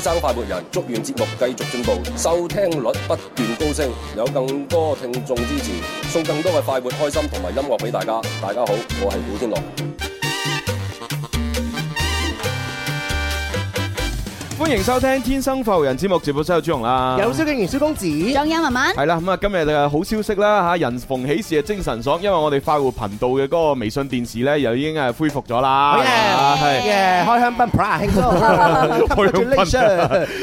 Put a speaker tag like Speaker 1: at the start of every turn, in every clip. Speaker 1: 生快活人，祝願節目繼續進步，收聽率不斷高升，有更多聽眾支持，送更多嘅快活、開心同埋音樂俾大家。大家好，我係古天樂。
Speaker 2: 歡迎收聽《天生浮人》節目，直播室有朱紅啦，
Speaker 3: 有蕭敬元、蕭公子，
Speaker 4: 仲啊有文文，
Speaker 2: 係啦，咁啊今日嘅好消息啦吓，人逢喜事啊精神爽，因為我哋快活頻道嘅嗰個微信電視咧，又已經係恢復咗啦，係
Speaker 3: 耶！開香檳 pra 慶祝，開香檳。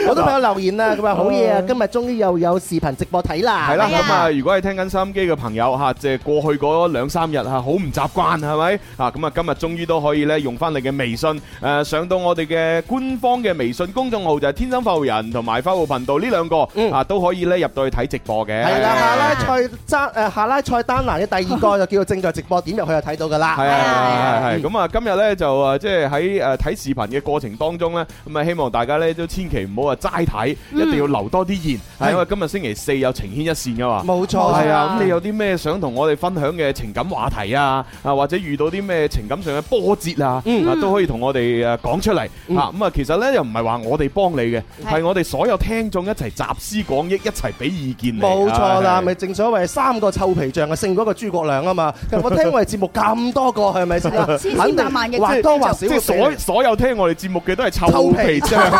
Speaker 3: 好多朋友留言啦，佢話好嘢啊，今日終於又有視頻直播睇啦。
Speaker 2: 嗯係啦，
Speaker 4: 係啊
Speaker 2: 咁啊，如果係聽緊收音機嘅朋友吓，即係過去嗰兩三日吓，好唔習慣係咪啊？咁啊，今日終於都可以咧用翻你嘅微信誒，上到我哋嘅官方嘅微信公眾號就係天生快活人同埋快活頻道呢兩個啊，都可以咧入到去睇直播嘅。
Speaker 3: 係啦，下拉菜 丹誒下拉菜丹拿嘅第二個就叫做正在直播，點入去就睇到
Speaker 2: 係
Speaker 3: 㗎
Speaker 2: 啊
Speaker 3: 啦。
Speaker 2: 係係係咁啊！今日咧就啊，即係喺誒
Speaker 3: 嗯
Speaker 2: 睇視頻嘅過程當中咧，咁啊希望大家咧都千祈唔好啊齋睇，
Speaker 3: 嗯
Speaker 2: 一定要留多啲言，係因為今日星期四有情牽一線噶嘛。
Speaker 3: 冇錯，
Speaker 2: 係啊，咁你有啲咩想同我哋分享嘅情感話題啊？啊，或者遇到啲咩情感上嘅波折啊？
Speaker 3: 嗯
Speaker 2: 啊，都可以同我哋誒講出嚟啊！咁啊，其實咧又唔係話我哋幫你嘅，
Speaker 3: 嗯
Speaker 4: 係
Speaker 2: 係我哋所有聽眾一齊集思廣益，一齊俾意見你。
Speaker 3: 冇錯啦，
Speaker 2: 係啊
Speaker 3: 咪正所謂三個臭皮匠啊，勝過一個諸葛亮啊嘛。我聽我哋節目咁多個，係咪先啦？啊
Speaker 4: 千
Speaker 3: 肯定
Speaker 4: 千萬萬嘅
Speaker 3: 或多或
Speaker 2: 即
Speaker 3: 少
Speaker 2: 係所
Speaker 3: 所
Speaker 2: 所有聽我哋節目嘅都係臭
Speaker 3: 臭
Speaker 2: 皮
Speaker 3: 皮
Speaker 2: 匠，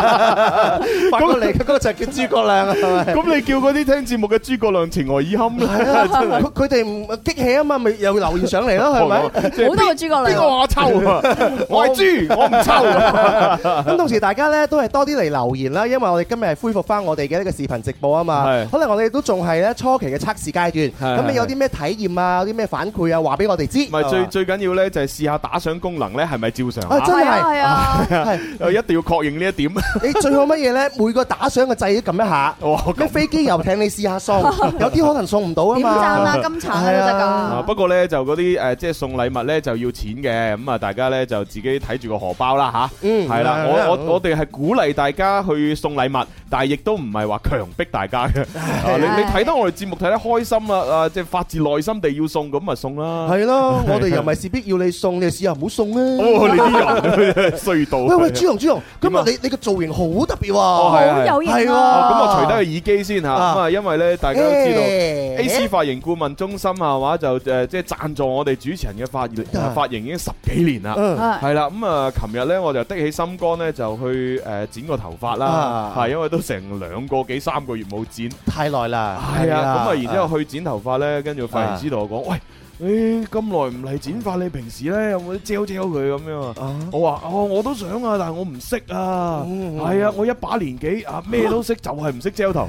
Speaker 3: 發過嚟嘅嗰個就叫諸葛亮啊，係 咪？
Speaker 2: 咁你叫嗰啲聽節目嘅諸葛亮情何以堪咧？ 真係
Speaker 3: 啊佢佢哋唔激氣啊嘛，咪又留言上 嚟咯，係咪？
Speaker 2: 咪？即係
Speaker 4: 好多個諸葛
Speaker 2: 邊個
Speaker 4: 亮，
Speaker 2: 話我臭啊？ 我係 豬，我唔啊臭。
Speaker 3: 咁同時大家咧都係多啲嚟留言啦，因為我哋今日係恢復翻我哋嘅呢個視頻直播啊嘛
Speaker 2: 係。
Speaker 3: 可能我哋都仲係咧初期嘅測試階
Speaker 2: 係
Speaker 3: 段，咁
Speaker 2: 係
Speaker 3: 你有啲咩體驗啊，有啲咩反饋啊，話俾我哋知。
Speaker 2: 唔係最最緊要咧，就係試下打賞功能咧，係咪照常
Speaker 3: 啊
Speaker 2: 啊？
Speaker 3: 真
Speaker 4: 係
Speaker 3: 係
Speaker 4: 啊係啊，
Speaker 3: 係
Speaker 2: 又一定要確認呢一點。
Speaker 3: 你最好乜嘢咧？每個打賞嘅掣都撳一下。
Speaker 2: 哇
Speaker 3: 咩
Speaker 2: 咁
Speaker 3: 飛機遊艇你試 下送，有啲可能送唔到啊
Speaker 4: 點
Speaker 3: 嘛。
Speaker 4: 贊啦、金橙啊都得
Speaker 2: 啊！
Speaker 4: 噶，
Speaker 2: 不過咧就嗰啲誒，即係送禮物咧就要錢嘅，咁啊大家咧就自己睇住個荷包啦吓，
Speaker 3: 嗯
Speaker 2: 係啦，
Speaker 3: 係
Speaker 2: 我
Speaker 3: 係
Speaker 2: 我我哋係鼓勵大家去送禮物，但係亦都唔係話強迫大家嘅。啊你你睇得我哋節目睇得開心啊啊！即係發自內心地要送咁咪送啦。
Speaker 3: 係咯，我哋又咪事必要你送，你試下唔好送啊。
Speaker 2: 哦，你啲人衰到。
Speaker 3: 喂喂，朱紅朱紅，
Speaker 2: 點啊
Speaker 3: 今日你你個造型好特別
Speaker 2: 哦
Speaker 3: 喎
Speaker 2: 係。
Speaker 4: 好有
Speaker 3: 係
Speaker 4: 型
Speaker 3: 喎
Speaker 2: 哦
Speaker 4: 啊！
Speaker 2: 咁我除低個耳機先嚇，
Speaker 3: 啊
Speaker 2: 咁啊因為咧大家都知道。
Speaker 3: 欸
Speaker 2: A C 髮型顧問中心係嘛就誒即係贊助我哋主持人嘅髮型
Speaker 3: 啊
Speaker 2: 髮型已經十幾年啦。
Speaker 3: 嗯
Speaker 4: 係
Speaker 2: 係啦，咁啊，琴日咧我就的起心肝咧，就去誒剪個頭髮啦
Speaker 3: 啊，
Speaker 2: 係因為都成兩個幾三個月冇剪，
Speaker 3: 太耐啦。
Speaker 2: 係啊，咁啊，然之後去剪頭髮咧，跟住髮
Speaker 3: 啊
Speaker 2: 型師同我講，喂。誒咁耐唔嚟剪髮，你平時咧有冇啲焦焦佢咁樣啊？
Speaker 3: 啊
Speaker 2: 我話哦，我都想啊，但係我唔識啊。
Speaker 3: 嗯
Speaker 2: 係啊，我一把年紀啊，咩都識，就係唔識焦 頭。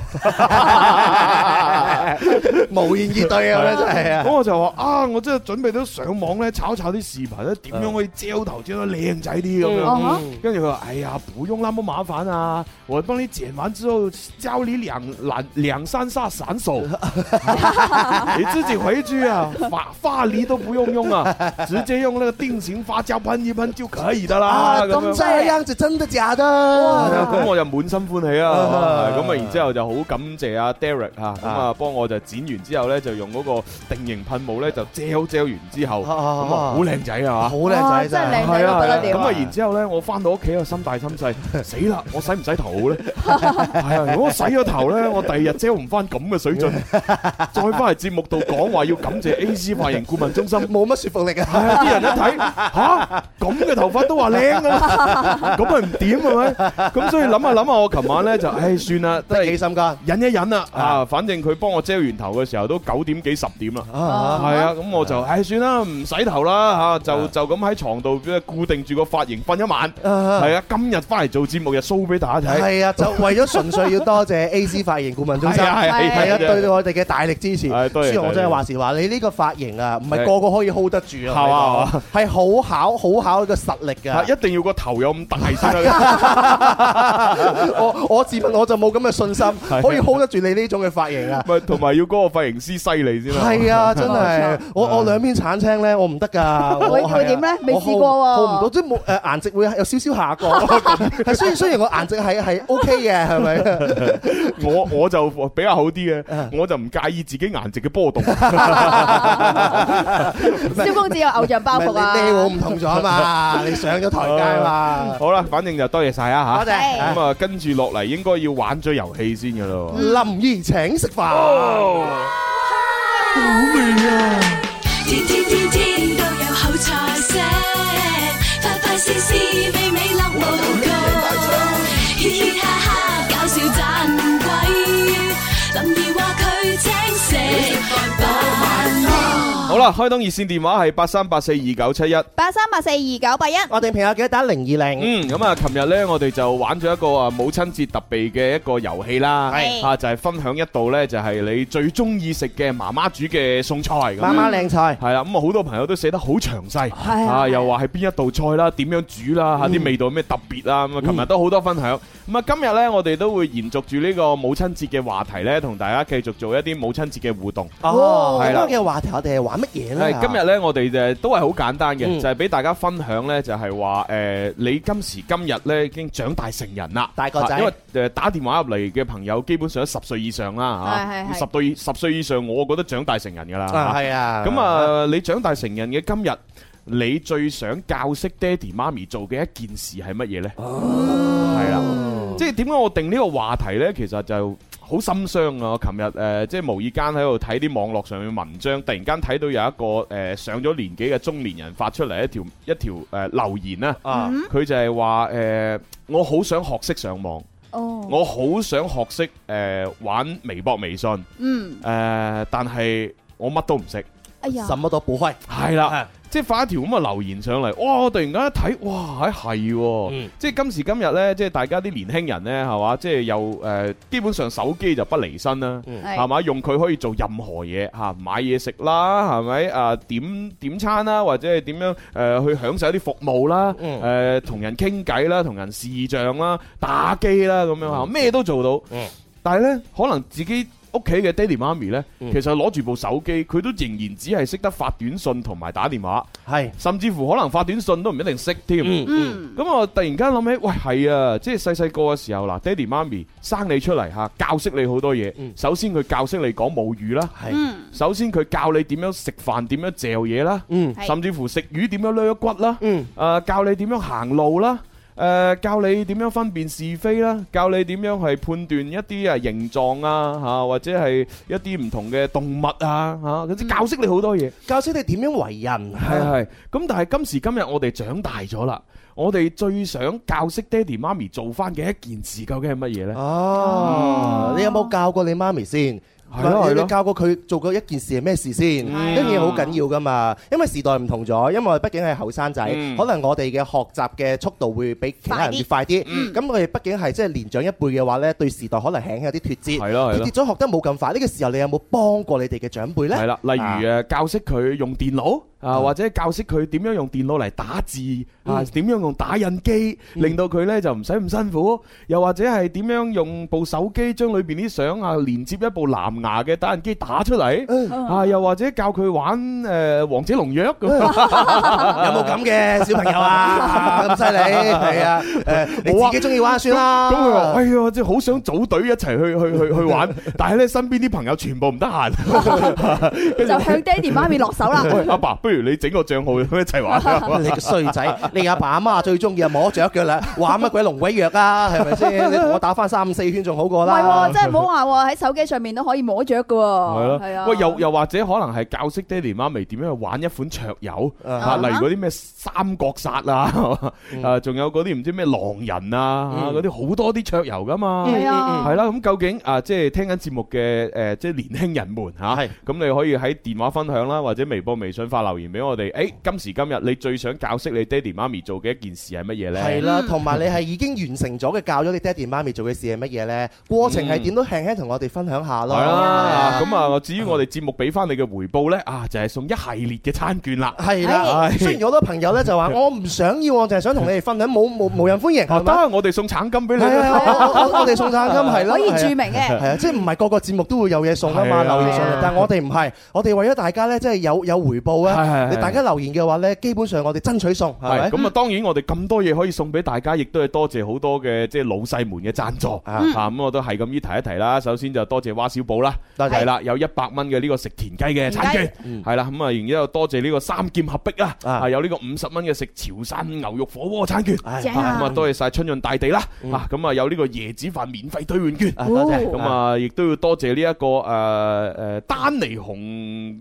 Speaker 3: 無言以對啊！真係
Speaker 2: 咁
Speaker 3: 啊，
Speaker 2: 我就話啊，我真係準備都上網咧，炒炒啲視頻咧，點樣可以焦頭焦得靚仔啲
Speaker 3: 嗯
Speaker 2: 咁樣。
Speaker 4: 哦
Speaker 2: 跟住佢話：哎呀，不用那麼麻煩啊，我幫你剪完之後教你兩兩兩三下散 手， 你自己回去啊，發發梨都不用用啊，直接用那個定型發膠噴一噴就可以的啦。
Speaker 3: 啊
Speaker 2: 咁
Speaker 3: 咁
Speaker 2: 樣
Speaker 3: 這樣就真的假
Speaker 2: 係
Speaker 3: 的？
Speaker 2: 啊咁我就滿心歡喜啊！
Speaker 3: 啊
Speaker 2: 咁啊，然之後就好感謝阿 Derek 嚇，咁啊幫我就剪完之後咧，就用嗰個定型噴霧咧就遮遮完之後，
Speaker 3: 啊啊
Speaker 2: 咁啊好靚仔啊
Speaker 3: 好！
Speaker 4: 哇
Speaker 3: 靚仔
Speaker 4: 真係靚
Speaker 3: 真
Speaker 4: 仔到不得
Speaker 2: 咁
Speaker 4: 了
Speaker 2: 啊，
Speaker 4: 啊！
Speaker 2: 然之後咧，我翻到屋企啊，心大心細，死啦！我洗唔洗頭咧？係啊，如果我洗咗頭咧，我第二日遮唔翻咁嘅水 準，再翻嚟節目度講話要感謝 A C 髮型顧問中心。
Speaker 3: 冇乜說服力啊！
Speaker 2: 係啊！啲人一 睇吓咁嘅頭髮都話靚㗎啦，咁咪唔掂係咪？咁所以諗下諗下，我琴晚咧就唉算 啦，都
Speaker 3: 得
Speaker 2: 係
Speaker 3: 幾心肝
Speaker 2: 忍一忍啦啊！反正佢幫我遮完頭嘅時候都九點幾十點啦。
Speaker 3: 啊！
Speaker 2: 係啊，咁我就唉算啦，唔洗頭啦吓，就就咁喺床度固定住個髮型瞓一晚。係啊，今日翻嚟做節目就 show 俾大家睇。
Speaker 3: 係啊，就為咗純粹要 多謝 AC 髮型顧問中心。
Speaker 2: 係啊
Speaker 3: 係啊，
Speaker 2: 係
Speaker 3: 對我哋嘅大力支持。
Speaker 2: 係啊多謝
Speaker 3: 朱紅我
Speaker 2: 多
Speaker 3: 真
Speaker 2: 謝
Speaker 3: 係話時話，你呢個髮型啊，唔係個個可以 hold 得住啊。
Speaker 2: 係嘛
Speaker 3: 我同你講係好考好考呢個實力
Speaker 2: 啊
Speaker 3: 㗎。
Speaker 2: 一定要個頭有咁大先得。
Speaker 3: 我我自問我就冇咁嘅信心，可以 hold 得住你呢種嘅髮型 啊！
Speaker 2: 咪同埋要嗰個髮型師犀利先啦。
Speaker 3: 係啊，真係我我兩邊鏟青咧，我唔得 㗎。我
Speaker 5: 會
Speaker 3: 係啊
Speaker 5: 會點咧未
Speaker 3: 我
Speaker 5: 試過喎
Speaker 3: hold 唔到，即係冇誒顏值會有少少下降。 係雖然雖然我顏值係係 OK 嘅，係咪？
Speaker 2: 我我就比較好啲
Speaker 3: 啊
Speaker 2: 嘅，我就唔介意自己顏值嘅波 動。
Speaker 5: 蕭公子有偶像包
Speaker 3: 唔係
Speaker 5: 袱啊！
Speaker 3: 你你我唔同咗啊 嘛，你上咗台階嘛。
Speaker 2: 好啦，反正就多謝晒啊
Speaker 3: 多
Speaker 2: 吓。
Speaker 3: 謝。
Speaker 2: 咁啊，跟住落嚟應該要玩咗遊戲先噶咯。
Speaker 3: 林怡請食
Speaker 2: 哦
Speaker 3: 飯。
Speaker 4: 天天天天都有好菜色，快快試試美美樂無窮，嘻嘻哈哈搞笑盞鬼，林兒話佢請食飯。
Speaker 2: 好啦，開通熱線電話係八三八四二九七一。
Speaker 5: 八三八四二九八一，
Speaker 3: 我哋朋友記得打零二零。
Speaker 2: 嗯，咁啊，琴日呢，我哋就玩咗一個啊母親節特備嘅一個遊戲啦，
Speaker 5: 係
Speaker 2: 啊就係分享一道呢，就係你最中意食嘅媽媽煮嘅餸菜咁樣。
Speaker 3: 媽媽靚菜。
Speaker 2: 系啦，咁啊好多朋友都寫得好詳細，
Speaker 5: 係啊
Speaker 2: 啊又話係邊一道菜啦，點樣煮啦，嚇啲味道有咩特別啦，咁啊琴日都好多分享。咁啊今日呢，我哋都會延續住呢個母親節嘅話題呢，同大家繼續做一啲母親節嘅互動。
Speaker 3: 哦，
Speaker 2: 嗯係
Speaker 3: 今
Speaker 2: 啦
Speaker 3: 日嘅話題我哋係玩乜嘢啊咧？
Speaker 2: 係今日呢，我哋就係都係好簡單嘅，
Speaker 3: 嗯
Speaker 2: 就係俾大家分享呢，就係話誒你今時今日呢已經長大成人啦，
Speaker 3: 大個仔
Speaker 2: 啊因為誒打電話入嚟嘅朋友基本上都十歲以上啦
Speaker 5: 係係係
Speaker 2: 嚇，咁十歲十歲以上，我覺得長大成人㗎啦。嚇
Speaker 3: 啊，係啊。
Speaker 2: 咁，啊，你長大成人嘅今日，你最想教識爹哋媽咪做嘅一件事係乜嘢呢？係啦，即係點解我定呢個話題呢？其實就好心傷啊！我琴日誒，即係無意間喺度睇啲網絡上面文章，突然間睇到有一個誒、呃上咗年紀嘅中年人發出嚟一條一條誒、呃留言啦、
Speaker 3: 啊
Speaker 5: 嗯
Speaker 2: 佢就係話誒，我好想學識上網，
Speaker 5: 哦，
Speaker 2: 我好想學識誒、呃玩微博、微信誒、
Speaker 5: 嗯，
Speaker 2: 呃但係我乜都唔識。
Speaker 5: 哎呀，
Speaker 3: 什麼都不會。
Speaker 2: 係
Speaker 3: 啊
Speaker 2: 啦，即係發一條咁嘅留言上嚟，哇！我突然間一睇，哇，係喎，
Speaker 3: 嗯
Speaker 2: 即係今時今日呢，即係大家啲年輕人呢，係嘛，即係又誒、呃基本上手機就不離身啦。係
Speaker 5: 係
Speaker 2: 嘛？用佢可以做任何嘢嚇，買嘢食啦，係咪啊？點點餐啦，或者係點樣誒、呃去享受一啲服務啦，誒、
Speaker 3: 嗯
Speaker 2: 同人傾偈啦，同人視像啦，打機啦咁樣嚇，咩都做到。
Speaker 3: 嗯
Speaker 2: 但係呢，可能自己屋企嘅爹哋媽咪呢，
Speaker 3: 嗯
Speaker 2: 其實攞住部手機，佢都仍然只係識得發短信同埋打電話，
Speaker 3: 係。
Speaker 2: 甚至乎可能發短信都唔一定識添。
Speaker 5: 嗯，
Speaker 2: 咁我突然間諗起，喂係啊，即係細細個嘅時候嗱，爹哋媽咪生你出嚟嚇，教識你好多嘢。
Speaker 3: 嗯
Speaker 2: 首先佢教識你講母語啦，
Speaker 3: 係。
Speaker 5: 嗯，
Speaker 2: 首先佢教你點樣食飯，點樣嚼嘢啦，
Speaker 3: 嗯
Speaker 5: 係
Speaker 2: 甚至乎食魚點樣掠骨啦，誒、
Speaker 3: 嗯
Speaker 2: 教你點樣行路啦。誒、教你點樣分辨是非啦，教你點樣係判斷一啲誒形狀啊嚇，或者係一啲唔同嘅動物啊嚇，咁即係教識你好多嘢。
Speaker 3: 教識你點樣為人。
Speaker 2: 係啊係，咁但係今時今日我哋長大咗啦，我哋最想教識爹哋媽咪做翻嘅一件事，究竟係乜嘢呢？
Speaker 3: 啊哦，你有冇教過你媽咪先？
Speaker 2: 係咯係
Speaker 3: 你
Speaker 2: 咯
Speaker 3: 教過佢做過一件事係咩事先？
Speaker 5: 嗯
Speaker 3: 一嘢好緊要噶嘛，因為時代唔同咗，因為我哋畢竟係後生仔，
Speaker 2: 嗯
Speaker 3: 可能我哋嘅學習嘅速度會比其他人越快啲。嗯咁我哋畢竟係即係年長一輩嘅話呢，對時代可能輕輕有啲脱節。
Speaker 2: 係咯係
Speaker 3: 脱
Speaker 2: 咯
Speaker 3: 節咗學得冇咁快，呢個時候你有冇幫過你哋嘅長輩呢？
Speaker 2: 係啦，例
Speaker 3: 啊
Speaker 2: 如誒教識佢用電腦啊，或者教識佢點樣用電腦嚟打字啊，點樣用打印機，令到佢呢就唔使咁辛苦。又或者係點樣用部手機將裏邊啲相啊連接一部藍牙嘅打印機打出嚟啊，又或者教佢玩誒王者農藥咁。
Speaker 3: 有冇咁嘅小朋友 啊？咁犀利係啊！誒，你
Speaker 2: 冇啊
Speaker 3: 自己中意玩就算啦。
Speaker 2: 咁佢
Speaker 5: 啊
Speaker 2: 話：哎呀，即係好想組隊一齊去去 去去玩，但係咧身邊啲朋友全部唔得閒。
Speaker 5: 就向爹哋媽咪落手啦，
Speaker 2: 喂，阿爸，不如你整個帳號一齊 玩啦。
Speaker 3: 你個衰仔，你阿爸阿媽最中意啊摸雀腳 啦，玩乜鬼龍鬼藥啊？係咪先？你同我打翻三五四圈仲好過
Speaker 5: 唔係
Speaker 3: 啦
Speaker 5: 喎，。真係唔好話喎，喺手機上面都可以摸雀嘅喎，係啊，
Speaker 2: 喂，又又或者可能係教識爹哋媽咪點樣去玩一款桌遊啊，
Speaker 5: 啊嗯
Speaker 2: 例如嗰啲咩三國殺啊， 啊，仲有嗰啲唔知咩狼人啊，
Speaker 3: 嗯
Speaker 2: 嗰啲好多啲桌遊噶嘛。
Speaker 5: 係啊，
Speaker 2: 係啦，咁究竟啊，即係聽緊節目嘅誒，即係年輕人們嚇，
Speaker 3: 係
Speaker 2: 咁你可以喺電話分享啦，或者微博、微信發留留言俾我哋，誒今時今日你最想教識你爹哋媽咪做嘅一件事係乜嘢呢？
Speaker 3: 係啦，同埋你係已經完成咗嘅，教咗你爹哋媽咪做嘅事係乜嘢呢？過程係點都輕輕同我哋分享下
Speaker 2: 係
Speaker 3: 咯。
Speaker 2: 啊，咁啊，至於我哋節目俾翻你嘅回報 呢，啊，就係送一系列嘅餐券啦。
Speaker 3: 係啦，
Speaker 2: 係
Speaker 3: 雖然有好多朋友咧 就話我唔想要，我就係想同你哋分享，冇冇無人歡迎
Speaker 2: 啊
Speaker 3: 係
Speaker 2: 得
Speaker 3: 咪？
Speaker 2: 啊，我哋送橙金俾你
Speaker 3: 係
Speaker 2: 啦。
Speaker 3: 啊，我我我我哋送贊金係啦，
Speaker 5: 可以注
Speaker 3: 係啊。
Speaker 5: 明嘅。
Speaker 3: 係啊，即係唔係個個節目都會有嘢送啊
Speaker 2: 係啊
Speaker 3: 嘛，留言上
Speaker 5: 係啊
Speaker 3: 嚟。但係我哋唔係，我哋為咗大家咧，即係有有回報
Speaker 2: 係係係
Speaker 3: 啊！你大家留言嘅話咧，基本上我哋爭取送，係
Speaker 2: 係
Speaker 3: 咪？
Speaker 2: 咁啊，當然我哋咁多嘢可以送俾大家，亦都係多謝好多嘅即係老細們嘅贊助啊！
Speaker 3: 嗯
Speaker 2: 咁我都係咁依提一提啦。首先就多謝蛙小寶啦，
Speaker 3: 多謝
Speaker 2: 係啦，有一百蚊嘅呢個食田雞嘅餐券，係啦，咁啊，然之後多謝呢個三劍合璧啦，
Speaker 3: 啊
Speaker 2: 啊有呢個五十蚊嘅食潮汕牛肉火鍋餐券，啊
Speaker 3: 唉
Speaker 5: 正
Speaker 2: 咁啊
Speaker 5: 啊！
Speaker 2: 多謝晒春潤大地啦，啊咁啊有呢個椰子飯免費兌換券。
Speaker 3: 啊多謝
Speaker 2: 咁啊，亦都要多謝呢一個誒誒丹尼熊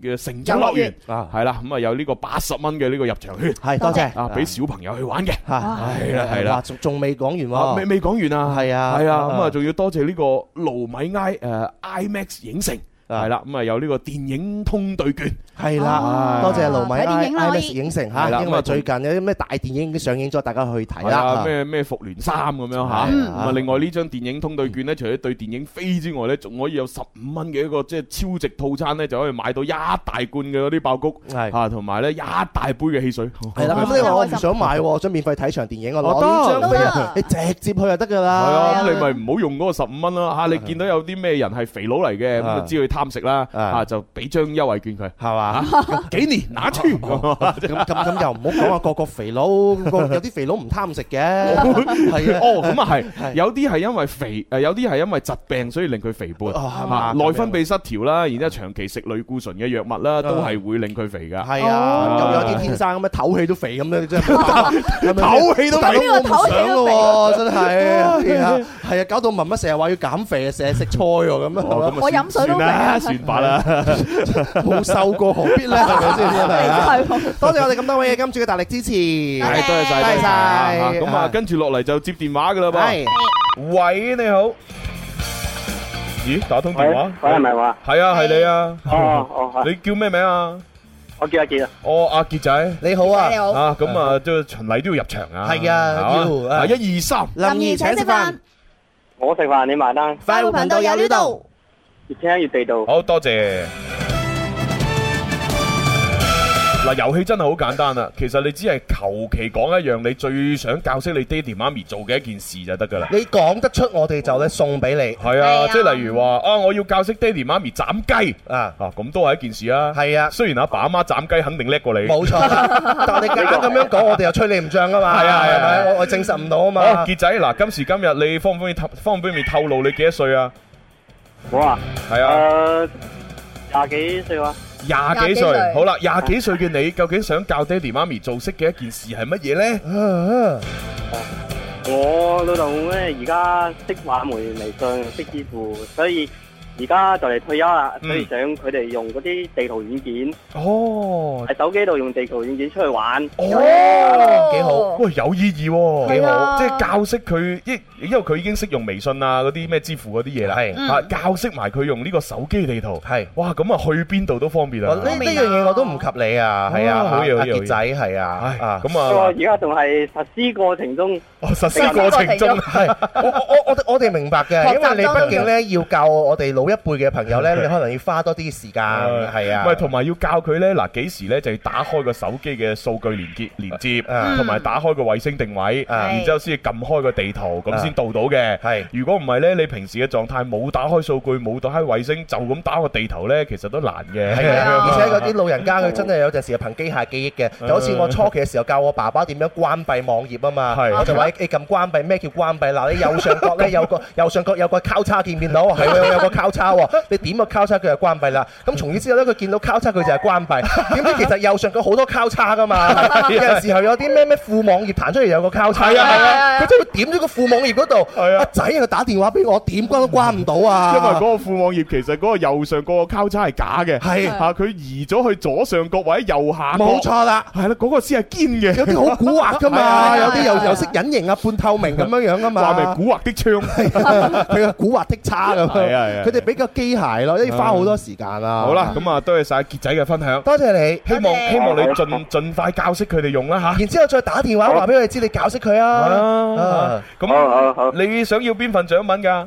Speaker 2: 嘅成長樂園，
Speaker 3: 啊
Speaker 2: 係啦，咁啊有呢個八十蚊嘅呢個入場券
Speaker 3: 係多謝
Speaker 2: 啊，俾小朋友去玩嘅，
Speaker 3: 嚇
Speaker 2: 係啦係
Speaker 3: 哇
Speaker 2: 啦，
Speaker 3: 仲仲未講
Speaker 2: 啊
Speaker 3: 完
Speaker 2: 未
Speaker 3: 喎，
Speaker 2: 未講完啊，
Speaker 3: 係啊
Speaker 2: 係啊，
Speaker 3: 啊
Speaker 2: 咁啊仲要多謝呢個盧米埃誒 ờ, IMAX 影城，
Speaker 3: 啊
Speaker 2: 係啦，咁啊有呢個電影通對券，
Speaker 3: 係啦，
Speaker 5: 啊
Speaker 3: 多謝盧米
Speaker 5: 睇電影啦
Speaker 3: I
Speaker 5: 可
Speaker 3: M
Speaker 5: 以
Speaker 3: S 影城
Speaker 2: 係啦
Speaker 3: 嚇，因
Speaker 2: 咁啊
Speaker 3: 為最近有啲咩大電影已經上映咗，大家去睇
Speaker 2: 係
Speaker 3: 啦
Speaker 2: 啊。咩咩復聯三咁樣嚇，
Speaker 3: 嗯
Speaker 2: 咁啊另外呢張電影通對券咧，除咗對電影飛之外咧，仲可以有十五蚊嘅一個即係超值套餐咧，就可以買到一大罐嘅嗰啲爆谷。
Speaker 3: 係
Speaker 2: 啊，同埋咧一大杯嘅汽水，
Speaker 3: 係啦，咁你話我唔想買喎，想免費睇場電影，我
Speaker 2: 哦得
Speaker 3: 攞張飛
Speaker 5: 都得
Speaker 3: 啊，你直接去就得㗎
Speaker 2: 係
Speaker 3: 啦。
Speaker 2: 啊，咁你咪唔好用嗰個十五蚊啦嚇，你見到有啲咩人係肥佬嚟嘅，咁
Speaker 3: 啊
Speaker 2: 就知佢貪食啦，
Speaker 3: 啊
Speaker 2: 啊就俾張優惠券佢，
Speaker 3: 係嘛？
Speaker 2: 幾年拿出，
Speaker 3: 咁咁咁又唔好講啊，個個肥佬，個有啲肥佬唔貪食嘅，係啊。
Speaker 2: 哦咁啊係，
Speaker 3: 係
Speaker 2: 有啲係因為肥，誒有啲係因為疾病所以令佢肥胖，
Speaker 3: 哦係
Speaker 2: 啊
Speaker 3: 嘛
Speaker 2: 內分泌失調啦，然之後長期食類固醇嘅藥物啦，都係會令佢肥㗎。
Speaker 3: 係啊，咁有啲天生咁樣唞氣都肥咁樣，你真係 唞
Speaker 2: 氣都肥
Speaker 3: 大佬我唔想咯喎，真 係係啊，係啊，搞到文乜成日話要減肥啊，成日食菜喎咁樣，
Speaker 2: 哦咁
Speaker 3: 係嘛
Speaker 2: 啊
Speaker 5: 我飲水都
Speaker 2: 算
Speaker 5: 肥
Speaker 2: 啦，
Speaker 5: 啊
Speaker 2: 算吧啦。
Speaker 3: 冇瘦過何必 咧？係咪先？真係 啊多謝我哋咁多位嘅金主嘅大力支持，
Speaker 2: 係多謝晒，
Speaker 3: 多謝晒
Speaker 2: 啊咁啊，
Speaker 3: 啊
Speaker 2: 跟住落嚟就接電話㗎啦噃
Speaker 3: 係。
Speaker 2: 喂，你好。咦，打通電話？
Speaker 6: 喂，係咪話？
Speaker 2: 係啊，係你啊。
Speaker 6: 哦哦，係
Speaker 2: 你叫咩名啊？
Speaker 6: 我叫阿杰啊。
Speaker 2: 哦，阿杰仔。
Speaker 3: 你好啊，
Speaker 5: 你好
Speaker 2: 啊，咁啊，即係循例都要入場啊。
Speaker 3: 係啊
Speaker 2: 係嘛
Speaker 3: 要啊
Speaker 2: 啊，一二三。
Speaker 3: 林怡請食飯，
Speaker 6: 我食飯你埋單，
Speaker 3: 快活頻道有料到。
Speaker 6: 越聽越地道。
Speaker 2: 好多謝。嗱，遊戲真係好簡單啦。其實你只係求其講一樣你最想教識你爹哋媽咪做嘅一件事就得㗎啦。
Speaker 3: 你講得出我哋就咧送俾你
Speaker 2: 係啊，即係例如話啊，我要教識爹哋媽咪斬雞
Speaker 3: 啊，
Speaker 2: 啊，咁都係一件事啊。
Speaker 3: 係啊。
Speaker 2: 雖然阿爸阿媽斬雞肯定叻過你。
Speaker 3: 冇錯啊 啦，但係你夾硬咁樣講，我哋又吹你唔漲啊嘛，
Speaker 2: 係啊係啊
Speaker 3: 係咪？我我證實唔到啊
Speaker 2: 哦，
Speaker 3: 嘛。
Speaker 2: 杰仔，嗱，今時今日你方唔方便透方唔方便透露你幾多歲啊？
Speaker 6: 我啊，
Speaker 2: 係啊，
Speaker 6: 誒，廿幾歲啊？
Speaker 2: 廿幾
Speaker 5: 廿幾
Speaker 2: 歲。
Speaker 5: 歲
Speaker 2: 好啦，廿幾歲嘅你，究竟想教爹哋媽咪做識嘅一件事係乜嘢
Speaker 3: 啊
Speaker 2: 呢？
Speaker 6: 我老豆咧而家識玩回微信，識支付，所以而家就嚟退休啦，所以想佢哋用嗰啲地圖軟件
Speaker 2: 哦，
Speaker 6: 喺手機度用地圖軟件出去玩。
Speaker 2: 哦，
Speaker 3: 幾好
Speaker 2: 喂，有意義喎，
Speaker 5: 係啊
Speaker 2: 即係教識佢，因因為佢已經識用微信啊，嗰啲咩支付嗰啲嘢啦，
Speaker 3: 係
Speaker 2: 啊，教識埋佢用呢個手機地圖，
Speaker 3: 係
Speaker 2: 哇，咁啊去邊度都方便
Speaker 3: 我
Speaker 2: 啊。
Speaker 3: 哦呢呢樣嘢我都唔及你啊，係啊，
Speaker 2: 啊好嘢好嘢
Speaker 3: 阿
Speaker 2: 好嘢
Speaker 3: 傑仔係啊，
Speaker 2: 唉，
Speaker 3: 啊，
Speaker 2: 咁
Speaker 6: 不
Speaker 2: 啊
Speaker 6: 過而，家仲係實施過程中，
Speaker 2: 哦實施過程 中。
Speaker 3: 係我我我我我哋明白嘅，因為你畢竟咧要教我哋老一輩嘅朋友 咧，你可能要花多啲時間，係啊，
Speaker 2: 喂，同埋要教佢呢，嗱幾時呢就要打開個手機嘅數據連結連接，
Speaker 3: 啊
Speaker 2: 同埋打開個衛星定位，
Speaker 3: 啊
Speaker 2: 然之後先至撳開個地圖，咁
Speaker 3: 啊
Speaker 2: 先到到嘅。
Speaker 3: 係
Speaker 2: 如果唔係呢，你平時嘅狀態冇打開數據，冇打開衛星，就咁打個地圖呢，其實都難嘅。
Speaker 3: 係 啊，而且嗰啲老人家佢真係有陣時係憑機械記憶
Speaker 2: 嗯
Speaker 3: 嘅，就好似我初期嘅時候教我爸爸點樣關閉網頁啊嘛，
Speaker 2: 係
Speaker 3: 我就話你撳關閉，咩叫關閉？嗱，你右上角 咧有個右上角有個交叉見面到，
Speaker 2: 啊
Speaker 3: 係喎有個交叉喎，你點個交叉佢就關閉啦。咁從此之後咧，佢見到交叉佢就係關 閉。點知其實右上角好多交叉噶嘛，有陣時候有啲咩咩副網頁彈出嚟有個交叉，
Speaker 2: 啊係啊係
Speaker 3: 啊，佢真係會點咗個副網頁嗰度，
Speaker 2: 係啊
Speaker 3: 阿仔佢打電話俾我，點關都關唔到啊，
Speaker 2: 因為嗰個副網頁其實嗰個右上角個交叉係假嘅，
Speaker 3: 係
Speaker 2: 啊，佢移咗去左上角或者右下角，
Speaker 3: 冇，錯啦。
Speaker 2: 係啦，嗰個先係堅
Speaker 3: 有
Speaker 2: 嘅，
Speaker 3: 啲 好古惑噶嘛，
Speaker 5: 係
Speaker 3: 有
Speaker 5: 啊
Speaker 3: 啲
Speaker 5: 係啊
Speaker 3: 又又識隱形啊、 半透明咁樣樣噶嘛，
Speaker 2: 話明古惑的槍。
Speaker 3: 佢個古惑的差咁樣。
Speaker 2: 係啊係啊
Speaker 3: 佢哋比較機械咯，因為花好多時間啊。
Speaker 2: 好啦，咁啊，多謝晒傑仔嘅分享，
Speaker 3: 多謝你，
Speaker 2: 希望希望你
Speaker 3: 你，
Speaker 2: 盡盡快教識佢哋用啦吓。
Speaker 3: 然之後再打電話話俾佢哋知你教識佢啊
Speaker 2: 啊。
Speaker 7: 好
Speaker 6: Ờ,
Speaker 7: 好
Speaker 2: 咁
Speaker 7: 好
Speaker 2: 你想要邊份獎品㗎？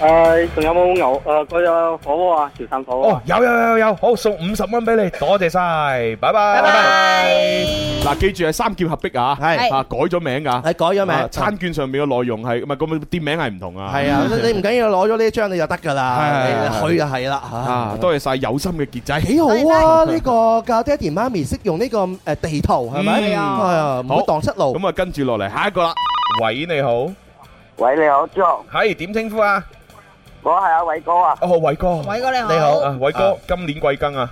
Speaker 6: Ờ,
Speaker 7: 诶，仲有冇牛诶嗰只火鍋啊？潮汕火鍋
Speaker 2: 哦，有有有有，好送五十蚊俾你，多謝晒，拜拜。拜拜。嗱，記住係三劍合璧啊，
Speaker 3: 係
Speaker 2: 啊，改咗名㗎。
Speaker 3: 係改咗
Speaker 2: 啊
Speaker 3: 名，
Speaker 2: 餐券上面嘅內容係唔係咁店名係唔同啊？
Speaker 3: 係啊，你你唔緊要攞咗呢張你就得㗎啦，
Speaker 2: 係係係
Speaker 3: 你去就係啦
Speaker 2: 啊，
Speaker 3: 嚇。
Speaker 2: 多謝晒有心嘅傑仔。
Speaker 3: 幾好啊！呢個教爹哋媽咪識用呢個誒地圖係咪？
Speaker 2: 嗯
Speaker 3: 係啊，唔好
Speaker 2: 好
Speaker 3: 蕩失路。
Speaker 2: 咁啊，跟住落嚟下一個啦。喂，你好，
Speaker 6: 喂，你好，John，
Speaker 2: 係點稱呼啊？
Speaker 6: 我系阿伟哥啊，
Speaker 2: 哦，偉哥，
Speaker 8: 偉哥你好
Speaker 3: 你好
Speaker 2: 啊，偉哥，今年貴庚啊？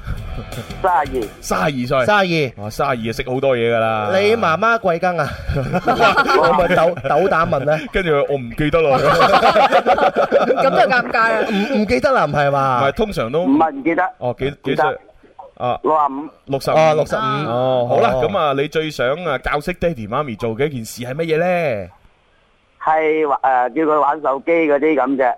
Speaker 6: 三廿二，
Speaker 2: 三十二歲。
Speaker 3: 沙二。
Speaker 2: 哇，三十二啊，識好多嘢㗎啦。
Speaker 3: 你媽媽貴庚啊？ 我咪斗斗膽問咧，
Speaker 2: 跟住佢我唔記得 啦，
Speaker 3: 唔唔記得啦，唔係
Speaker 2: 唔
Speaker 3: 嘛
Speaker 2: 係？通常都
Speaker 6: 唔系唔记得，
Speaker 2: 哦幾幾
Speaker 6: 記得
Speaker 2: 歲啊？
Speaker 6: 六啊五，
Speaker 2: 六十
Speaker 3: 哦，六十五。
Speaker 2: 哦，好啦，
Speaker 3: 哦
Speaker 2: 咁啊，你最想啊教識爹哋媽咪做嘅一件事係乜嘢咧？
Speaker 6: 系诶呃叫佢玩手機嗰啲咁啫，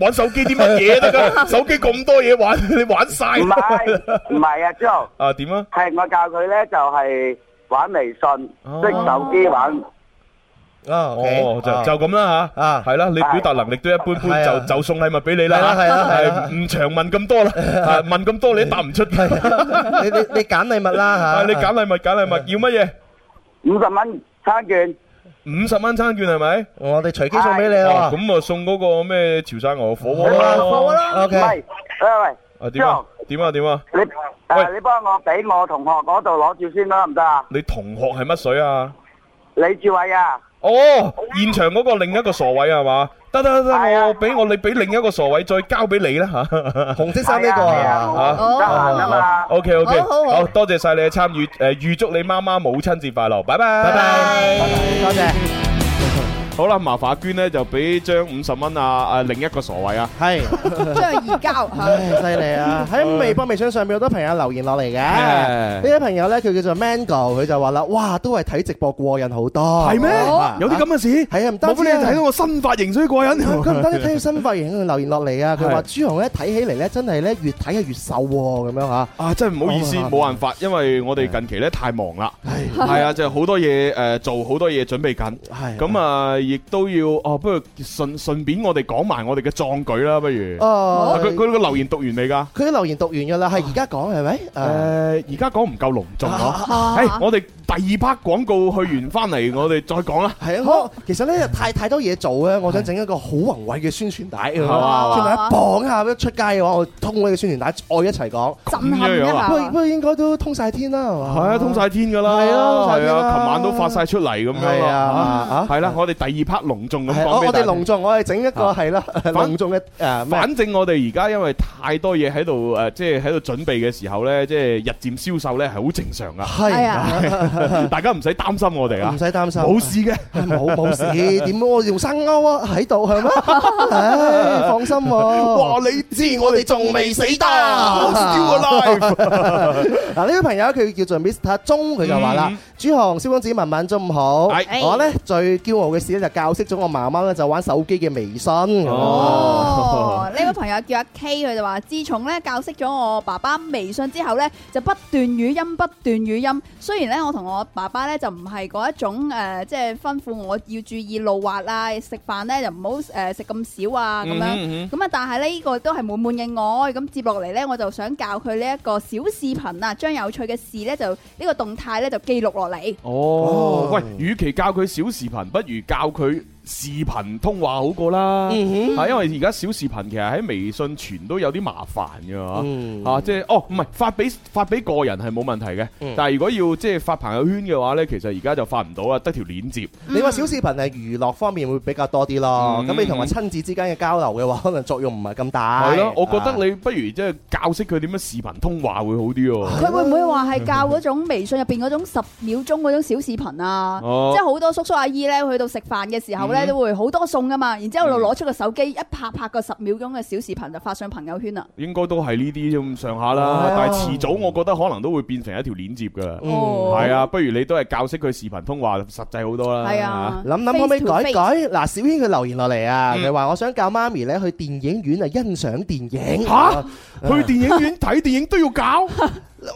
Speaker 2: 玩手機啲乜嘢得噶？手機咁多嘢玩， 你玩晒
Speaker 6: 唔係唔係啊，John，
Speaker 2: 啊？點啊？
Speaker 6: 係我教佢咧就係玩微信，
Speaker 2: 哦
Speaker 6: 識手機玩，
Speaker 3: 啊，OK，
Speaker 2: 哦，就
Speaker 3: 啊
Speaker 2: 就咁啦吓，
Speaker 3: 啊
Speaker 2: 係啦，你表達能力都一般般，
Speaker 3: 係啊
Speaker 2: 就就送禮物俾你啦，
Speaker 3: 係啦係啦係啦
Speaker 2: 係唔長問咁 多啦，啊問咁多你都答唔出，
Speaker 3: 你你你揀禮物
Speaker 2: 啊
Speaker 3: 啦
Speaker 2: 你
Speaker 3: 嚇，
Speaker 2: 揀禮物揀禮物要乜嘢？
Speaker 6: 五十蚊餐券，
Speaker 2: 五十蚊餐券係咪？
Speaker 3: 我哋隨機送俾你
Speaker 2: 哦，
Speaker 3: 啦喎。
Speaker 2: 咁啊送嗰個咩潮汕牛火鍋
Speaker 3: 好
Speaker 2: 啦
Speaker 3: 啊，好啦
Speaker 6: 唔
Speaker 3: ，OK，
Speaker 6: 係，喂
Speaker 2: 啊點啊點啊點啊？
Speaker 6: 喂，你
Speaker 2: 喂
Speaker 6: 诶你幫我俾我同學嗰度攞住先啦，得唔得啊？
Speaker 2: 你同學係乜水啊？
Speaker 6: 李志偉啊，
Speaker 2: 哦，現場嗰個另一個傻位啊係嘛？得得得，
Speaker 6: 係啊
Speaker 2: 我俾我你俾另一個傻位再交俾你啦吓。
Speaker 3: 紅色衫呢個
Speaker 6: 係啊
Speaker 3: 啊，
Speaker 2: 啊
Speaker 6: 唔得閒啊嘛。
Speaker 2: O K O K，
Speaker 8: 好好好
Speaker 2: 好多謝晒你嘅參與，誒預祝你媽媽母親節快樂，拜拜，
Speaker 3: 拜拜，多謝，
Speaker 2: 好啦，麻煩阿娟咧就俾張五十蚊啊啊另一個傻位啊，
Speaker 3: 係。
Speaker 5: 將移交嚇，
Speaker 3: 唉，犀利啊！喺微博、微信上面好多朋友留言落嚟嘅，呢啲朋友咧佢叫做 Mango，佢就話啦：，哇，都係睇直播過癮好多，係咩
Speaker 2: 有啲咁嘅事，
Speaker 3: 係啊，唔單止
Speaker 2: 冇俾你睇到我新髮型所以過 癮，
Speaker 3: 佢唔單止睇到新髮型，佢留言落嚟啊！佢
Speaker 2: 係
Speaker 3: 話朱紅咧睇起嚟咧，真係咧越睇係越瘦喎，咁樣嚇。
Speaker 2: 啊，真係唔好意思，
Speaker 3: 哦
Speaker 2: 冇辦法，因為我哋近期咧太忙啦，係啊，就好多嘢誒做，好多嘢準備緊。
Speaker 3: 係
Speaker 2: 咁啊，亦都要哦，不如順順便我哋講埋我哋嘅壯舉啦，不如。啊
Speaker 3: 哦，啊
Speaker 2: 佢佢啊個留言讀完未㗎？
Speaker 3: 佢啲留言讀完㗎啦，係而家講係咪？
Speaker 2: 誒，
Speaker 3: 啊誒，
Speaker 2: 而家講唔夠隆重
Speaker 3: 啊
Speaker 2: 嗬。誒，我哋第二 part 廣告去完翻嚟，我哋再講啦。
Speaker 3: 係啊，我其實咧太太多嘢做啊咧，我想整一個好宏偉嘅宣傳帶，宣
Speaker 2: 嘛
Speaker 3: 傳帶綁下一出街嘅話，我通呢個宣傳帶再一齊講。
Speaker 5: 震撼一下
Speaker 3: 不過不過應該都通晒天啦，係嘛？
Speaker 2: 啊係啊，通晒天㗎啦。
Speaker 3: 係啊通晒
Speaker 2: 係
Speaker 3: 天
Speaker 2: 啊，
Speaker 3: 啦
Speaker 2: 琴晚都發晒出嚟咁樣
Speaker 3: 係啊啊
Speaker 2: 係啦，我哋第二 part 隆重咁
Speaker 3: 係啊
Speaker 2: 講
Speaker 3: 我
Speaker 2: 俾
Speaker 3: 我
Speaker 2: 大
Speaker 3: 哋
Speaker 2: 家
Speaker 3: 隆
Speaker 2: 聽。
Speaker 3: 重，我哋整一個
Speaker 2: 啊
Speaker 3: 係啦，隆重嘅誒咩？
Speaker 2: 反正我哋而家因為太多嘢喺度誒，即係喺度準備嘅時候咧，即係日漸消瘦咧係好正常 噶，
Speaker 5: 係
Speaker 3: 係
Speaker 5: 啊，
Speaker 2: 大家唔使擔心我哋啊
Speaker 3: 唔，使擔心，
Speaker 2: 冇事嘅。
Speaker 3: 冇冇事，點我用生勾啊喺度 係咩？唉，放心喎。
Speaker 2: 你知我哋仲未死得
Speaker 3: 哦 still
Speaker 2: alive。
Speaker 3: 嗱，呢位朋友佢叫做 Mr. 鐘，佢 就話啦
Speaker 2: 嗯：
Speaker 3: 朱紅、蕭公子、文文中午好。
Speaker 2: 係
Speaker 3: 我呢最驕傲嘅事呢，就教識咗我媽媽呢，就玩手機嘅微信。
Speaker 5: 哦，呢位朋友叫阿 K，佢就話：自從咧教識咗我爸爸微信之後咧，就不斷語音，不斷語音。雖然咧我同我爸爸咧就唔係嗰一種誒，即係吩咐我要注意路滑啊，食飯咧就唔好誒食咁少啊咁樣。
Speaker 2: 嗯哼
Speaker 5: 咁啊，但係呢呢個都係滿滿嘅愛。咁接落嚟呢，我就想教佢呢一個小視頻啊，將有趣嘅事呢，就呢、個動態呢，就記錄落嚟。
Speaker 2: 哦，喂，與其教佢小視頻，不如教佢視頻通話好過啦。
Speaker 3: 嗯
Speaker 2: 啊，因為而家小視頻其實喺微信傳都有啲麻煩嘅
Speaker 3: 嗯
Speaker 2: 嚇，啊，即係哦，唔係發俾發俾個人係冇問題嘅，
Speaker 3: 嗯
Speaker 2: 但係如果要即係發朋友圈嘅話呢，其實而家就發唔到啊啦，得條鏈接。
Speaker 3: 你話小視頻係娛樂方面會比較多啲咯，
Speaker 2: 嗯
Speaker 3: 咁你同埋親子之間嘅交流嘅話，可能作用唔係咁大。
Speaker 2: 係咯，我覺
Speaker 3: 啊
Speaker 2: 得你不如即係教識佢點樣視頻通話會好啲喎。
Speaker 5: 佢會唔會話係教嗰種微信入邊嗰種十秒鐘嗰種小視頻啊？
Speaker 2: 哦嗯
Speaker 5: 即係好多叔叔阿姨呢，去到食飯嘅時候呢，咧都會好多送噶嘛，然之後就攞出個手機一拍拍個十秒鐘嘅小視頻就發上朋友圈啦。
Speaker 2: 應該都係呢啲咁上下啦
Speaker 3: 哦，
Speaker 2: 但係遲早我覺得可能都會變成一條鏈接噶啦。
Speaker 5: 哦
Speaker 2: 係啊，不如你都係教識佢視頻通話，實際好多啦。
Speaker 5: 係啊，
Speaker 3: 諗諗可唔可以
Speaker 5: face to
Speaker 3: 改
Speaker 5: face
Speaker 3: 一改？嗱，小軒佢留言落嚟啊，
Speaker 2: 嗯
Speaker 3: 佢話我想教媽咪咧去電影院啊欣賞電影。
Speaker 2: 嚇去
Speaker 3: 啊
Speaker 2: 電影院睇電影都要 搞，
Speaker 3: 我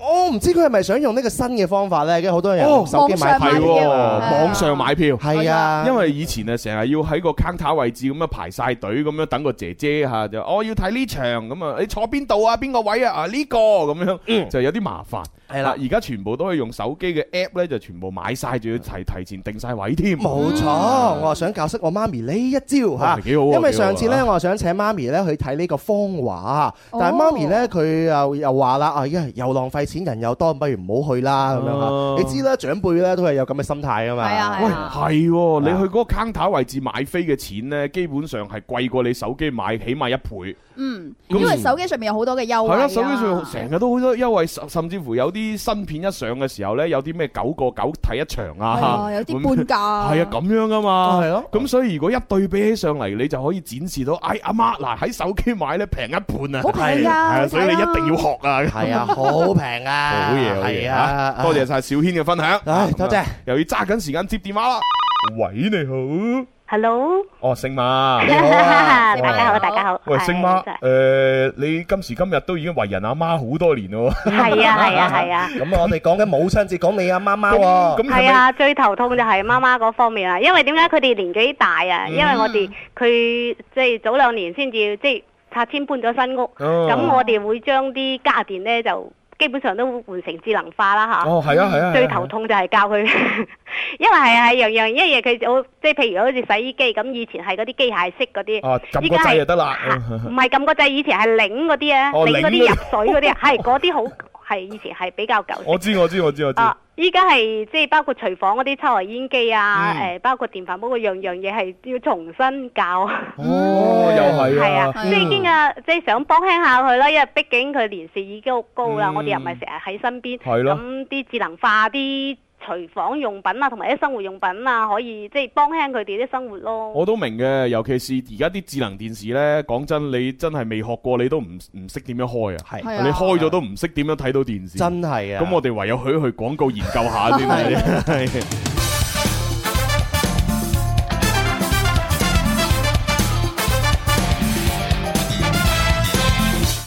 Speaker 3: 哦唔知佢係咪想用呢個新嘅方法咧？跟住好多人用手機買
Speaker 5: 網上買
Speaker 2: 係
Speaker 3: 票
Speaker 5: 票
Speaker 2: 喎，
Speaker 5: 啊
Speaker 2: 哦
Speaker 3: 啊，
Speaker 2: 網上買票。
Speaker 3: 係啊，
Speaker 2: 因為以前啊，成日要喺個 counter 位置咁樣排晒隊，咁樣等個姐姐吓就，我要睇呢場咁啊，你坐邊度啊？邊個位啊？啊呢個咁樣，就有啲麻煩。
Speaker 3: 嗯係啦
Speaker 2: 啊而家全部都可以用手機嘅 app 咧，就全部買晒，仲要提提前定晒位添。
Speaker 3: 嗯
Speaker 2: 嗯
Speaker 3: 冇錯，我係想教識我媽咪呢一招
Speaker 2: 哇
Speaker 3: 嚇，
Speaker 2: 幾好啊
Speaker 3: 因為上次
Speaker 2: 幾
Speaker 3: 咧，
Speaker 2: 好
Speaker 3: 我係想請媽咪咧去睇呢個芳華，
Speaker 5: 哦
Speaker 3: 但係媽咪咧佢又又話啦，啊，因為又浪費錢，人又多，不如唔好去啦咁樣
Speaker 2: 哦
Speaker 3: 嚇。你知啦，長輩咧都係有咁嘅心態噶嘛。
Speaker 5: 係啊係
Speaker 2: 喂，
Speaker 5: 啊
Speaker 2: 係喎，你去嗰個 counter 位置買飛嘅錢呢，基本上係貴過你手機買，起碼一倍。
Speaker 5: 嗯，
Speaker 2: 咁
Speaker 5: 因為手機上面有好多嘅優
Speaker 2: 係
Speaker 5: 惠
Speaker 2: 啦，
Speaker 5: 啊，
Speaker 2: 手機上成日都好多優惠，甚甚至乎有啲新片一上嘅時候呢，有啲咩九個九睇一場
Speaker 5: 係
Speaker 2: 啊
Speaker 5: 啊，，有
Speaker 2: 會
Speaker 5: 啲
Speaker 2: 唔
Speaker 5: 半
Speaker 2: 會
Speaker 5: 價，
Speaker 2: 係啊，咁樣噶嘛，
Speaker 3: 係咯
Speaker 2: 咁所以如果一對比起上嚟，你就可以展示到，哎阿媽嗱喺手機買咧平一半啊，
Speaker 5: 好平㗎
Speaker 2: 係啊
Speaker 5: 好睇啊
Speaker 2: 所以你一定要學啊，
Speaker 3: 係 啊，好平啊，
Speaker 2: 好嘢好嘢
Speaker 3: 係
Speaker 2: 嚇
Speaker 3: 啊，
Speaker 2: 多謝晒小軒嘅分享，啊
Speaker 3: 唉多謝，
Speaker 2: 又要揸緊時間接電話啦。喂，你好，
Speaker 9: Hello，
Speaker 2: 哦，星媽
Speaker 3: 你好啊
Speaker 9: 大家好，大家好。
Speaker 2: 喂，
Speaker 9: 係啊
Speaker 2: 星媽，誒，你今時今日都已經為人阿媽好多年咯，
Speaker 9: 係啊，係啊，係啊。
Speaker 3: 咁啊，我哋講緊母親節，講你阿媽媽喎。
Speaker 2: 咁係
Speaker 9: 係
Speaker 2: 咪？
Speaker 9: 啊，最頭痛就係媽媽嗰方面啦，啊因為點解佢哋年紀大啊？因為我哋佢即係早兩年先至即係拆遷搬咗新屋，
Speaker 2: 哦
Speaker 9: 咁我哋會將啲家電呢，就基本上都換成智能化啦吓。
Speaker 2: 哦，係啊，係啊，
Speaker 9: 嗯最頭痛就係教佢， 因為係係樣樣一嘢佢就好即係譬如好似洗衣機咁，以前係嗰啲機械式嗰啲，
Speaker 2: 啊，撳個掣就得啦。嗯
Speaker 9: 唔係撳個掣，以前係擰嗰啲啊，
Speaker 2: 啊哦
Speaker 9: 擰嗰
Speaker 2: 擰
Speaker 9: 啲入水 嗰啲啊，係嗰啲好係以前係比較舊式
Speaker 2: 我知，我知，我知，我知。
Speaker 9: 啊！依家係即係包括廚房嗰啲抽油煙機啊，誒、
Speaker 2: 嗯
Speaker 9: 包括電飯煲嗰樣樣嘢係要重新教，
Speaker 2: 哦，又係
Speaker 9: 係
Speaker 2: 啊
Speaker 9: 啊，。即係已經啊，即係想幫輕下佢啦，因為畢竟佢年事已經好高啦，
Speaker 2: 嗯
Speaker 9: 我哋又唔係成日喺身邊，
Speaker 2: 係咯
Speaker 9: 咁啲智能化啲廚房用品啊，同埋啲生活用品啊，可以即係幫輕佢哋啲生活咯。
Speaker 2: 我都明嘅，尤其是而家啲智能電視呢，講真，你真係未學過，你都唔唔識點樣開啊！
Speaker 3: 係
Speaker 5: 係啊
Speaker 2: 你開咗都唔識點樣睇到電視，
Speaker 3: 真係啊。
Speaker 2: 咁我哋唯有去去廣告研究下先啦。係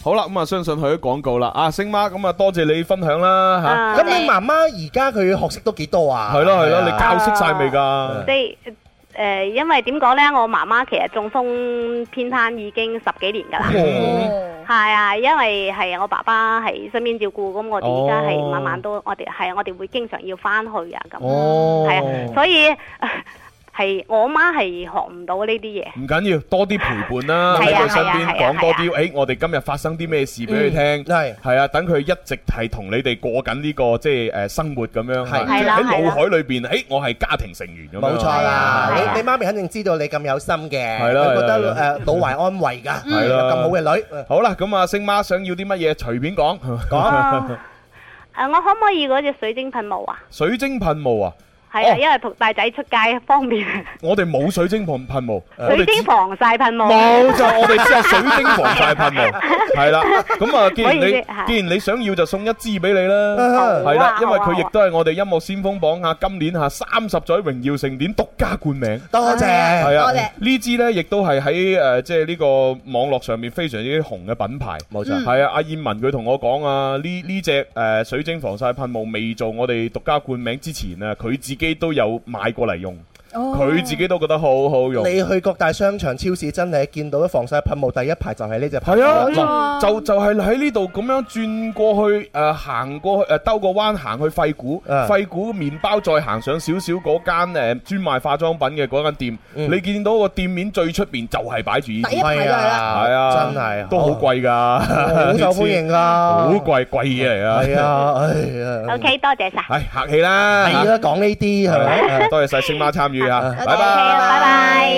Speaker 2: 好啦，咁啊，相信去咗廣告啦。啊，星媽，咁啊，多謝你分享啦吓。
Speaker 9: 啊
Speaker 3: 咁你媽媽而家佢學識都幾多啊？
Speaker 2: 係咯係咯，你
Speaker 3: 係啊
Speaker 2: 教識晒未㗎？
Speaker 9: 即係誒、呃因為點講呢？我媽媽其實中風偏癱已經十幾年㗎啦。
Speaker 5: 哦，
Speaker 9: 係啊，因為係我爸爸喺身邊照顧，咁我哋而家
Speaker 2: 哦
Speaker 9: 係晚晚都，我哋係我哋會經常要翻去啊，咁
Speaker 2: 哦
Speaker 9: 係啊，所以 係我媽係學唔到呢啲嘢。
Speaker 2: 唔緊要，多啲陪伴啦，喺
Speaker 9: 係啊
Speaker 2: 佢身邊
Speaker 9: 係啊係啊
Speaker 2: 講多啲。誒，我哋今日發生啲咩事俾佢聽？
Speaker 3: 係
Speaker 2: 係啊，等佢一直係同你哋過緊呢個即係誒生活咁樣，
Speaker 3: 係
Speaker 2: 即
Speaker 9: 係啦
Speaker 2: 喺
Speaker 9: 係
Speaker 2: 腦
Speaker 9: 啦
Speaker 2: 海裏邊，誒，我係家庭成員咁樣。
Speaker 3: 冇錯啦，
Speaker 9: 係啊
Speaker 3: 你你媽咪肯定知道你咁有心嘅，
Speaker 2: 係啦
Speaker 3: 佢覺
Speaker 2: 係啦
Speaker 3: 得誒老懷安慰㗎，
Speaker 2: 係啦
Speaker 3: 有咁好嘅女，
Speaker 2: 好啦，咁啊，星媽想要啲乜嘢，隨 便講。
Speaker 9: 啊誒，我可唔可以嗰隻水晶噴霧啊？
Speaker 2: 水晶噴霧啊，
Speaker 9: 係
Speaker 2: 哦
Speaker 9: 啊，因為同大仔出街方便。
Speaker 2: 我哋冇水晶噴噴霧， 我哋
Speaker 9: 水晶
Speaker 2: 只
Speaker 9: 防曬噴霧。啊
Speaker 2: 冇就我哋只有水晶防曬噴霧，係啦。咁啊，既然
Speaker 9: 唔好意思
Speaker 2: 你
Speaker 9: 係
Speaker 2: 既然你想要，就送一支俾你 啦。
Speaker 9: 好啊
Speaker 2: 係啦，因為佢亦
Speaker 9: 好啊
Speaker 2: 都係我哋音樂先鋒榜下今年下三十載榮耀盛典獨家冠名。
Speaker 3: 嗯多謝。
Speaker 2: 係啊
Speaker 5: 多謝，
Speaker 2: 呢支呢亦都係喺誒即係呢個網絡上面非常之紅嘅品牌。
Speaker 3: 冇錯
Speaker 2: 係啊，阿燕文佢同我講啊，呢呢只誒水晶防曬噴霧未做我哋獨家冠名之前啊，佢自己都有買過嚟用，佢自己都覺得好好用。
Speaker 3: 你去各大商場、超市真係見到啲防曬噴霧第一排就係呢只牌
Speaker 2: 係啊，
Speaker 5: 冇錯啊
Speaker 2: 嗱，就就係喺呢度咁樣轉過去，誒行過去，誒兜個彎行去費古，
Speaker 3: 啊
Speaker 2: 費古麵包再行上少少嗰間誒呃專賣化妝品嘅嗰間店，
Speaker 3: 嗯
Speaker 2: 你見到個店面最出邊就係擺住呢
Speaker 5: 第一
Speaker 2: 啲，
Speaker 5: 排都係啦
Speaker 2: 係啊，
Speaker 3: 真係
Speaker 2: 都好，貴㗎，
Speaker 3: 哦 好受歡迎啊，
Speaker 2: 好貴貴嘢嚟啊，
Speaker 3: 係啊，哎呀，
Speaker 9: OK，多謝晒。
Speaker 2: 係客氣啦，
Speaker 3: 係啦，講 呢啲係咪？
Speaker 2: 多謝晒星媽參與啊，拜
Speaker 3: 啊
Speaker 9: OK
Speaker 2: 拜。
Speaker 9: 啊拜拜。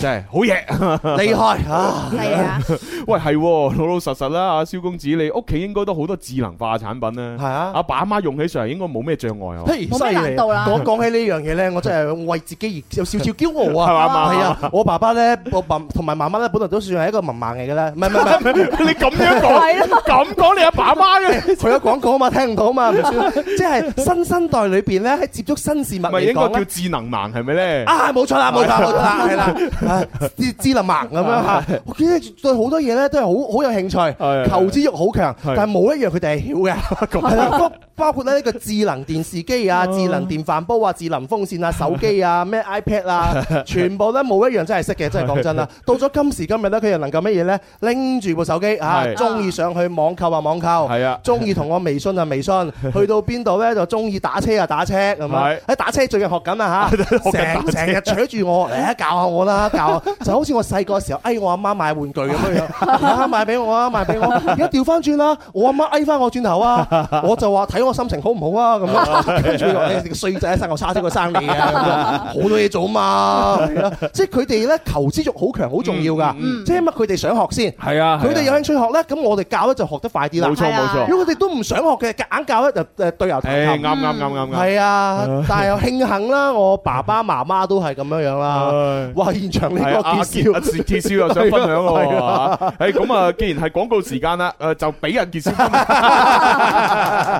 Speaker 2: 真係好嘢。
Speaker 3: 厲害啊！
Speaker 5: 係啊，
Speaker 2: 喂，係喎老老實實啦，阿蕭公子，你屋企應該都好多智能化產品
Speaker 3: 係
Speaker 2: 啦。
Speaker 3: 啊。
Speaker 2: 阿爸阿媽用起上嚟應該冇咩障礙啊。
Speaker 3: 嘿，
Speaker 5: 冇
Speaker 3: 犀
Speaker 5: 咩
Speaker 3: 利！
Speaker 5: 難度啦
Speaker 3: 講講起呢樣嘢咧，我真係為自己而有少少驕傲
Speaker 2: 係
Speaker 3: 啊！
Speaker 2: 嘛
Speaker 3: 係啊，我爸爸咧，我爸同埋媽媽咧，本來都算係一個文盲嚟 嘅啦，唔係唔係唔係，
Speaker 2: 你咁樣講，咁講你阿爸阿媽嘅。
Speaker 3: 佢有廣告啊嘛，聽唔到啊嘛，唔算，即係新生代裏邊咧，喺接觸新事物
Speaker 2: 唔係
Speaker 3: 嚟
Speaker 2: 應該
Speaker 3: 講
Speaker 2: 叫
Speaker 3: 咧。
Speaker 2: 智能盲係咪咧？
Speaker 3: 啊，冇錯啦，冇錯啦冇錯啦，係啦， 啊知知啦盲咁樣嚇，我見咧對好多嘢咧都係好好有興
Speaker 2: 係
Speaker 3: 趣，求知欲好強，
Speaker 2: 係
Speaker 3: 但係啊冇一樣佢哋係曉 嘅，係啦，包包括咧呢個智能電視機啊、智能電飯煲啊、智能風扇啊、手機啊、咩 iPad 啊，全部咧冇一樣真係識嘅，真係講真啦。到咗今時今日咧，佢又能夠乜嘢咧？拎住部手機啊，
Speaker 2: 係
Speaker 3: 中意上去網購啊網購。
Speaker 2: 係啊。
Speaker 3: 中意同我微信就微 信，去到邊度咧就中意打車啊打車咁啊
Speaker 2: 係！
Speaker 3: 喺打車最近學緊啦 嚇，成成日扯住我 嚟啊教下我啦，教下 我就好似我細個嘅時候，哎我阿媽買玩具咁樣樣，而家買俾我啊，買俾我，而家調翻轉啦，我阿媽哎翻我轉頭 啊，我就話睇我心情好唔好啊咁樣，跟住佢話你個衰仔生我差啲過生你啊，咁樣好多嘢做嘛，係啊即係佢哋咧求知欲好強，好重要㗎，
Speaker 5: 嗯
Speaker 3: 即係因為佢哋想學先，
Speaker 2: 嗯係啊，
Speaker 3: 佢哋有興趣學咧，咁我哋教咧就學得快啲啦
Speaker 2: 冇。錯
Speaker 5: 係
Speaker 2: 冇
Speaker 5: 啊
Speaker 2: 錯。
Speaker 3: 如果佢哋都唔想學嘅，夾硬教咧就呃誒對
Speaker 2: 誒
Speaker 3: 牛
Speaker 2: 哦啱
Speaker 3: 彈琴。
Speaker 2: 啱啱啱啱。
Speaker 3: 係啊，但係又慶幸啦，我爸爸媽媽都係咁樣樣啦。
Speaker 2: 唉
Speaker 3: 哇！現場呢
Speaker 2: 係啊
Speaker 3: 個
Speaker 2: 阿
Speaker 3: 結
Speaker 2: 傑
Speaker 3: 笑
Speaker 2: 阿，傑傑少又想分享咯
Speaker 3: 係啊
Speaker 2: 喎，誒咁啊，既然係廣告時間啦，誒就俾阿傑少分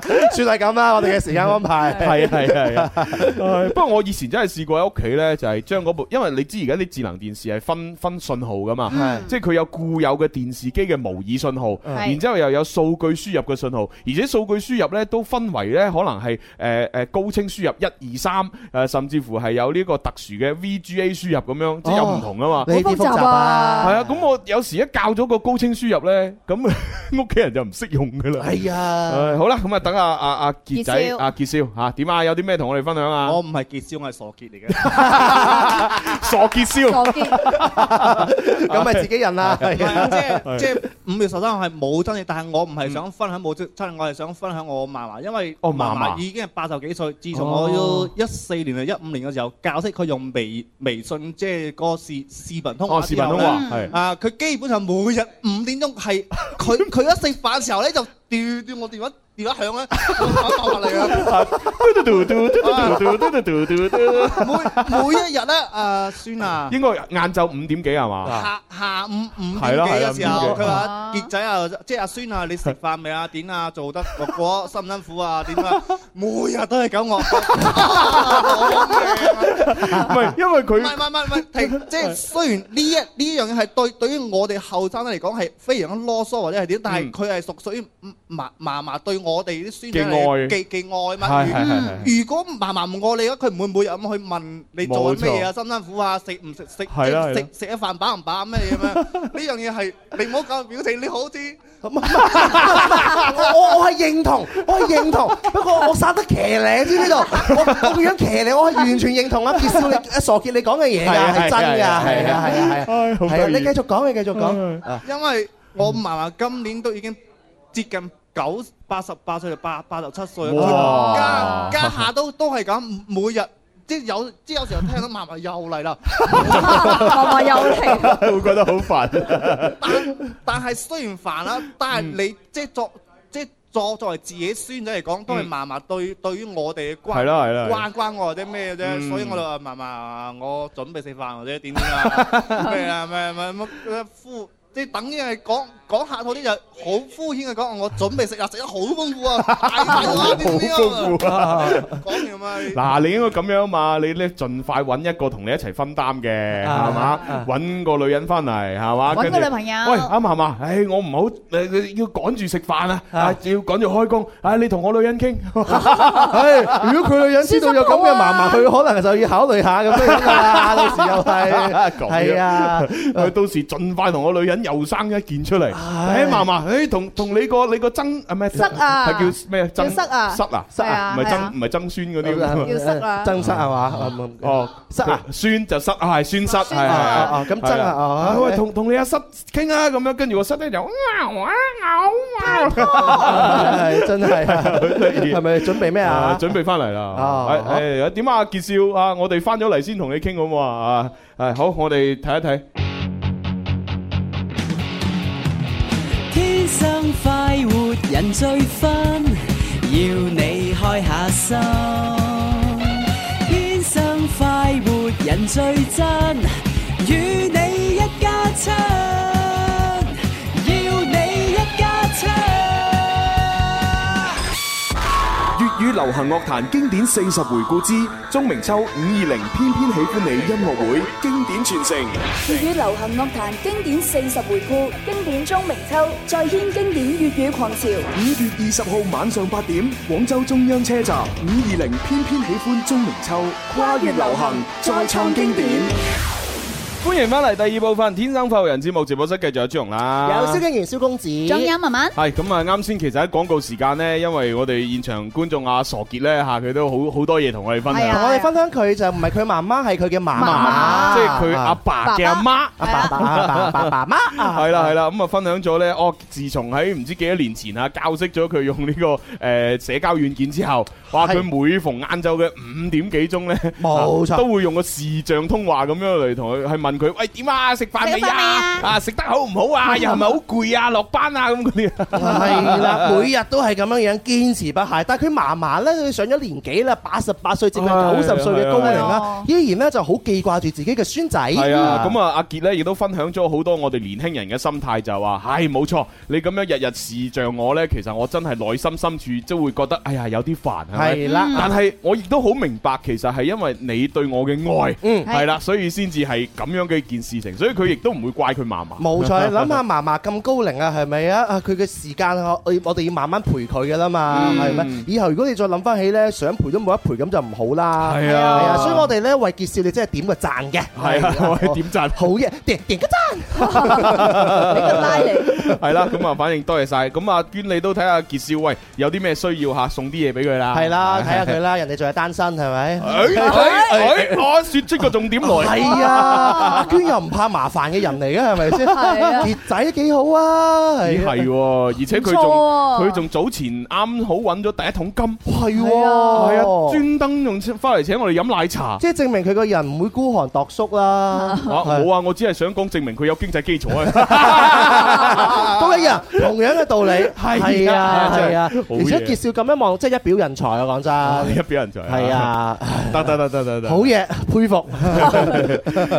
Speaker 2: 享
Speaker 3: 算係咁啦。我哋嘅時間安排
Speaker 2: 係啊係啊係啊唉不過我以前真係試過喺屋企咧，就係將嗰部，因為你知而家啲智能電視係分分信號噶嘛。
Speaker 3: 係
Speaker 2: 即係佢有固有嘅電視機嘅模擬信號，
Speaker 5: 嗯
Speaker 2: 然之後又有數據輸入嘅信號，而且數據輸入咧都分為咧可能係誒誒高清輸入一二三，誒甚至乎係有呢個特殊嘅 VGA 輸入咁樣，即係有唔同啊嘛。
Speaker 3: 呢啲複雜
Speaker 2: 係
Speaker 3: 啊
Speaker 5: 好。
Speaker 2: 啊，咁我有時一教咗個高清輸入咧，咁 屋企人就唔識用噶啦。
Speaker 3: 係啊，
Speaker 2: 唉好啦，咁啊，等阿阿阿杰仔
Speaker 5: 傑少
Speaker 2: 阿杰少吓點啊？有啲咩同我哋分享啊？
Speaker 10: 我唔係傑少，我係傻傑 嚟嘅。
Speaker 2: 傻杰少，
Speaker 5: 傻傑
Speaker 3: 咁咪自己人啦。係啊
Speaker 10: 係啊即係即係五月十三號係母親節，但係我唔係想分享母親節，我係想分享我嫲嫲，因為
Speaker 2: 嗯哦
Speaker 10: 嫲
Speaker 2: 嫲嫲
Speaker 10: 嫲已經係八十幾歲。自從
Speaker 2: 哦
Speaker 10: 我要一四年定一五年嘅時候教識佢用微微信，即係個視視頻通
Speaker 2: 哦，
Speaker 10: 話
Speaker 2: 視
Speaker 10: 之
Speaker 2: 頻
Speaker 10: 後
Speaker 2: 通
Speaker 10: 咧。
Speaker 2: 話
Speaker 5: 嗯
Speaker 2: 係
Speaker 10: 啊！佢基本上每日五點鐘係 佢佢一食飯嘅時候咧，就調調我電話電話響咧，我打電話嚟啊！
Speaker 2: 嘟嘟嘟嘟嘟嘟嘟嘟嘟嘟嘟，
Speaker 10: 每每一日咧，啊孫啊，
Speaker 2: 應該晏晝五點幾係嘛？
Speaker 10: 下下午五
Speaker 2: 啊係咯
Speaker 10: 點
Speaker 2: 係
Speaker 10: 幾
Speaker 2: 啊
Speaker 10: 嘅時候
Speaker 2: 五點，幾
Speaker 10: 佢
Speaker 5: 啊
Speaker 10: 話傑仔啊，即係阿孫啊，你食飯未啊？ 點啊？做得過過 辛唔辛苦啊？點啊？每日都係咁我，好命啊
Speaker 2: 唔係，因為
Speaker 10: 唔
Speaker 2: 佢
Speaker 10: 係唔係唔係唔係，係即係雖然呢一呢樣嘢係對對於我哋後生嚟講係非常之囉嗦或者係點，但係
Speaker 2: 嗯
Speaker 10: 佢係屬屬於嫲嫲嫲對我哋啲孫
Speaker 2: 嘅
Speaker 10: 仔嚟
Speaker 2: 愛
Speaker 10: 嘅嘅愛嘛。
Speaker 2: 係
Speaker 10: 如
Speaker 2: 係係係。
Speaker 10: 如果嫲嫲唔愛你嘅，佢唔會每日咁去問你做緊乜嘢啊，辛唔辛苦啊，食唔食食
Speaker 2: 係啦係啦
Speaker 10: 食食一飯飽唔飽啊咩嘢咁樣？ 呢樣嘢係你唔好咁表情，你好啲。
Speaker 3: 我我我係認同，我係認同。不過我殺得騎呢知呢度，我我個樣騎呢，我係完全認同啊！傑少你傻傑你講嘅嘢
Speaker 2: 係啊
Speaker 3: 㗎
Speaker 2: 係啊
Speaker 5: à,
Speaker 3: 係真㗎，
Speaker 2: 係啊
Speaker 3: 係啊係啊係啊。
Speaker 2: 唉，好
Speaker 3: 係啊，
Speaker 2: 得
Speaker 3: 你
Speaker 2: 意
Speaker 3: 繼。續講，你繼續講。啊
Speaker 10: 因為我嫲嫲今年都已經接近九八十八歲，八八十七歲
Speaker 2: 哇
Speaker 10: 啦，家家下都都係咁，每日即係有即係有時候聽到嫲嫲又嚟啦，
Speaker 5: 麻麻又嚟，
Speaker 2: 會覺得好煩。
Speaker 10: 但但係雖然煩啦，但係你即係作即係作作為自己孫仔嚟講，都係嫲嫲對對於我哋嘅
Speaker 2: 係
Speaker 10: 關
Speaker 2: 啦係啦，
Speaker 10: 關關愛或者咩啫，
Speaker 2: 嗯
Speaker 10: 所以我就話嫲嫲，我準備食飯或者點點啊，咩啊咩咩乜乜敷。即係等於係講講客套啲就好敷衍嘅講，我準備食啊，食得好豐富啊，大大個啊，點點啊
Speaker 2: 好豐富啊！
Speaker 10: 講完咪
Speaker 2: 嗱，你應該咁樣嘛，你咧盡快揾一個同你一齊分擔嘅，係嘛？揾個女人翻嚟，係嘛？
Speaker 5: 揾
Speaker 2: 啊跟住
Speaker 5: 個女朋
Speaker 2: 喂，
Speaker 5: 友。
Speaker 2: 阿嫲嫲，唉，我唔好誒，誒要趕住食飯啊，啊，要趕住開工，唉，你同我女人 傾，
Speaker 3: 唉，如果佢女人知道有咁嘅嫲嫲，佢可能就要考 慮下咁樣㗎啦。到時又係
Speaker 2: 咁樣
Speaker 3: 係啊，
Speaker 2: 佢到時盡快同我女人人又生一件出嚟，
Speaker 3: 唉
Speaker 2: 誒嫲嫲，誒同同你個你個曾啊咩
Speaker 5: 塞啊
Speaker 2: 係叫咩曾
Speaker 5: 叫塞啊
Speaker 2: 塞啊
Speaker 5: 塞啊
Speaker 2: 唔係
Speaker 5: 係啊
Speaker 2: 曾唔係曾孫嗰啲。
Speaker 5: 要塞啦
Speaker 3: 爭塞係嘛？
Speaker 2: 哦，
Speaker 3: 塞啊
Speaker 2: 孫就塞啊，係孫塞，係係
Speaker 3: 啊
Speaker 2: 係
Speaker 3: 啊咁真啊啊
Speaker 2: 喂，同同你阿塞傾啊，咁樣跟住個塞咧就哇哇哇哇
Speaker 3: 係真係
Speaker 2: 得意
Speaker 3: 係咪準備咩啊？
Speaker 2: 準備翻嚟
Speaker 3: 啊
Speaker 2: 啦。誒誒，點啊，傑少啊，我哋翻咗嚟先同你傾好唔好啊？啊，誒好，我哋睇一睇。
Speaker 4: 天生快活人最分，要你開下心。天生快活人最真，與你一家親，要你一家親。
Speaker 1: 粵語流行樂壇經典四十回顧之鐘明秋五二零偏偏喜歡你音樂會經典傳承，
Speaker 11: 粵語流行樂壇經典四十回顧，經典鍾明秋再掀經典粵語狂潮。
Speaker 1: 五月二十號晚上八點，廣州中央車站五二零偏偏喜歡鐘明秋，跨越流行，再創經典。
Speaker 2: 歡迎翻嚟第二部分《天生浮人》節目直播室，繼續有朱容啦，
Speaker 3: 有蕭敬元、蕭公子，
Speaker 5: 仲有文文，
Speaker 2: 系咁啊！啱先其實喺廣告時間呢，因為我哋現場觀眾阿傻傑呢，吓，佢都好好多嘢同我哋分
Speaker 5: 係
Speaker 3: 同
Speaker 5: 啊
Speaker 2: 享，
Speaker 3: 我哋分享佢就唔係佢媽媽，係佢嘅嫲嫲，
Speaker 2: 即係佢阿爸嘅阿媽。
Speaker 3: 阿爸爸爸爸爸媽啊，
Speaker 2: 係啦係啦，咁啊分享咗呢。我自從喺唔知幾多年前啊，教識咗佢用呢個诶社交軟件之後，哇！
Speaker 3: 係
Speaker 2: 佢每逢晏晝嘅五點幾鐘呢，
Speaker 3: 冇錯
Speaker 2: 啊都會用個視像通話咁樣嚟同佢係問佢，喂點啊？食飯未
Speaker 5: 食咗飯未
Speaker 2: 啊
Speaker 5: 啊？
Speaker 2: 啊食得好唔好啊？又係咪好攰啊？落班啊咁嗰啲啊。
Speaker 3: 係啦，每日都係咁樣樣堅持不懈。但係佢嫲嫲咧，佢上咗年紀啦，八十八歲接近
Speaker 2: 係
Speaker 3: 九十歲嘅高齡啦
Speaker 5: 係，啊
Speaker 3: 依然咧就好記掛住自己嘅孫仔。
Speaker 2: 係啊，咁啊，阿傑咧亦都分享咗好多我哋年輕人嘅心態，就話：，唉，冇錯，你咁樣日日視像我呢，其實我真係內心深處都會覺得，哎呀，有啲煩，係咪？
Speaker 3: 係啦
Speaker 2: 但係我亦都好明白，其實係因為你對我嘅愛，
Speaker 3: 嗯
Speaker 2: 係啦，所以先至係咁樣嘅一件事情，所以佢亦都唔會怪佢嫲嫲。
Speaker 3: 冇 錯，諗下嫲嫲咁高齡啊，係咪啊？啊，佢嘅時間啊我我哋要慢慢陪佢噶啦嘛，
Speaker 2: 嗯
Speaker 3: 係咪？以後如果你再諗翻起咧，想陪都冇得陪，咁就唔好啦。
Speaker 2: 係啊
Speaker 3: 係啊，所以我哋咧為傑少，你真係點個讚嘅。
Speaker 2: 係啊，我係點贊？
Speaker 3: 好嘢，點點個讚。
Speaker 5: 你個拉 嚟，
Speaker 2: 係啦，咁啊，反正多謝晒。咁啊，娟你都睇下傑少，喂，有啲咩需要吓，送啲嘢俾佢啦。啊
Speaker 3: 係啦，睇下佢啦，人哋仲係單身，係咪？
Speaker 2: 哎。哎哎我說出個重點來。
Speaker 3: 係啊，阿娟又唔怕麻煩嘅人嚟嘅，係 咪先？
Speaker 5: 係啊
Speaker 3: 傑仔幾好啊，
Speaker 2: 咦
Speaker 3: 係啊
Speaker 2: 係喎，而且佢
Speaker 5: 唔錯
Speaker 2: 仲
Speaker 5: 喎
Speaker 2: 佢仲早前啱好揾咗第一桶金，
Speaker 3: 係喎，
Speaker 2: 係啊，專登用翻嚟請我哋飲奶茶。
Speaker 3: 即係證明佢個人唔會孤寒度縮 啦。
Speaker 2: 啊冇啊，我只係想講證明佢有經濟基礎 啊。
Speaker 3: 都一樣，同樣嘅道理，係啊
Speaker 2: 真係
Speaker 3: 係啊，
Speaker 2: 好
Speaker 3: 而
Speaker 2: 嘢
Speaker 3: 且傑少咁樣望，即係一表人才啊！講真，
Speaker 2: 一俾人就
Speaker 3: 係，啊，
Speaker 2: 得得得得得得，
Speaker 3: 好嘢，佩服。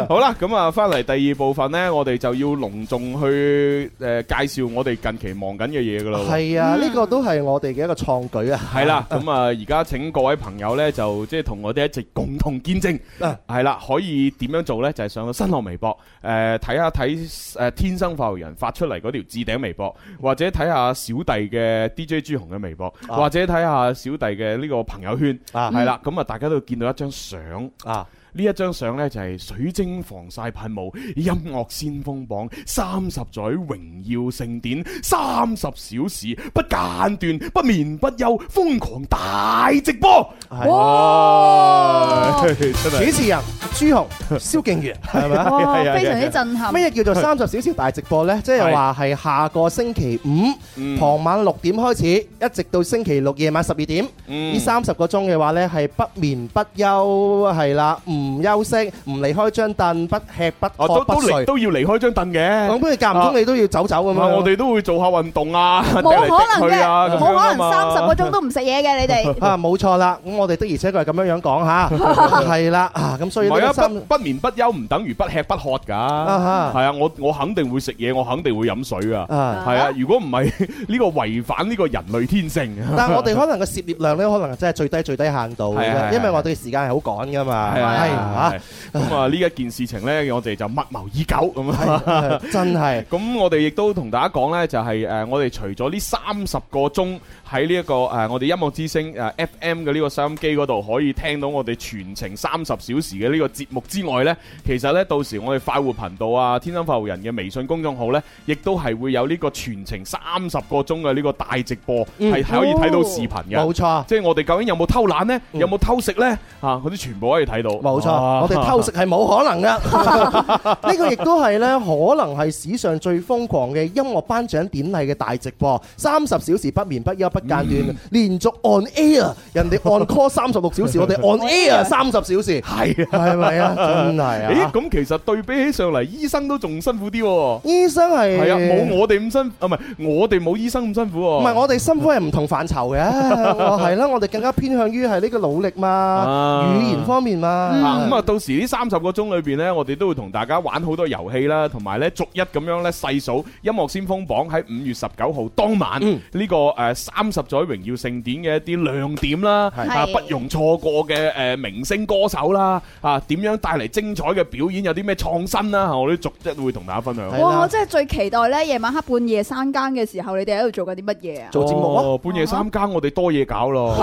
Speaker 2: 好啦，咁啊，翻嚟第二部分呢，我哋就要隆重去誒介紹我哋近期忙緊嘅嘢噶啦喎。
Speaker 3: 係啊，呢個都係我哋嘅一個創舉啊。
Speaker 2: 係啦，咁啊，而家請各位朋友呢，就即係同我哋一齊共同見證，
Speaker 3: 啊
Speaker 2: 係啦，可以點樣做呢？就係上到新浪微博，誒睇下睇誒天生發育人發出嚟嗰條置頂微博，或者睇下小弟嘅 DJ 朱紅嘅微博，
Speaker 3: 啊
Speaker 2: 或者睇下小弟嘅呢個朋友圈，
Speaker 3: 啊
Speaker 2: 係啦，咁啊，大家都見到一張相。
Speaker 3: 啊，
Speaker 2: 呢一張相呢，就係水晶防曬噴霧音樂先鋒榜三十載榮耀盛典三十小時不間斷不眠不休瘋狂大直播，
Speaker 3: 係
Speaker 2: 哇！ 真
Speaker 3: 主
Speaker 2: 係
Speaker 3: 持人朱紅、蕭敬元係咪啊？
Speaker 2: 係啊
Speaker 5: 哇，非常
Speaker 2: 係啊
Speaker 5: 之震撼。
Speaker 3: 咩嘢叫做三十小時大直播呢？即係話係下個星期
Speaker 2: 嗯
Speaker 3: 五傍晚六點開始，一直到星期六夜晚十二點。
Speaker 2: 嗯
Speaker 3: 呢三十個鐘嘅話呢，係不眠不休，係啦，唔休息，唔離開張凳，不吃不
Speaker 2: 哦，
Speaker 3: 喝
Speaker 2: 都都
Speaker 3: 不
Speaker 2: 離
Speaker 3: 睡。
Speaker 2: 都要離開張凳嘅。
Speaker 3: 咁不如間唔中你都要走走咁
Speaker 2: 啊
Speaker 3: 樣。
Speaker 2: 我哋都會做下運動啊，
Speaker 5: 冇可能
Speaker 2: 踢嚟踢去
Speaker 5: 嘅
Speaker 2: 啊，咁，
Speaker 5: 冇可
Speaker 2: 樣啊嘛
Speaker 5: 能三十個鐘都唔食嘢嘅，你哋。
Speaker 3: 啊，冇錯啦，咁我哋的而且確係咁樣樣講嚇， 係啦，啊咁所以
Speaker 2: 唔
Speaker 3: 呢
Speaker 2: 係
Speaker 3: 個
Speaker 2: 啊，
Speaker 3: 三
Speaker 2: 不不眠不休唔等於不吃不喝㗎。
Speaker 3: 啊
Speaker 2: 係啊，我我肯定會食嘢，我肯定會飲水㗎。
Speaker 3: 哈啊，
Speaker 2: 係啊，如果唔係 呢個違反呢個人類天性。
Speaker 3: 但係我哋可能個涉獵量呢，可能真係最低最低限度嘅
Speaker 2: 係啊係啊
Speaker 3: 啫，因為我哋時間係好趕㗎嘛，
Speaker 2: 係啊係啊唉咁啊呢一件事情咧，我哋就密謀已久咁啊，
Speaker 3: 真係。
Speaker 2: 咁我哋亦都同大家講咧，就係誒我哋除咗呢三十個鐘喺呢一個誒我哋音樂之聲誒 FM 嘅呢個收音機嗰度可以聽到我哋全程三十小時嘅呢個節目之外咧，其實咧到時我哋快活頻道啊、天生快活人嘅微信公眾號咧，亦都係會有呢個全程三十個鐘嘅呢個大直播，
Speaker 3: 嗯
Speaker 2: 係可以睇到視頻嘅。
Speaker 3: 冇錯，
Speaker 2: 即係我哋究竟有冇偷懶咧？有冇偷食咧？啊，嗰啲全部可以睇到。啊冇
Speaker 3: 嗯冇錯，我哋偷食係冇可 能噶。呢個亦都係呢，可能係史上最瘋狂嘅音樂頒獎典禮嘅大直播，三十小時不眠不休不間
Speaker 2: 嗯
Speaker 3: 斷，連續 on air，人哋 on call 三十六小時， 我哋 on air 三十小時，
Speaker 2: 係
Speaker 3: 係咪 啊？真 係
Speaker 2: 咦，
Speaker 3: 啊！
Speaker 2: 咁其實對比起上嚟，醫生都仲辛苦啲喎。
Speaker 3: 醫生係
Speaker 2: 係啊，冇我哋咁辛，啊唔係我哋冇醫生咁辛苦喎。
Speaker 3: 唔係，我哋辛苦係唔同範疇嘅，我係啦，我哋更加偏向於係呢個努力嘛，
Speaker 2: 啊
Speaker 3: 語言方面
Speaker 2: 啊
Speaker 3: 嘛
Speaker 2: 咁。啊，到時呢三十個鐘裏邊呢，我哋都會同大家玩好多遊戲啦，同埋呢逐一咁樣呢細數音樂先鋒榜喺五月十九號當晚呢個誒三十載榮耀盛典嘅一啲亮點啦，
Speaker 3: 係
Speaker 2: 啊
Speaker 3: 係
Speaker 2: 不容錯過嘅誒明星歌手啦，啊點樣帶嚟精彩嘅表演，有啲咩創新啦，啊我都逐一會同大家分享。
Speaker 5: 哇！我真係最期待咧，夜晚黑半夜三更嘅時候，你哋喺度做緊啲乜嘢啊？
Speaker 2: 做節目啊！半夜三更我哋多嘢搞咯，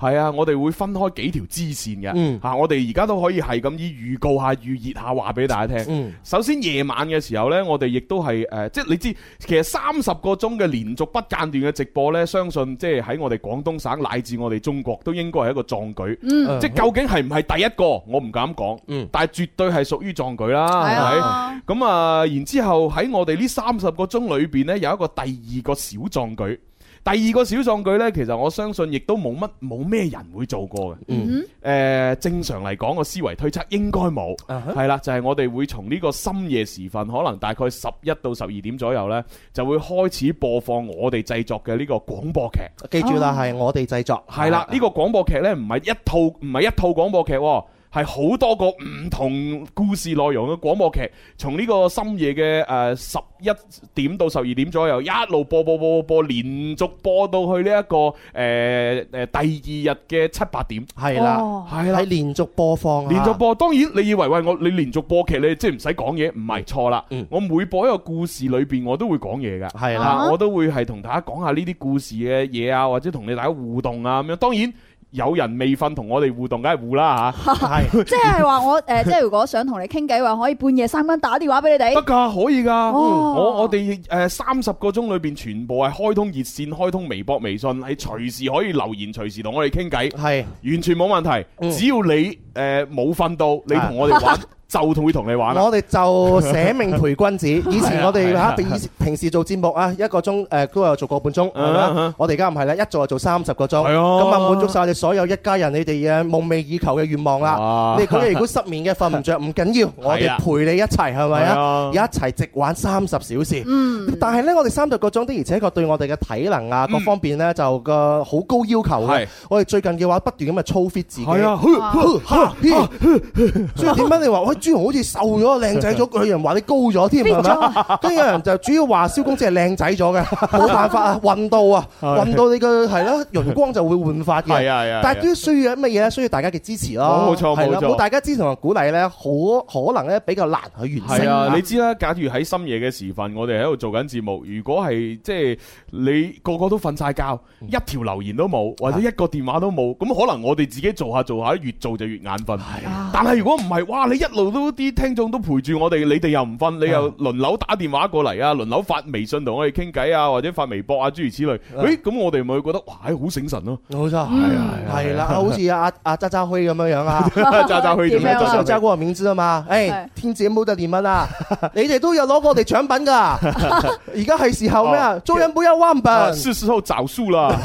Speaker 2: 係啊，我哋會分開幾條支線
Speaker 3: 嗯
Speaker 2: 嘅嚇，我哋而家都可以係咁以預告下、預熱下話俾大家
Speaker 3: 嗯
Speaker 2: 聽。首先夜晚嘅時候呢，我哋亦都係誒，即係你知，其實三十個鐘嘅連續不間斷嘅直播呢，相信即係喺我哋廣東省乃至我哋中國都應該係一個壯舉。
Speaker 3: 嗯
Speaker 2: 即係究竟係唔係第一個，我唔敢講，但係絕對係屬於壯舉啦，
Speaker 3: 係
Speaker 2: 係咪？
Speaker 3: 啊
Speaker 2: 咁啊，然之後喺我哋呢三十個鐘裏邊呢，有一個第二個小壯舉。第二個小壯舉呢，其實我相信亦都冇乜冇咩人會做過嘅。
Speaker 3: 嗯
Speaker 2: 誒、正常嚟講個思維推測應該冇，
Speaker 3: 哈
Speaker 2: 係啦、就係、我哋會從呢個深夜時分，可能大概十一到十二點左右呢，就會開始播放我哋製作嘅呢個廣播劇。
Speaker 3: 記住啦，係我哋製作。
Speaker 2: 係啦，呢個廣播劇呢，唔係一套唔係一套廣播劇喎，係好多個唔同故事內容嘅廣播劇，從呢個深夜嘅誒十一點到十二點左右，一路播播播播播，連續播到去呢、一個誒誒、呃第二日嘅七八點。
Speaker 3: 係啦，
Speaker 5: 哦
Speaker 2: 係啦
Speaker 3: 係連續播放啊，
Speaker 2: 連續播，當然你以為喂我你連續播劇你即係唔使講嘢，唔係錯啦。我每播一個故事裏邊，我都會講嘢㗎，係
Speaker 3: 啦
Speaker 2: 我都會係同大家講下呢啲故事嘅嘢啊，或者同你大家互動啊咁樣。當然有人未瞓同我哋互動，梗係互啦嚇。 係
Speaker 5: 即係話我誒，即係如果想同你傾偈嘅話，可以半夜三更打電話俾你哋。
Speaker 2: 得㗎，可以㗎。
Speaker 5: 哦
Speaker 2: 我我哋誒三十個鐘裏邊，全部係開通熱線、開通微博、微信，係隨時可以留言，隨時同我哋傾偈，
Speaker 3: 係
Speaker 2: 完全冇問題。
Speaker 3: 嗯
Speaker 2: 只要你誒冇瞓到，你同我 哋玩就會同你玩啦。
Speaker 3: 我哋就捨命陪君子。 以前我哋
Speaker 2: 啊
Speaker 3: 嚇平時平時做節目啊，一個鐘誒都有做個半鐘，係
Speaker 2: 嗯
Speaker 3: 咪啊
Speaker 2: 嗯
Speaker 3: 我哋而家唔係啦，一做就做三十個鐘，
Speaker 2: 係啊
Speaker 3: 咁啊滿足晒我哋所有一家人你哋嘅夢寐以求嘅願望啦
Speaker 2: 哇。
Speaker 3: 你嗰日如果失眠嘅瞓唔着，唔緊要，我哋
Speaker 2: 啊係啊
Speaker 3: 陪你一齊係咪啊？一
Speaker 2: 係
Speaker 3: 齊直玩三十小時。
Speaker 2: 嗯
Speaker 3: 但係呢，我哋三十個鐘的而且確對我哋嘅體能啊各方面呢，就個好高要求嘅
Speaker 2: 係。
Speaker 3: 我哋最近嘅話不斷咁啊操 fit 自己。
Speaker 2: 係啊
Speaker 3: 呵呵哈嘿所以點解你話喂朱紅好似瘦咗、靚仔咗，有人話你高咗添，係咪？啊跟住有人就主要話蕭公子係靚仔咗嘅，冇辦法啊，運到啊，
Speaker 2: 係
Speaker 3: 運到你嘅係啦，陽光就會煥發嘅。
Speaker 2: 係啊係啊
Speaker 3: 但係都需要乜嘢咧？需要大家嘅支持咯。
Speaker 2: 冇錯
Speaker 3: 係啦
Speaker 2: 冇錯
Speaker 3: 冇大家支持同埋鼓勵咧，好可能咧比較難去完
Speaker 2: 係
Speaker 3: 成。
Speaker 2: 啊，你知啦，假如喺深夜嘅時分，我哋喺度做緊節目，如果係即係你個個都瞓晒覺，一條留言都冇，或者一個電話都冇，咁可能我哋自己做下做下，越做就越眼瞓。但係如啊果唔係，哇！你一路都啲聽眾都陪住我哋，你哋又唔瞓，你又輪流打電話過嚟啊，輪流發微信同我哋傾偈啊，或者發微博啊，諸如此類。誒，咁我哋咪會覺得哇，好醒神 咯。
Speaker 3: 冇錯，嗯係
Speaker 2: 啊，
Speaker 3: 係啦，好似阿阿渣渣輝咁樣樣 啊，
Speaker 2: 渣渣輝點 樣啊
Speaker 3: 都有揸過我名字啊嘛，誒
Speaker 2: 係，
Speaker 3: 天子冇得念 乜啊，你哋都有攞過我哋獎品噶，而家係時候咩啊
Speaker 2: 哦，
Speaker 3: 做人不要忘本，
Speaker 2: 啊是時候找數啦，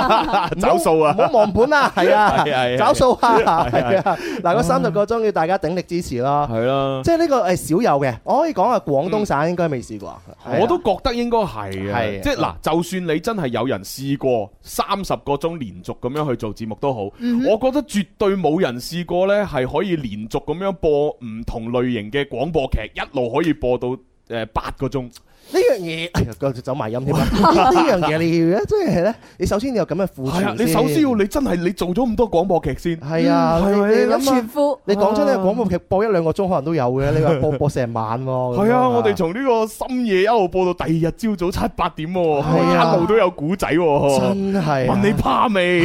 Speaker 2: 找數啊，
Speaker 3: 唔好忘本 啊，係啊
Speaker 2: 係啊係，啊
Speaker 3: 找數啊，
Speaker 2: 係啊
Speaker 3: 係啊，嗱，嗰三十個鐘要大家鼎力支持咯，
Speaker 2: 係啦
Speaker 3: 即係呢個誒少有嘅，我可以講下廣東省應該未試過，
Speaker 2: 我都覺得應該係啊，
Speaker 3: 啊係
Speaker 2: 即係嗱，就算你真係有人試過三十個鐘連續咁樣去做節目都好，
Speaker 3: 嗯哼
Speaker 2: 我覺得絕對冇人試過呢係可以連呃續咁樣播唔同類型嘅廣播劇，一路可以播到誒八個鐘。
Speaker 3: 樣嘢，哎呀，繼續走埋音 添啊！ 呢呢樣嘢你要咧，即係咧，你首先你有咁嘅付
Speaker 2: 係啊
Speaker 3: 存，
Speaker 2: 你首先要你真係你做咗咁多廣播劇先，
Speaker 3: 係啊，
Speaker 2: 係
Speaker 3: 你
Speaker 2: 咪
Speaker 3: 你諗下你講真咧，
Speaker 2: 啊
Speaker 3: 廣播劇播一兩個鐘可能都有嘅， 你話播播成晚喎。咁
Speaker 2: 係啊，
Speaker 3: 樣
Speaker 2: 我哋從呢個深夜一路播到第二日朝早七八點喎，
Speaker 3: 啊
Speaker 2: 一路都有古仔喎，
Speaker 3: 真係啊
Speaker 2: 問你怕未？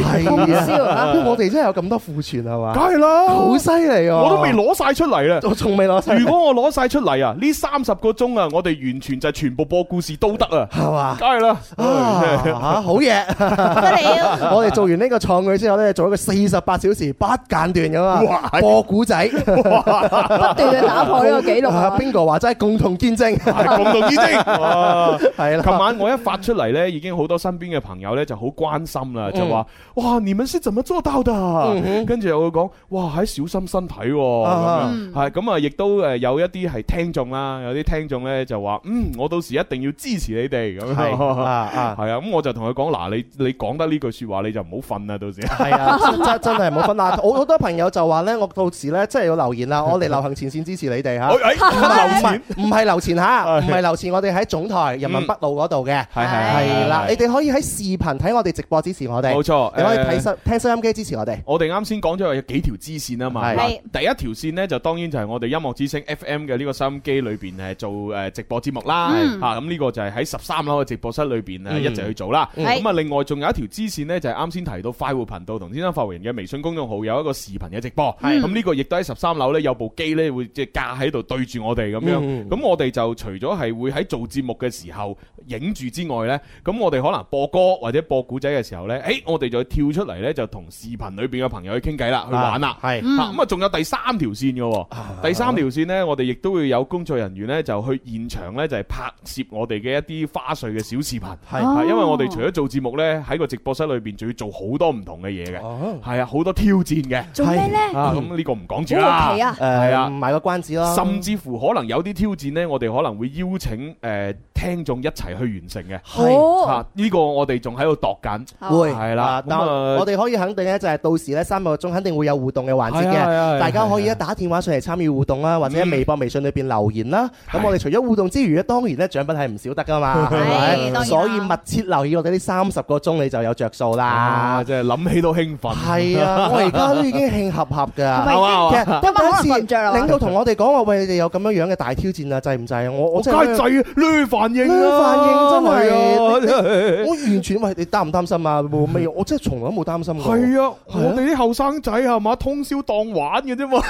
Speaker 3: 係啊，我哋真係有咁多庫存係嘛？
Speaker 2: 梗係啦
Speaker 3: 好犀利啊！
Speaker 2: 我都未攞晒出嚟咧，
Speaker 3: 我仲未攞 晒
Speaker 2: 如果我攞晒出嚟啊，呢三十個鐘啊，我哋完全就係全部播故事都得啊，
Speaker 3: 係 嘛？
Speaker 2: 梗係啦，
Speaker 3: 啊
Speaker 2: 唉
Speaker 3: 嚇好嘢！ 我哋做完呢個創舉之後咧，做一個四十八小時不間斷咁啊，播古仔，不斷
Speaker 5: 地打破呢個紀錄啊
Speaker 3: 邊個話真係共同 見證，
Speaker 2: 共同見 證哇
Speaker 3: 係啦。
Speaker 2: 琴晚我一發出嚟呢，已經好多身邊嘅朋友呢就好關心啦，就話：哇，你們是怎麼做到的？跟住又會講：哇，喺小心身體喎。
Speaker 3: 啊
Speaker 5: Ừ.
Speaker 2: 咁樣係咁啊，亦都誒有一啲係聽眾啦，有啲聽眾呢就話：嗯，我到時一定要支持你哋咁樣。
Speaker 3: 係啊啊
Speaker 2: 係啊，咁我就同佢講：嗱，你你講得呢句説話，你就唔好瞓啦， 到時。
Speaker 3: 係啊，真真真係冇分啦！我好多朋友就話咧，我到時咧真係要留言啦，我哋流行前線支持你哋嚇，
Speaker 2: 哎
Speaker 3: 唔係唔係流前嚇，唔係流前，我哋喺總台人民北路嗰度嘅，
Speaker 2: 嗯係係係
Speaker 3: 係啦
Speaker 2: 係，
Speaker 3: 你哋可以喺視頻睇我哋直播支持我哋，
Speaker 2: 冇錯
Speaker 3: 你可以
Speaker 2: 誒
Speaker 3: 睇收聽收音機支持我哋，
Speaker 2: 我哋啱先講咗有幾條支線啊嘛，
Speaker 3: 係
Speaker 2: 嗱
Speaker 3: 係
Speaker 2: 第一條線呢，就當然就係我哋音樂之星 FM 嘅呢個收音機裏邊誒做誒直播節目啦，
Speaker 3: 嗯
Speaker 2: 嚇咁呢個就係喺十三樓嘅直播室裏邊誒
Speaker 3: 嗯
Speaker 2: 一齊去做啦。
Speaker 3: 係
Speaker 2: 咁啊，另外仲有一條支線呢，就係啱先提到快活頻道同天生快活人嘅微信公眾號有一個視頻嘅直播，
Speaker 3: 係
Speaker 2: 咁呢個亦都喺十三樓呢，有部機呢會即係架喺度對住我哋咁樣，
Speaker 3: 嗯
Speaker 2: 咁我哋就除咗係會喺做節目嘅時候影住之外呢，咁我哋可能播歌或者播古仔嘅時候呢，誒我哋就跳出嚟呢，就同視頻裏邊嘅朋友去傾偈啦，去玩啦，
Speaker 3: 係
Speaker 2: 嚇咁啊，仲有第三條線嘅喎，第三條線呢，我哋亦都會有工作人員呢，就去現場呢，就係拍攝我哋嘅一啲花絮嘅小視頻，
Speaker 3: 係
Speaker 2: 係因為我哋除咗做節目呢，喺個直播室裏邊仲要做好多唔同嘅嘢嘅，
Speaker 3: 哦
Speaker 2: 係啊，好多挑戰嘅，
Speaker 3: 做咩呢
Speaker 2: 啊咁呢個唔講住啦，係
Speaker 3: 誒
Speaker 2: 啊。
Speaker 3: 賣個關子啦，
Speaker 2: 甚至乎可能有啲挑戰呢，我哋可能會邀請誒、呃、聽眾一齊去完成嘅。
Speaker 3: 係
Speaker 2: 啊呢、個我哋仲喺度度緊，
Speaker 3: 會
Speaker 2: 係
Speaker 3: 啊
Speaker 2: 啦。咁
Speaker 3: 但
Speaker 2: 啊，
Speaker 3: 我哋可以肯定咧，就係到時咧三個鐘肯定會有互動嘅環節
Speaker 2: 係啊係啊係啊嗯
Speaker 3: 嘅，大家可以咧打電話上嚟參與互動啦，或者喺微博、微信裏邊留言啦。咁我哋除咗互動之餘咧，當然咧獎品係唔少得 噶嘛，
Speaker 2: 係
Speaker 3: 係
Speaker 2: 當然啦
Speaker 3: 咪？所以密切留意我哋呢三十個鐘，你就有着數啦
Speaker 2: 啊，。真係諗起都興奮。
Speaker 3: 係 啊，我而家都已經慶合合㗎。啊
Speaker 2: 係嘛
Speaker 3: 其實得
Speaker 5: 今
Speaker 3: 嗰
Speaker 5: 晚可能瞓唔
Speaker 3: 次
Speaker 5: 着啦啊
Speaker 3: 領導同我哋講話，喂，你哋有咁樣樣嘅大挑戰啊，制唔制啊？我我
Speaker 2: 我
Speaker 3: 真
Speaker 2: 梗係
Speaker 3: 係
Speaker 2: 制啊，呢反應
Speaker 3: 呢
Speaker 2: 啦，
Speaker 3: 反應真係，
Speaker 2: 係
Speaker 3: 我完全喂你擔唔擔心啊？冇乜嘢，我真係從來都冇擔心過。
Speaker 2: 係啊，我哋啲後生仔係嘛，通宵當玩嘅啫嘛。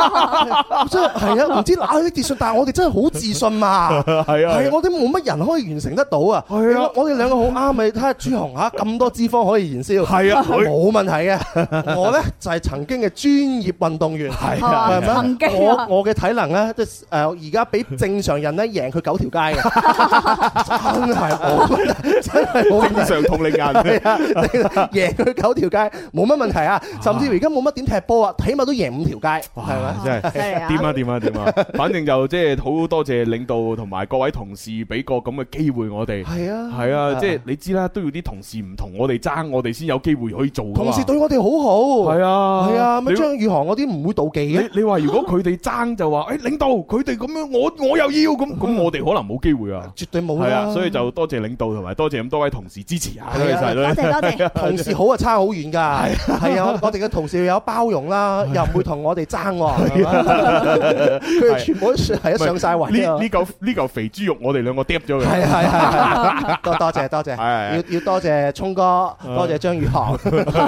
Speaker 3: 真係係啊，唔知哪啲自信，但係我哋真係好自 信啊！
Speaker 2: 係啊
Speaker 3: 係我哋冇乜人可以完成得到啊！係啊，我哋兩個好啱你睇下朱紅嚇咁多脂肪可以燃燒，
Speaker 2: 係啊佢
Speaker 3: 冇問題嘅。 我咧就係曾經嘅專業運動員，係
Speaker 2: 啊曾經
Speaker 3: 我
Speaker 2: 啊
Speaker 3: 我嘅體能咧，即係呃誒而家比正常人咧贏佢九條街嘅，真係冇，真係冇問題
Speaker 2: 正常同齡人
Speaker 3: 係啊，你贏佢九條街冇乜問題啊，甚至乎而家冇乜點踢波啊，起碼都贏五條街，係咪？
Speaker 2: 真係
Speaker 3: 係啊
Speaker 2: 點啊點啊點啊！反正就即係好多謝領導同埋各位同事俾個咁嘅機會我哋。
Speaker 3: 係啊
Speaker 2: 係啊，
Speaker 3: 啊
Speaker 2: 即係你知啦，都要啲同事唔同我哋爭，我哋先有機會可以做㗎嘛。
Speaker 3: 同事對我哋好好，
Speaker 2: 係啊
Speaker 3: 係啊，咩
Speaker 2: 你
Speaker 3: 張宇航嗰啲唔會妒忌嘅。
Speaker 2: 你你話如果佢哋爭就話，誒領導佢哋咁樣，我我又要咁，咁我哋可能冇機會啊，
Speaker 3: 絕對冇啦
Speaker 2: 係啊，所以就多謝領導同埋多謝咁多位同事支持啊，多謝晒，
Speaker 3: 同事好啊，差好遠㗎，係啊，我我哋嘅同事要有包容啦，又唔會同我哋爭喎，係嘛佢哋全部都係一上晒位啊
Speaker 2: 呢！呢嚿呢嚿肥豬肉，我哋兩個嗒咗佢。
Speaker 3: 係係係係，多多謝多謝，
Speaker 2: 係
Speaker 3: 要要多謝聰哥，多謝 張宇航，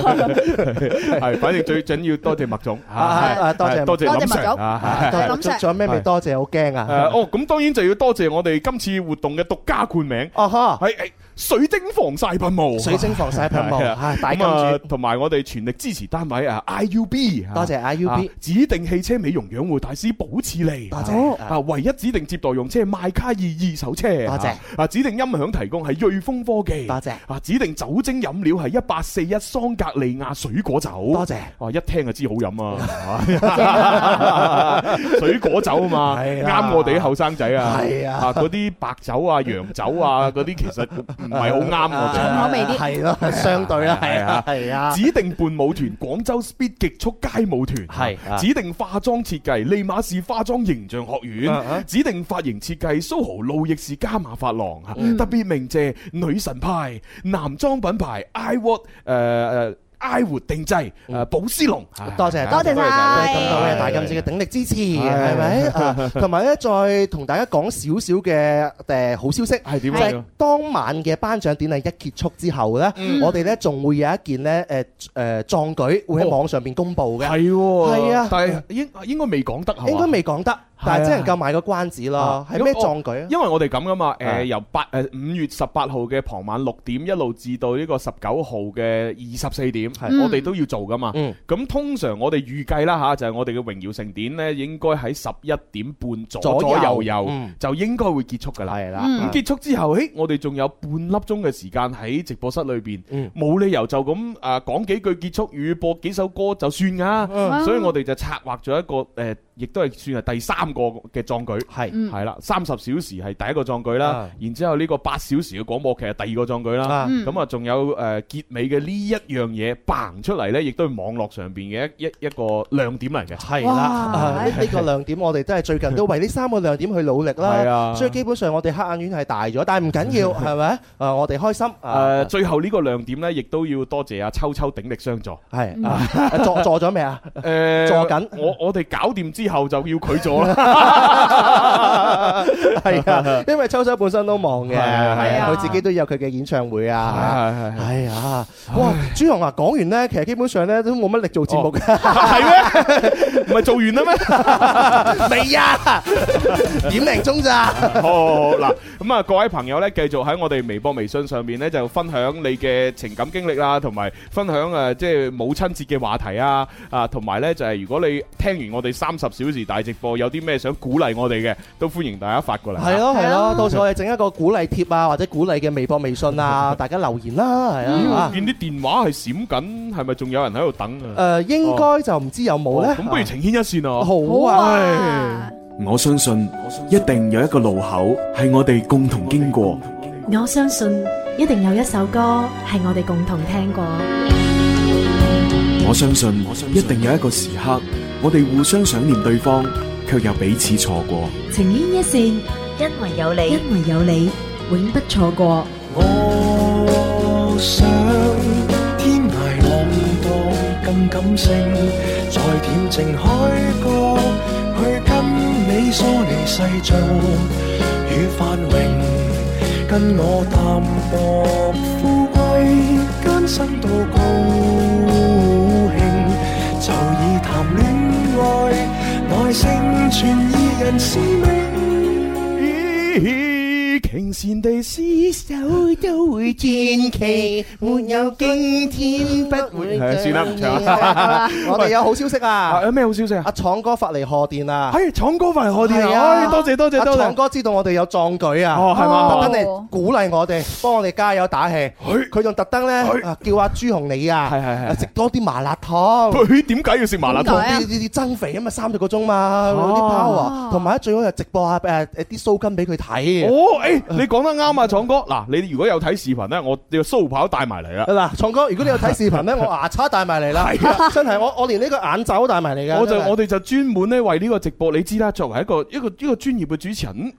Speaker 2: 係，反正最緊要多謝麥總，
Speaker 3: 啊
Speaker 2: 係
Speaker 3: 啊多謝
Speaker 2: 係多謝林
Speaker 3: 多謝麥
Speaker 2: Sir，
Speaker 3: 總
Speaker 2: 啊係
Speaker 3: 多謝仲有咩未多謝？好驚
Speaker 2: 誒
Speaker 3: 啊！
Speaker 2: 哦，咁當然就要多謝我哋今次活動嘅獨家冠名，
Speaker 3: 啊哈，
Speaker 2: 係係水晶防曬噴霧，
Speaker 3: 水晶防曬噴霧
Speaker 2: 係啊
Speaker 3: 唉大
Speaker 2: 咁
Speaker 3: 金主
Speaker 2: 啊，同埋我哋全力支持單位啊，IUB，
Speaker 3: 多謝 IUB
Speaker 2: 啊指定汽車美容養護大師保次利，多
Speaker 3: 謝
Speaker 2: 啊，唯一指定接待用車邁卡爾二手車，多
Speaker 3: 謝
Speaker 2: 啊，指定音響提供係瑞豐科技，多
Speaker 3: 謝
Speaker 2: 啊，指定酒精飲料係一八四一桑格利亞水果酒，多
Speaker 3: 謝，
Speaker 2: 哇，一聽就知好飲 啊， 水果酒啊嘛，
Speaker 3: 係
Speaker 2: 啱
Speaker 3: 啦
Speaker 2: 我哋啲後生仔啊，
Speaker 3: 係啊
Speaker 2: 嗰啲白酒啊、洋酒啊，嗰啲其實唔唔係好 啱我哋。
Speaker 3: 重口味啲係咯相對啦係啊係啊
Speaker 2: 指定伴舞團廣州 Speed 極速街舞團，
Speaker 3: 係啊
Speaker 2: 指定化妝設計利馬市化妝形象學
Speaker 3: 啊啊
Speaker 2: 院，指定髮型設計蘇豪路易士加馬髮廊，啊
Speaker 3: 嗯
Speaker 2: 特別鳴謝女神派男裝品牌 I What 誒誒 I 活定呃製
Speaker 3: 嗯
Speaker 2: 誒寶絲龍，
Speaker 3: 多謝多謝晒咁多位大金姐嘅鼎力支持，係咪？啊同埋咧，再同大家講少少嘅誒好消息，係
Speaker 2: 點
Speaker 3: 就
Speaker 2: 啊
Speaker 3: 係當晚嘅頒獎典禮一結束之後咧，我哋咧仲會有一件咧誒誒壯舉會喺網上邊公佈嘅，
Speaker 2: 係喎，
Speaker 3: 係啊，
Speaker 2: 但係應應該未講得係嘛
Speaker 3: 應該未講得，但係只能夠賣個關子咯。係咩壯舉啊？
Speaker 2: 因為我哋咁噶嘛，
Speaker 3: 啊
Speaker 2: 誒由八誒五月十八號嘅傍晚六點一路至到呢個十九號嘅二十四點，
Speaker 3: 嗯
Speaker 2: 我哋都要做噶嘛。咁通常我哋預計啦吓，就係我哋嘅榮耀盛典呢，應該喺十一點半左
Speaker 3: 左右
Speaker 2: 左右右
Speaker 3: 嗯
Speaker 2: 就應該會結束噶啦。係
Speaker 3: 啦
Speaker 2: 咁
Speaker 3: 嗯
Speaker 2: 結束之後，誒我哋仲有半粒鐘嘅時間喺直播室裏邊，
Speaker 3: 嗯
Speaker 2: 冇理由就咁誒講幾句結束語，播幾首歌就算噶。
Speaker 5: Ừ.
Speaker 3: 嗯
Speaker 2: 所以我哋就策劃咗一個誒，亦都係算係第三個嘅壯舉，係
Speaker 3: 嗯
Speaker 2: 係啦，三十小時係第一個壯舉啦
Speaker 3: 啊，
Speaker 2: 然之後呢個八小時嘅廣播劇係第二個壯舉啦
Speaker 3: 啊，嗯
Speaker 2: 咁啊仲有誒結尾嘅呢一樣嘢嘭出嚟呢，亦都係網絡上邊嘅一一一個亮點嚟嘅，
Speaker 3: 係啦，啊呢呢個亮點我哋都係最近都為呢三個亮點去努力
Speaker 2: 係
Speaker 3: 啦
Speaker 2: 啊。
Speaker 3: 所以基本上我哋黑眼圈係大咗，但係唔緊 要，係咪？啊，我哋開心啊
Speaker 2: 誒，呃最後呢個亮點呢，亦都要多謝阿秋秋鼎力相 助。
Speaker 3: 係啊坐坐咗未 啊？
Speaker 2: 誒
Speaker 3: 坐緊
Speaker 2: 我我哋搞掂之後就要佢做 啦。
Speaker 3: 係啊，因為秋秋本身都忙嘅，
Speaker 2: 係啊係啊
Speaker 3: 佢自己都有佢嘅演唱會啊。
Speaker 2: 係係
Speaker 3: 係啊，哇！朱紅啊，講完呢，其實基本上呢都冇乜力做節目嘅，
Speaker 2: 唔係做完啦咩？
Speaker 3: 未啊， 點零鐘咋？
Speaker 2: 好好好嗱，咁啊，各位朋友咧，繼續喺我哋微博、微信上面咧，就分享你嘅情感經歷啦，同埋分享誒，即係母親節嘅話題啊，啊，同埋咧就係如果你聽完我哋三十小時大直播，有啲咩想鼓勵我哋嘅，都歡迎大家發過嚟。啊
Speaker 3: 係啊咯係咯，到時我哋整一個鼓勵貼啊，或者鼓勵嘅微博、微信 啊，大家留言啦，係
Speaker 2: 咦
Speaker 3: 啊
Speaker 2: 我。見啲電話係閃緊，係咪仲有人喺度等啊？
Speaker 3: 誒，應該就唔知有冇呢
Speaker 2: 哦。咁不如情牽一線啊！
Speaker 3: 好啊。
Speaker 1: 我相信一定有一個路口係我哋共同經過，
Speaker 12: 我相信一定有一首歌系我哋共同听过。
Speaker 1: 我相信一定有一個時刻，我哋互相想念對方，卻又彼此錯過。
Speaker 12: 情牵一线，因为有你，因为有你，永不错过。
Speaker 13: 我想天涯浪蕩更感性，在恬靜海角去跟你梳理世俗與繁榮，跟我淡薄富貴艱辛到高興，就以談戀愛耐性全二人使命。
Speaker 2: 情善地厮守
Speaker 3: 都會傳奇，沒有驚天不會
Speaker 2: 係算啦唔唱啦
Speaker 3: 我哋有好消息 啊！
Speaker 2: 有咩好消息啊？
Speaker 3: 阿闖哥發嚟賀電啊！
Speaker 2: 係闖哥發嚟賀電啊
Speaker 3: 係啊
Speaker 2: 哎多謝多謝多謝
Speaker 3: 阿闖哥知道我哋有壯舉啊！
Speaker 2: 哦係嘛
Speaker 3: 特登嚟鼓勵我哋，幫我哋加油打氣。佢仲特登咧啊叫阿朱紅你啊，啊食多啲麻辣燙。
Speaker 2: 哎佢點解要食麻辣
Speaker 3: 呢
Speaker 2: 燙？
Speaker 3: 啲增肥啊嘛，三十個鐘嘛，有啲
Speaker 2: 哦
Speaker 3: power，同埋最好就直播下誒誒啲鬚根俾佢睇。
Speaker 2: 哦，誒，你講得啱啊，闖哥。嗱，你如果有睇視頻咧，我你個鬚刨帶埋嚟啦。
Speaker 3: 嗱，創哥，如果你有睇視頻咧，我牙刷帶埋嚟 啦， 真係我我連呢個眼罩都帶埋嚟㗎。
Speaker 2: 啊我就
Speaker 3: 真係
Speaker 2: 我哋就專門咧為呢個直播，你知啦，作為一個一個一個專業嘅主持人。嗯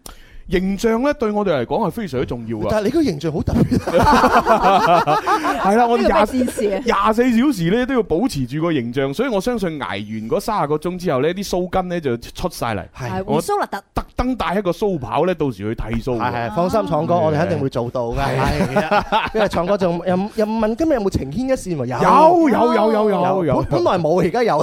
Speaker 2: 形象咧對我哋嚟講係非常之重要噶，
Speaker 3: 但係你個形象好特別，
Speaker 2: 係啦，我哋廿
Speaker 3: 呢個咩戰士啊
Speaker 2: 廿四小時咧都要保持住個形象，所以我相信捱完嗰三十個鐘之後呢啲鬚根咧就出晒嚟，
Speaker 3: 係
Speaker 2: 我
Speaker 3: 鬍鬚
Speaker 2: 特登帶一個鬚刨咧，到時去剃鬚㗎。
Speaker 3: 係啊係，放心，創哥，我哋肯定會做到㗎。係 啊，因為創哥仲又又問今日有冇情牽一線喎？
Speaker 2: 有有有有有有
Speaker 3: 本本來冇，而家有。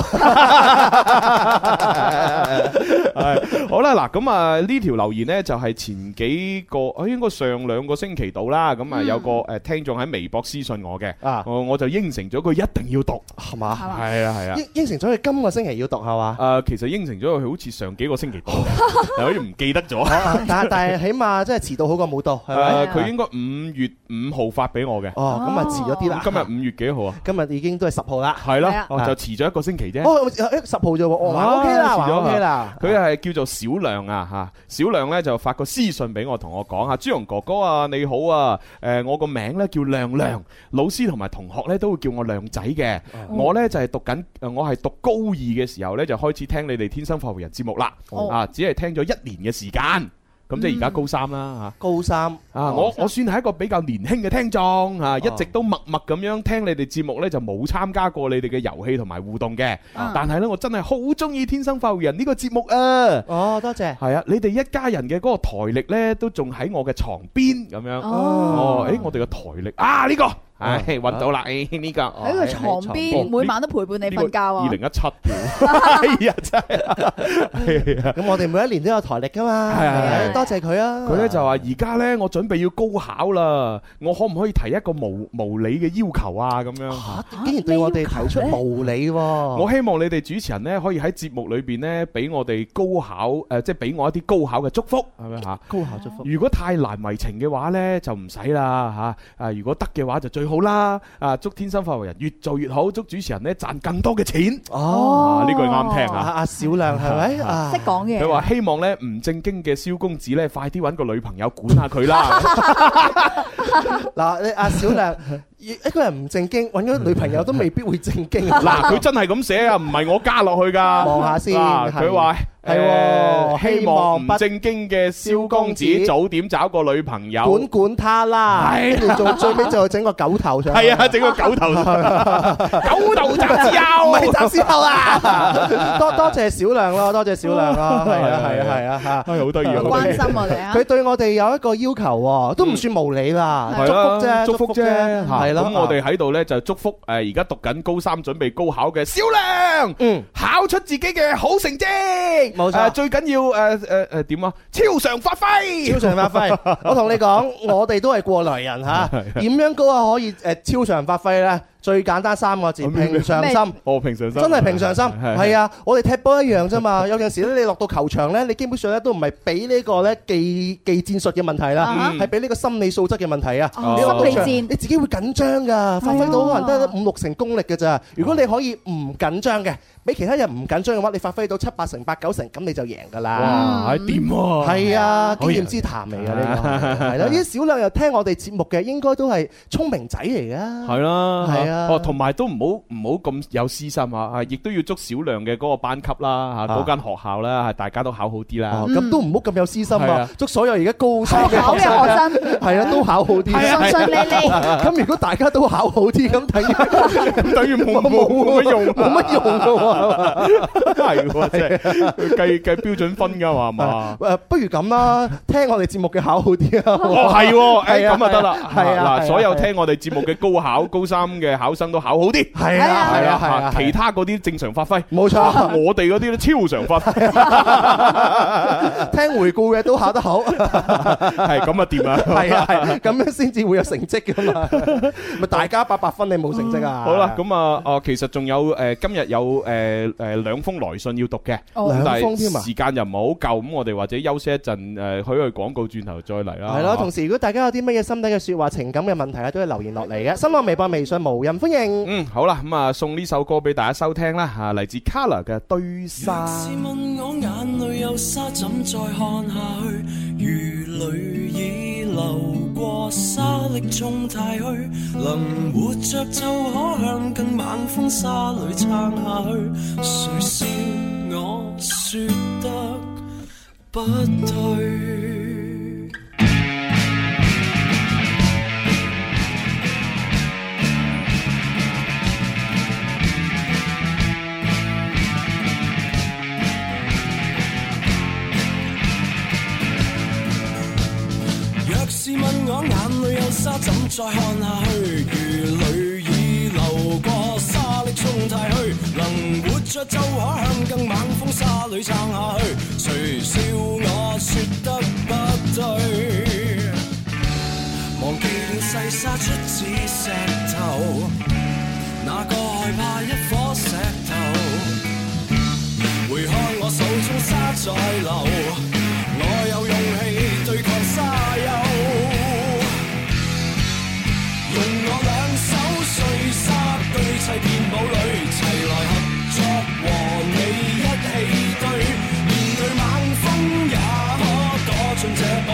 Speaker 2: 係好啦，嗱咁啊呢條留言呢，就係前幾個，啊應該上兩個星期到啦，咁
Speaker 3: 嗯
Speaker 2: 啊有個誒聽眾喺微博私信我嘅，
Speaker 3: 啊
Speaker 2: 我我就應承咗佢一定要讀，
Speaker 3: 係嘛？
Speaker 2: 係啊係啊。
Speaker 3: 應應承咗佢今個星期要讀係嘛？
Speaker 2: 誒，啊其實應承咗佢好似上幾個星期
Speaker 3: 哦
Speaker 2: 到嘅，但係好似唔記得
Speaker 3: 啊
Speaker 2: 咗。
Speaker 3: 但但係起碼即係遲到好過冇到，係咪
Speaker 2: 誒，？佢應該五月五號發俾我嘅。
Speaker 3: 哦咁啊遲咗啲啦
Speaker 2: 咁今日五月幾號啊？
Speaker 3: 今日已經都係十號啦。
Speaker 2: 係咯
Speaker 3: 係啊，
Speaker 2: 哦就遲咗一個星期啫。
Speaker 3: 哦，誒十號啫喎，哦
Speaker 2: 啊
Speaker 3: ，OK 啦
Speaker 2: 遲咗啊
Speaker 3: ，OK 啦。
Speaker 2: 佢係叫做小亮啊嚇，小亮咧就發個私信俾我，同我講吓，朱容哥哥啊，你好啊，誒，我個名呢叫亮亮，老師同埋同學呢都會叫我亮仔嘅，
Speaker 3: 哦
Speaker 2: 我呢就係讀緊，誒我係讀高二嘅時候呢，就開始聽你哋天生發福人節目啦，
Speaker 3: 哦
Speaker 2: 啊，只係聽咗一年嘅時間。咁即係而家高三啦嚇，
Speaker 3: 高三
Speaker 2: 啊！我我算係一個比較年輕嘅聽眾嚇，一直都默默咁樣聽你哋節目呢，就冇參加過你哋嘅遊戲同埋互動嘅。
Speaker 3: 啊
Speaker 2: 但係呢，我真係好中意《天生發育人》呢個節目啊！
Speaker 3: 哦，多謝。
Speaker 2: 係啊，你哋一家人嘅嗰個台歷呢，都仲喺我嘅床邊咁樣。
Speaker 5: 哦
Speaker 2: 哦，誒，我哋嘅台歷啊，呢個，唉，揾到啦，誒，呢個
Speaker 3: 哦
Speaker 5: 喺佢床邊，每晚都陪伴你瞓覺啊
Speaker 2: 二！零一七
Speaker 3: 係
Speaker 2: 啊，真係。
Speaker 3: 咁我哋每一年都有台歷噶嘛，
Speaker 2: 係係係
Speaker 3: 係多謝佢啊！
Speaker 2: 佢咧就話：而家咧，我準備要高考啦，我可唔可以提一個無無理嘅要求啊？咁樣
Speaker 3: 竟然對我哋提出無理喎，
Speaker 2: 我希望你哋主持人咧可以喺節目裏邊咧俾我哋高考誒、即係俾我一啲高考嘅祝福，係咪嚇？
Speaker 3: 高考祝福。
Speaker 2: 如果太難為情嘅話呢，就唔使啦嚇。啊，如果得嘅話就最好啦。啊，祝天生發為人越做越好，祝主持人咧賺更多嘅錢。
Speaker 3: 哦
Speaker 2: 啊呢句啱聽啊！
Speaker 3: 阿阿小亮係咪啊？
Speaker 5: 識講嘢。
Speaker 2: 佢話希望咧唔正經嘅蕭公子咧快啲揾個女朋友管下佢 啦。
Speaker 3: 嗱，你阿小亮一個人唔正經，揾咗女朋友都未必會正經。
Speaker 2: 嗱，佢真係咁寫啊，唔係我加落去噶。
Speaker 3: 望下先
Speaker 2: 嗱
Speaker 3: 係
Speaker 2: 佢話誒
Speaker 3: 係喎
Speaker 2: 希望
Speaker 3: 希望
Speaker 2: 唔
Speaker 3: 不
Speaker 2: 正經嘅蕭公子早點找個女朋友
Speaker 3: 管。管他啦，
Speaker 2: 係
Speaker 3: 跟住做最尾就整個狗頭上去。
Speaker 2: 係啊，整個狗頭，狗頭擲之
Speaker 3: 唔
Speaker 2: 後，
Speaker 3: 係走之後啊！多多謝小亮咯，多謝小亮咯，係啊係啊係啊嚇！
Speaker 2: 係好得意啊，好得
Speaker 5: 關
Speaker 2: 意
Speaker 5: 心我哋啊！
Speaker 3: 佢對我哋有一個要求喎，都唔算無理啦，
Speaker 2: 係
Speaker 3: 祝
Speaker 2: 啦
Speaker 3: 福
Speaker 5: 嗯
Speaker 3: 啫，
Speaker 2: 祝福啫，嚇
Speaker 3: 係咯。啊
Speaker 2: 咁我哋喺度咧就祝福誒而家讀緊高三準備高考嘅小亮，
Speaker 3: 嗯，
Speaker 2: 考出自己嘅好成績，
Speaker 3: 冇錯
Speaker 2: 誒最緊要誒誒誒點啊，超常發揮，
Speaker 3: 超常發揮， 我同你講，我哋都係過來人嚇，點樣高啊可以誒超常發揮咧？最簡單三個字，平常心。
Speaker 2: 哦，平常心，
Speaker 3: 真係平常心，係啊！我哋踢波一樣啫嘛。有陣時咧，你落到球場咧，你基本上咧都唔係俾呢個咧技技戰術嘅問題啦
Speaker 5: 啊，
Speaker 3: 係俾呢個心理素質嘅問題啊。
Speaker 5: 哦
Speaker 3: 你落到場
Speaker 5: 心理戰
Speaker 3: 你自己會緊張
Speaker 2: 啊
Speaker 3: 㗎，發揮到可能得五六成功力㗎咋。如果你可以唔緊張嘅，比其他人唔緊張嘅話，你發揮到七八成、八九成，咁你就贏㗎啦。
Speaker 2: 哇，係啊掂喎，
Speaker 3: 係啊，經
Speaker 2: 可以
Speaker 3: 驗之談嚟嘅呢個 係啦。呢啲小亮又聽我哋節目嘅，應該都係聰明仔嚟㗎。
Speaker 2: 係啦，
Speaker 3: 係啊
Speaker 2: 哦，同埋都唔好唔好咁有私心啊，啊，亦都要祝少量嘅嗰個班級啦，嚇
Speaker 3: 啊
Speaker 2: 嗰間學校啦，嚇大家都考好啲啦
Speaker 3: 哦，。咁都唔好咁有私心
Speaker 2: 嗯係啊
Speaker 3: 啊！祝所有而家高三 嘅
Speaker 5: 高考嘅
Speaker 3: 學生
Speaker 5: 學生
Speaker 3: 係啊，都考好啲，
Speaker 5: 係啊順順利利
Speaker 3: 咁如果大家都考好啲，咁等於
Speaker 2: 咁等於 冇冇冇乜用，啊
Speaker 3: 冇乜用㗎喎。
Speaker 2: 係喎，真係計計標準分㗎 嘛係嘛。
Speaker 3: 誒，不如咁啦，聽我哋節目嘅考好啲啊！
Speaker 2: 哦，係喎，誒咁就得啦。
Speaker 3: 係啊，
Speaker 2: 嗱，所有聽我哋節目嘅高考、高三嘅考生都考好啲。
Speaker 3: 係啊，係啊，係啊，
Speaker 2: 其他嗰啲正常 發揮。
Speaker 3: 冇錯
Speaker 2: 我哋嗰啲咧超常發 揮。
Speaker 3: 聽回顧嘅都考得好，
Speaker 2: 係咁啊，掂啊。
Speaker 3: 係啊，係 咁樣先至會有成績㗎嘛。咪大家八百分，你冇成績啊？
Speaker 2: 好啦，咁啊，哦，其實仲有誒，今日有誒誒兩封來信要讀嘅，
Speaker 3: 哦
Speaker 2: 咁但
Speaker 3: 兩封添
Speaker 2: 係
Speaker 3: 啊
Speaker 2: 時間又唔係好夠，咁我哋或者休息一陣誒，去去廣告轉頭再嚟啦。
Speaker 3: 係咯，
Speaker 2: 好嘛
Speaker 3: 同時如果大家有啲乜嘢心底嘅説話、情感嘅問題咧，都係留言落嚟嘅。新浪微博、微信無人歡迎。
Speaker 2: 嗯，好啦，咁啊，送呢首歌俾大家收聽啦，啊嚇，嚟自 Color 嘅《堆沙》。
Speaker 14: 是問我眼淚有沙，怎再看下去？如淚已流過，沙力沖太虛，能活着就可向更猛風沙裏撐下去。誰笑我説得不對？若是問我眼淚有沙，怎再看下去？如淚已流過，沙力沖太虛，能活着就可向更猛風沙裏撐下去。誰笑我説得不對？忘記了細沙出自石頭，哪個害怕一顆石頭？回看我手中沙在流。我有勇氣對抗沙丘，用我兩手碎沙堆砌變堡壘，齊來合作和你一起對，面對猛風也可躲進這堡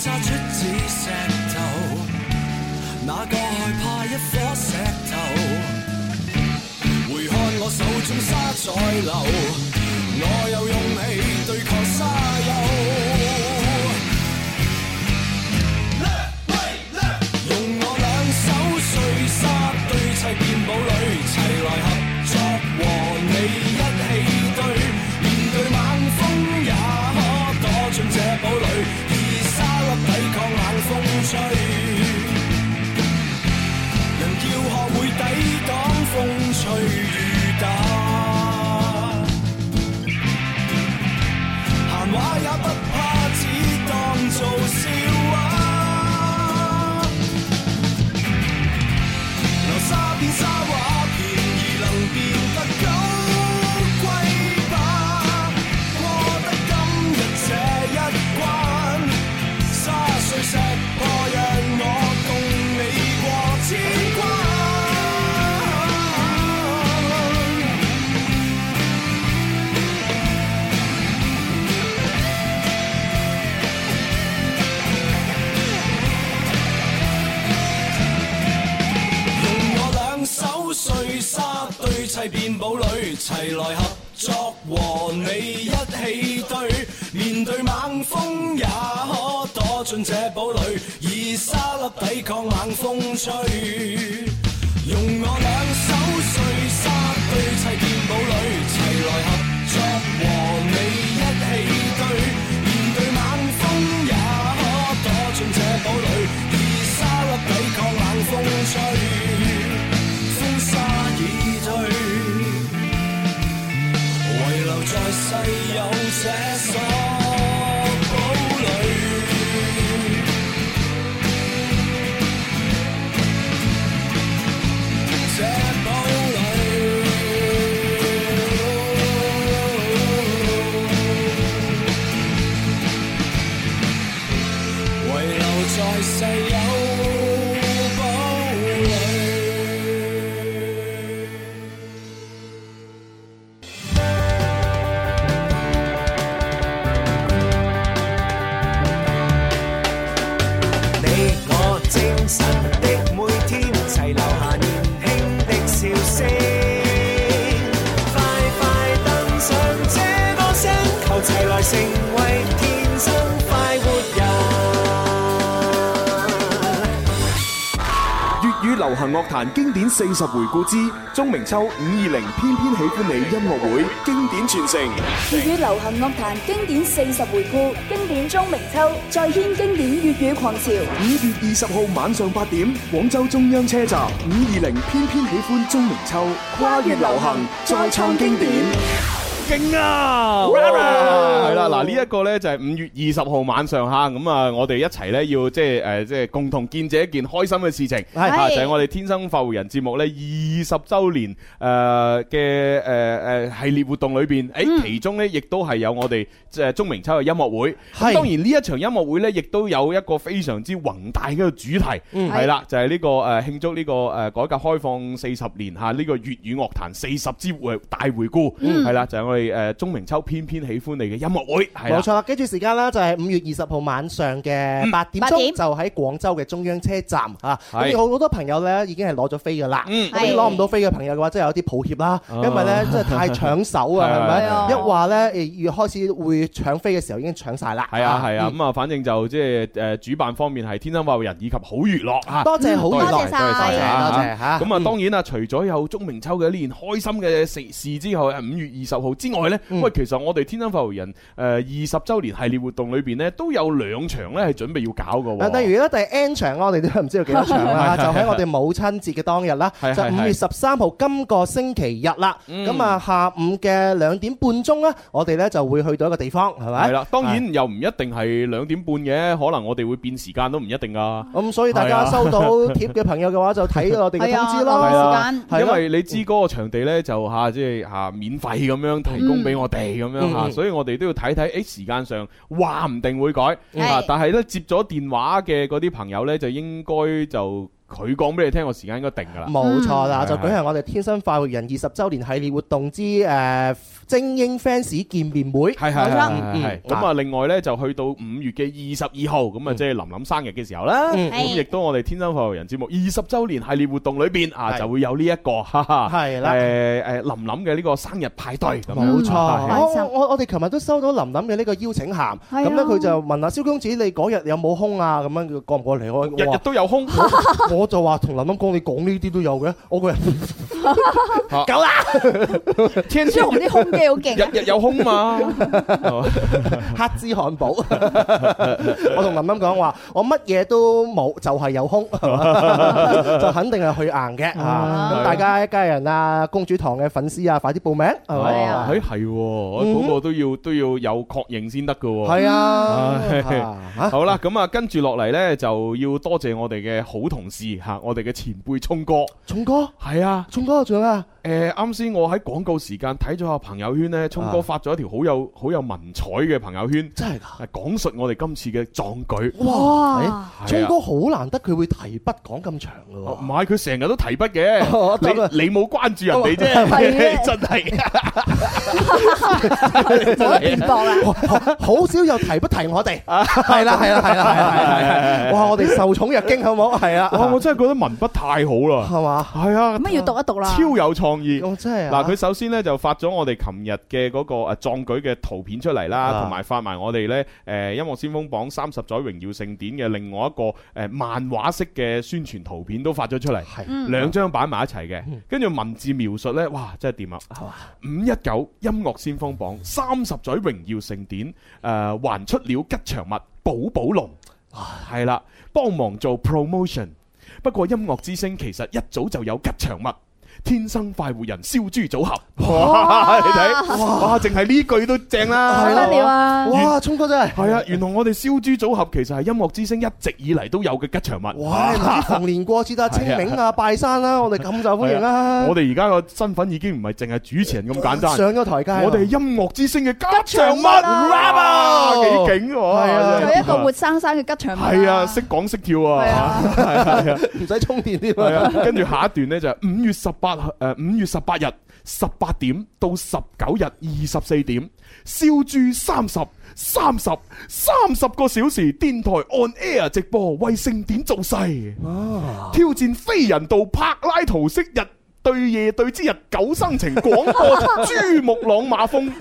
Speaker 14: 擦出似石頭，哪個害怕一顆石頭？回看我手中沙在流，我有勇氣對抗沙丘。用我兩手碎沙堆砌變堡壘，齊來合作和你一起對，面對猛風也可躲進這堡壘，以沙粒抵抗冷風吹。人要學會抵擋風吹雨打，閒話也不怕，只當做笑話。流沙變沙畫，便宜能變得高貴吧？過得今日這一關，沙碎石破，讓我共你過千關。用我兩手碎沙堆砌變堡壘，齊來合作和你一起對，面對猛風也可躲進這堡壘，以沙粒抵抗冷風吹。用我兩手碎沙堆砌變堡壘，齊來合作和你一起對，面對猛風也可躲進這堡壘，以沙粒抵抗冷風吹，風沙已退，遺留在世有這所堡壘。這堡壘，遺留在世有堡壘。
Speaker 4: 你我精神的每天，齊留下年輕的笑聲。快快登上這歌聲，求齊來成為天生快活人。
Speaker 1: 粵語流行樂壇經典四十回顧之鐘明秋五二零偏偏喜歡你音樂會經典傳承。
Speaker 15: 粵語流行樂壇經典四十回顧，經典鐘明秋再掀經典粵語狂潮。
Speaker 1: 五月二十號晚上八點，廣州中央車站五二零偏偏喜歡鍾明秋，跨越流行，再創經典。
Speaker 2: 勁啊！係啦，嗱呢一個呢就係五月二十號晚上吓，咁啊我哋一齊呢要即係誒即係共同見證一件開心嘅事情，
Speaker 3: 係
Speaker 2: 啊就係我哋天生快活人節目呢二十週年誒嘅誒誒系列活動裏邊，
Speaker 3: 嗯
Speaker 2: 誒其中呢亦都係有我哋即係鐘明秋嘅音樂會。咁當然呢一場音樂會呢，亦都有一個非常之宏大嘅一個主題，
Speaker 3: 嗯
Speaker 2: 係啦，就係呢個誒慶祝呢個誒改革開放四十年吓呢個粵語樂壇四十之回大回顧，
Speaker 3: 嗯
Speaker 2: 係啦。就係我哋誒鐘明秋偏偏喜歡你嘅音樂會，係啦嗯
Speaker 3: 冇錯啦，記住時間啦，就係五月二十號晚上嘅八點鐘，就喺廣州嘅中央車站啊。咁
Speaker 2: 係
Speaker 3: 有好多朋友呢已經係攞咗飛㗎啦。
Speaker 2: 嗯
Speaker 3: 咁你
Speaker 2: 係
Speaker 3: 攞唔到飛嘅朋友嘅話，真係有啲抱歉啦，
Speaker 2: 啊
Speaker 3: 因為呢真係太搶 手啊，係
Speaker 2: 係啊
Speaker 3: 咪？一話呢，誒要開始會搶飛嘅時候已經搶晒啦。
Speaker 2: 係啊係啊，
Speaker 3: 嗯
Speaker 2: 咁啊，反正就即係誒主辦方面係天生快活人以及好娛樂嚇，
Speaker 3: 啊多謝好娛樂
Speaker 2: 嗯多謝晒
Speaker 3: 多謝嗯
Speaker 2: 嚇
Speaker 3: 多謝嚇
Speaker 2: 咁啊，當然啦，除咗有鐘明秋嘅呢件開心嘅事事之後，五月二十號之外咧，
Speaker 3: 嗯
Speaker 2: 喂，其實我哋天生快活人誒二十週年系列活動裏邊咧，都有兩場咧係準備要搞嘅
Speaker 3: 啊
Speaker 2: 喎。
Speaker 3: 例如咧，第 N 場啦我哋都唔知道幾多場
Speaker 2: 係係
Speaker 3: 啦，就喺我哋母親節嘅當日啦，
Speaker 2: 係
Speaker 3: 就
Speaker 2: 係
Speaker 3: 五月十三號今個星期日啦。
Speaker 2: 嗯
Speaker 3: 咁啊，下午嘅兩點半鐘咧，我哋咧就會去到一個地方，係咪？啊
Speaker 2: 係啦，當然又唔一定係兩點半嘅，可能我哋會變時間都唔一定噶。
Speaker 3: 咁所以大
Speaker 2: 係
Speaker 3: 家
Speaker 2: 啊
Speaker 3: 收到貼嘅朋友嘅話，就 睇我哋嘅通知咯。
Speaker 2: 係啊
Speaker 3: 係
Speaker 2: 因
Speaker 3: 咯
Speaker 2: 為你知嗰個場地咧就嚇即係嚇免費咁樣提供俾我哋咁樣
Speaker 3: 嗯
Speaker 2: 嚇，
Speaker 3: 嗯
Speaker 2: 所以我哋都要睇睇誒時間上話唔定會改
Speaker 3: 嗯
Speaker 2: 啊，但係咧接咗電話嘅嗰啲朋友咧就應該就。佢講俾你聽個時間應該定㗎啦。
Speaker 3: 冇錯啦，就舉
Speaker 2: 係
Speaker 3: 行我哋天生快活人二十周年系列活動之誒精英 fans 見面會，
Speaker 2: 係係係
Speaker 3: 嗯
Speaker 2: 係係咁啊！另外咧就去到五月嘅二十二號，咁啊即係琳琳生日嘅時候啦。
Speaker 3: 嗯
Speaker 2: 咁亦都我哋天生快活人節目二十週年系列活動裏邊啊，就會有呢一個哈哈
Speaker 3: 係啦
Speaker 2: 誒誒琳琳嘅呢個生日派對咁樣。
Speaker 3: 冇錯，
Speaker 2: 係係
Speaker 3: 我我我哋琴日都收到琳琳嘅呢個邀請函，
Speaker 2: 係啊
Speaker 3: 咁咧佢就問啊蕭公子你嗰日有冇空啊？咁樣過唔過嚟？我
Speaker 2: 日日都有 空，
Speaker 3: 我我就話同琳琳講你講呢啲都有嘅，我個人夠啦，
Speaker 2: 天
Speaker 5: 朱紅啲胸肌好勁啊
Speaker 2: 日日有空 嘛，
Speaker 3: 黑之漢堡。我同琳琳講話，我乜嘢都冇，就係有空，就肯定係去硬嘅啊！咁大家一家人啊，公主堂嘅粉絲啊，快啲報名係咪
Speaker 2: 哦，誒係喎，
Speaker 3: 嗯
Speaker 2: 嗰個都要都要有確認先得㗎喎。
Speaker 3: 係啊
Speaker 2: 唉
Speaker 3: 啊
Speaker 2: 好啦，咁啊跟住落嚟呢，就要多謝我哋嘅好同事嚇，我哋嘅前輩聰哥。
Speaker 3: 聰哥
Speaker 2: 係啊，
Speaker 3: 聰哥仲有啊！
Speaker 2: 誒啱先我喺廣告時間睇咗下朋友圈呢，聰哥
Speaker 3: 啊
Speaker 2: 發咗一條好有好有文采嘅朋友圈，
Speaker 3: 真係
Speaker 2: 㗎，講述我哋今次嘅壯舉。
Speaker 3: 哇！
Speaker 2: 係
Speaker 3: 聰
Speaker 2: 啊
Speaker 3: 哥好難得佢會提筆講咁長嘅喎。
Speaker 2: 哦唔係佢成日都提筆嘅，你你冇關注人哋
Speaker 3: 係
Speaker 2: 啫，
Speaker 3: 啊
Speaker 2: 真啊哦係。
Speaker 3: 冇得辯駁啦， 好少有提筆提我哋，
Speaker 2: 啊
Speaker 3: 係啦係啦係啦係啦係啦，哇！我哋受寵若驚，好唔好？係啊，
Speaker 2: 哇！我真係覺得文筆太好啦，
Speaker 3: 係嘛？
Speaker 2: 係啊，
Speaker 5: 咁啊要讀一讀啦。
Speaker 2: 超有創意。
Speaker 3: 真係啊
Speaker 2: 嗱，佢首先咧就發咗我哋琴日嘅嗰個誒壯舉嘅圖片出嚟啦，
Speaker 3: 啊
Speaker 2: 同埋發埋我哋咧誒音樂先鋒榜三十載榮耀盛典嘅另外一個誒漫畫式嘅宣傳圖片都發咗出嚟
Speaker 3: 嗯，
Speaker 2: 兩張擺埋一齊嘅，跟住文字描述咧，哇，真係掂啊！五一九音樂先鋒榜三十載榮耀盛典誒，還出了吉祥物寶寶龍。係啦，幫忙做 promotion。不過音樂之星其實一早就有吉祥物。天生快活人燒豬組合，哇！你睇，哇！淨係呢句都正啦，
Speaker 3: 係啦不得了啊
Speaker 2: 原
Speaker 3: 哇聰哥真係
Speaker 2: 係啊！原來我哋燒豬組合其實係音樂之星一直以嚟都有嘅吉祥物。
Speaker 3: 哇！唔知逢年過節啊、清明啊、拜山啦，我哋咁受歡迎啦。
Speaker 2: 啊我哋而家個身份已經唔係淨係主持人咁簡單，
Speaker 3: 上咗台階啦啊
Speaker 2: 我哋係音樂之星嘅吉祥物 rap 啊，幾勁喎！
Speaker 5: 啊，
Speaker 2: 真
Speaker 5: 有
Speaker 2: 係
Speaker 5: 一個活生生嘅吉祥物啊。
Speaker 2: 係啊，識講識跳啊， 係啊，
Speaker 3: 唔使充電添
Speaker 2: 係 啊，跟住下一段咧就係五月十八誒五月十八日十八點到十九日二十四點，燒豬三十。三十三十個小時電台 on air 直播，為盛典造勢，
Speaker 3: 啊
Speaker 2: 挑戰非人道柏拉圖式日對夜對之日九生情廣 播珠穆朗瑪峰，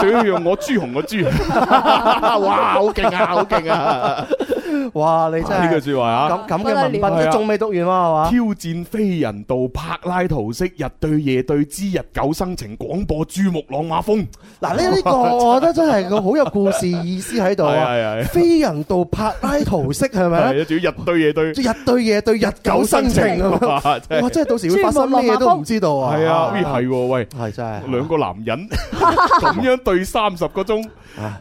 Speaker 2: 仲要用我朱紅個朱， 哇，好勁啊，好勁啊！
Speaker 3: 哇！你真係
Speaker 2: 呢啊句説話啊，
Speaker 3: 咁咁嘅文筆都仲未讀完喎，係嘛？
Speaker 2: 挑戰非人道柏拉圖式日對夜對之日久生情廣播珠穆朗瑪峰。
Speaker 3: 嗱，呢呢個我覺得真係個好有故事意思喺度
Speaker 2: 係係
Speaker 3: 啊！
Speaker 2: 係
Speaker 3: 非人道柏拉圖式係咪
Speaker 2: 係啊，仲要日對夜 對，
Speaker 3: 日對夜對日久生情啊！
Speaker 2: 哇真係
Speaker 3: 哇！真係到時會發生咩都唔知道啊！
Speaker 2: 係啊，喂係喎，喂，
Speaker 3: 係真係
Speaker 2: 兩個男 人咁樣對三十個鐘，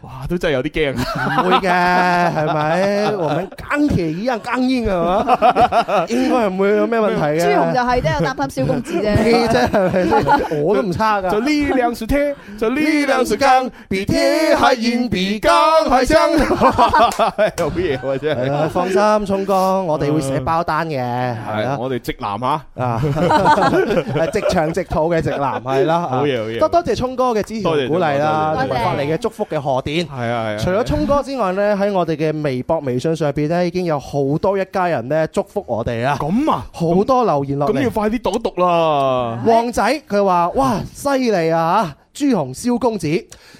Speaker 2: 哇，都真係有啲驚。
Speaker 3: 唔會嘅，係咪？我們耕田一樣耕菘係嘛？應該係啊唔會有咩問題嘅。
Speaker 5: 朱紅就係啫，搭搭小公子
Speaker 3: 你
Speaker 5: 啫。
Speaker 3: 真係我都唔差㗎。
Speaker 2: 就呢兩樹聽，就呢兩樹更，比
Speaker 3: 天
Speaker 2: 還硬，比鋼還強。 有嘢喎，真
Speaker 3: 係啊
Speaker 2: 係。
Speaker 3: 放心，聰哥，我哋會寫包單嘅，係
Speaker 2: 係
Speaker 3: 啊。
Speaker 2: 我哋直男嚇，
Speaker 3: 啊， 直腸直肚嘅直男係啦，
Speaker 2: 好嘢好嘢
Speaker 3: 多多謝聰哥嘅支持
Speaker 2: 多謝
Speaker 3: 同鼓勵啦，
Speaker 2: 多謝
Speaker 3: 同埋發嚟嘅祝福嘅賀電。
Speaker 2: 係啊係啊。
Speaker 3: 除咗聰哥之外呢，喺我哋嘅微博、微信上邊呢，已經有好多一家人呢祝福我哋啊！
Speaker 2: 咁啊，
Speaker 3: 好多留言落
Speaker 2: 咁要
Speaker 3: 嚟。
Speaker 2: 快啲讀一讀啦。
Speaker 3: 旺仔佢話：哇，犀利啊！朱紅蕭公子，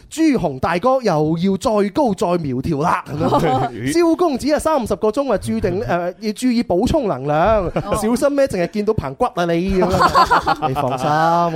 Speaker 3: 朱紅大哥又要再高再苗條啦！咁樣蕭公子啊，三十個鐘啊，注 定誒、呃要注意補充能量，小心咩？淨係見到棚骨啊你！咁 樣你放心，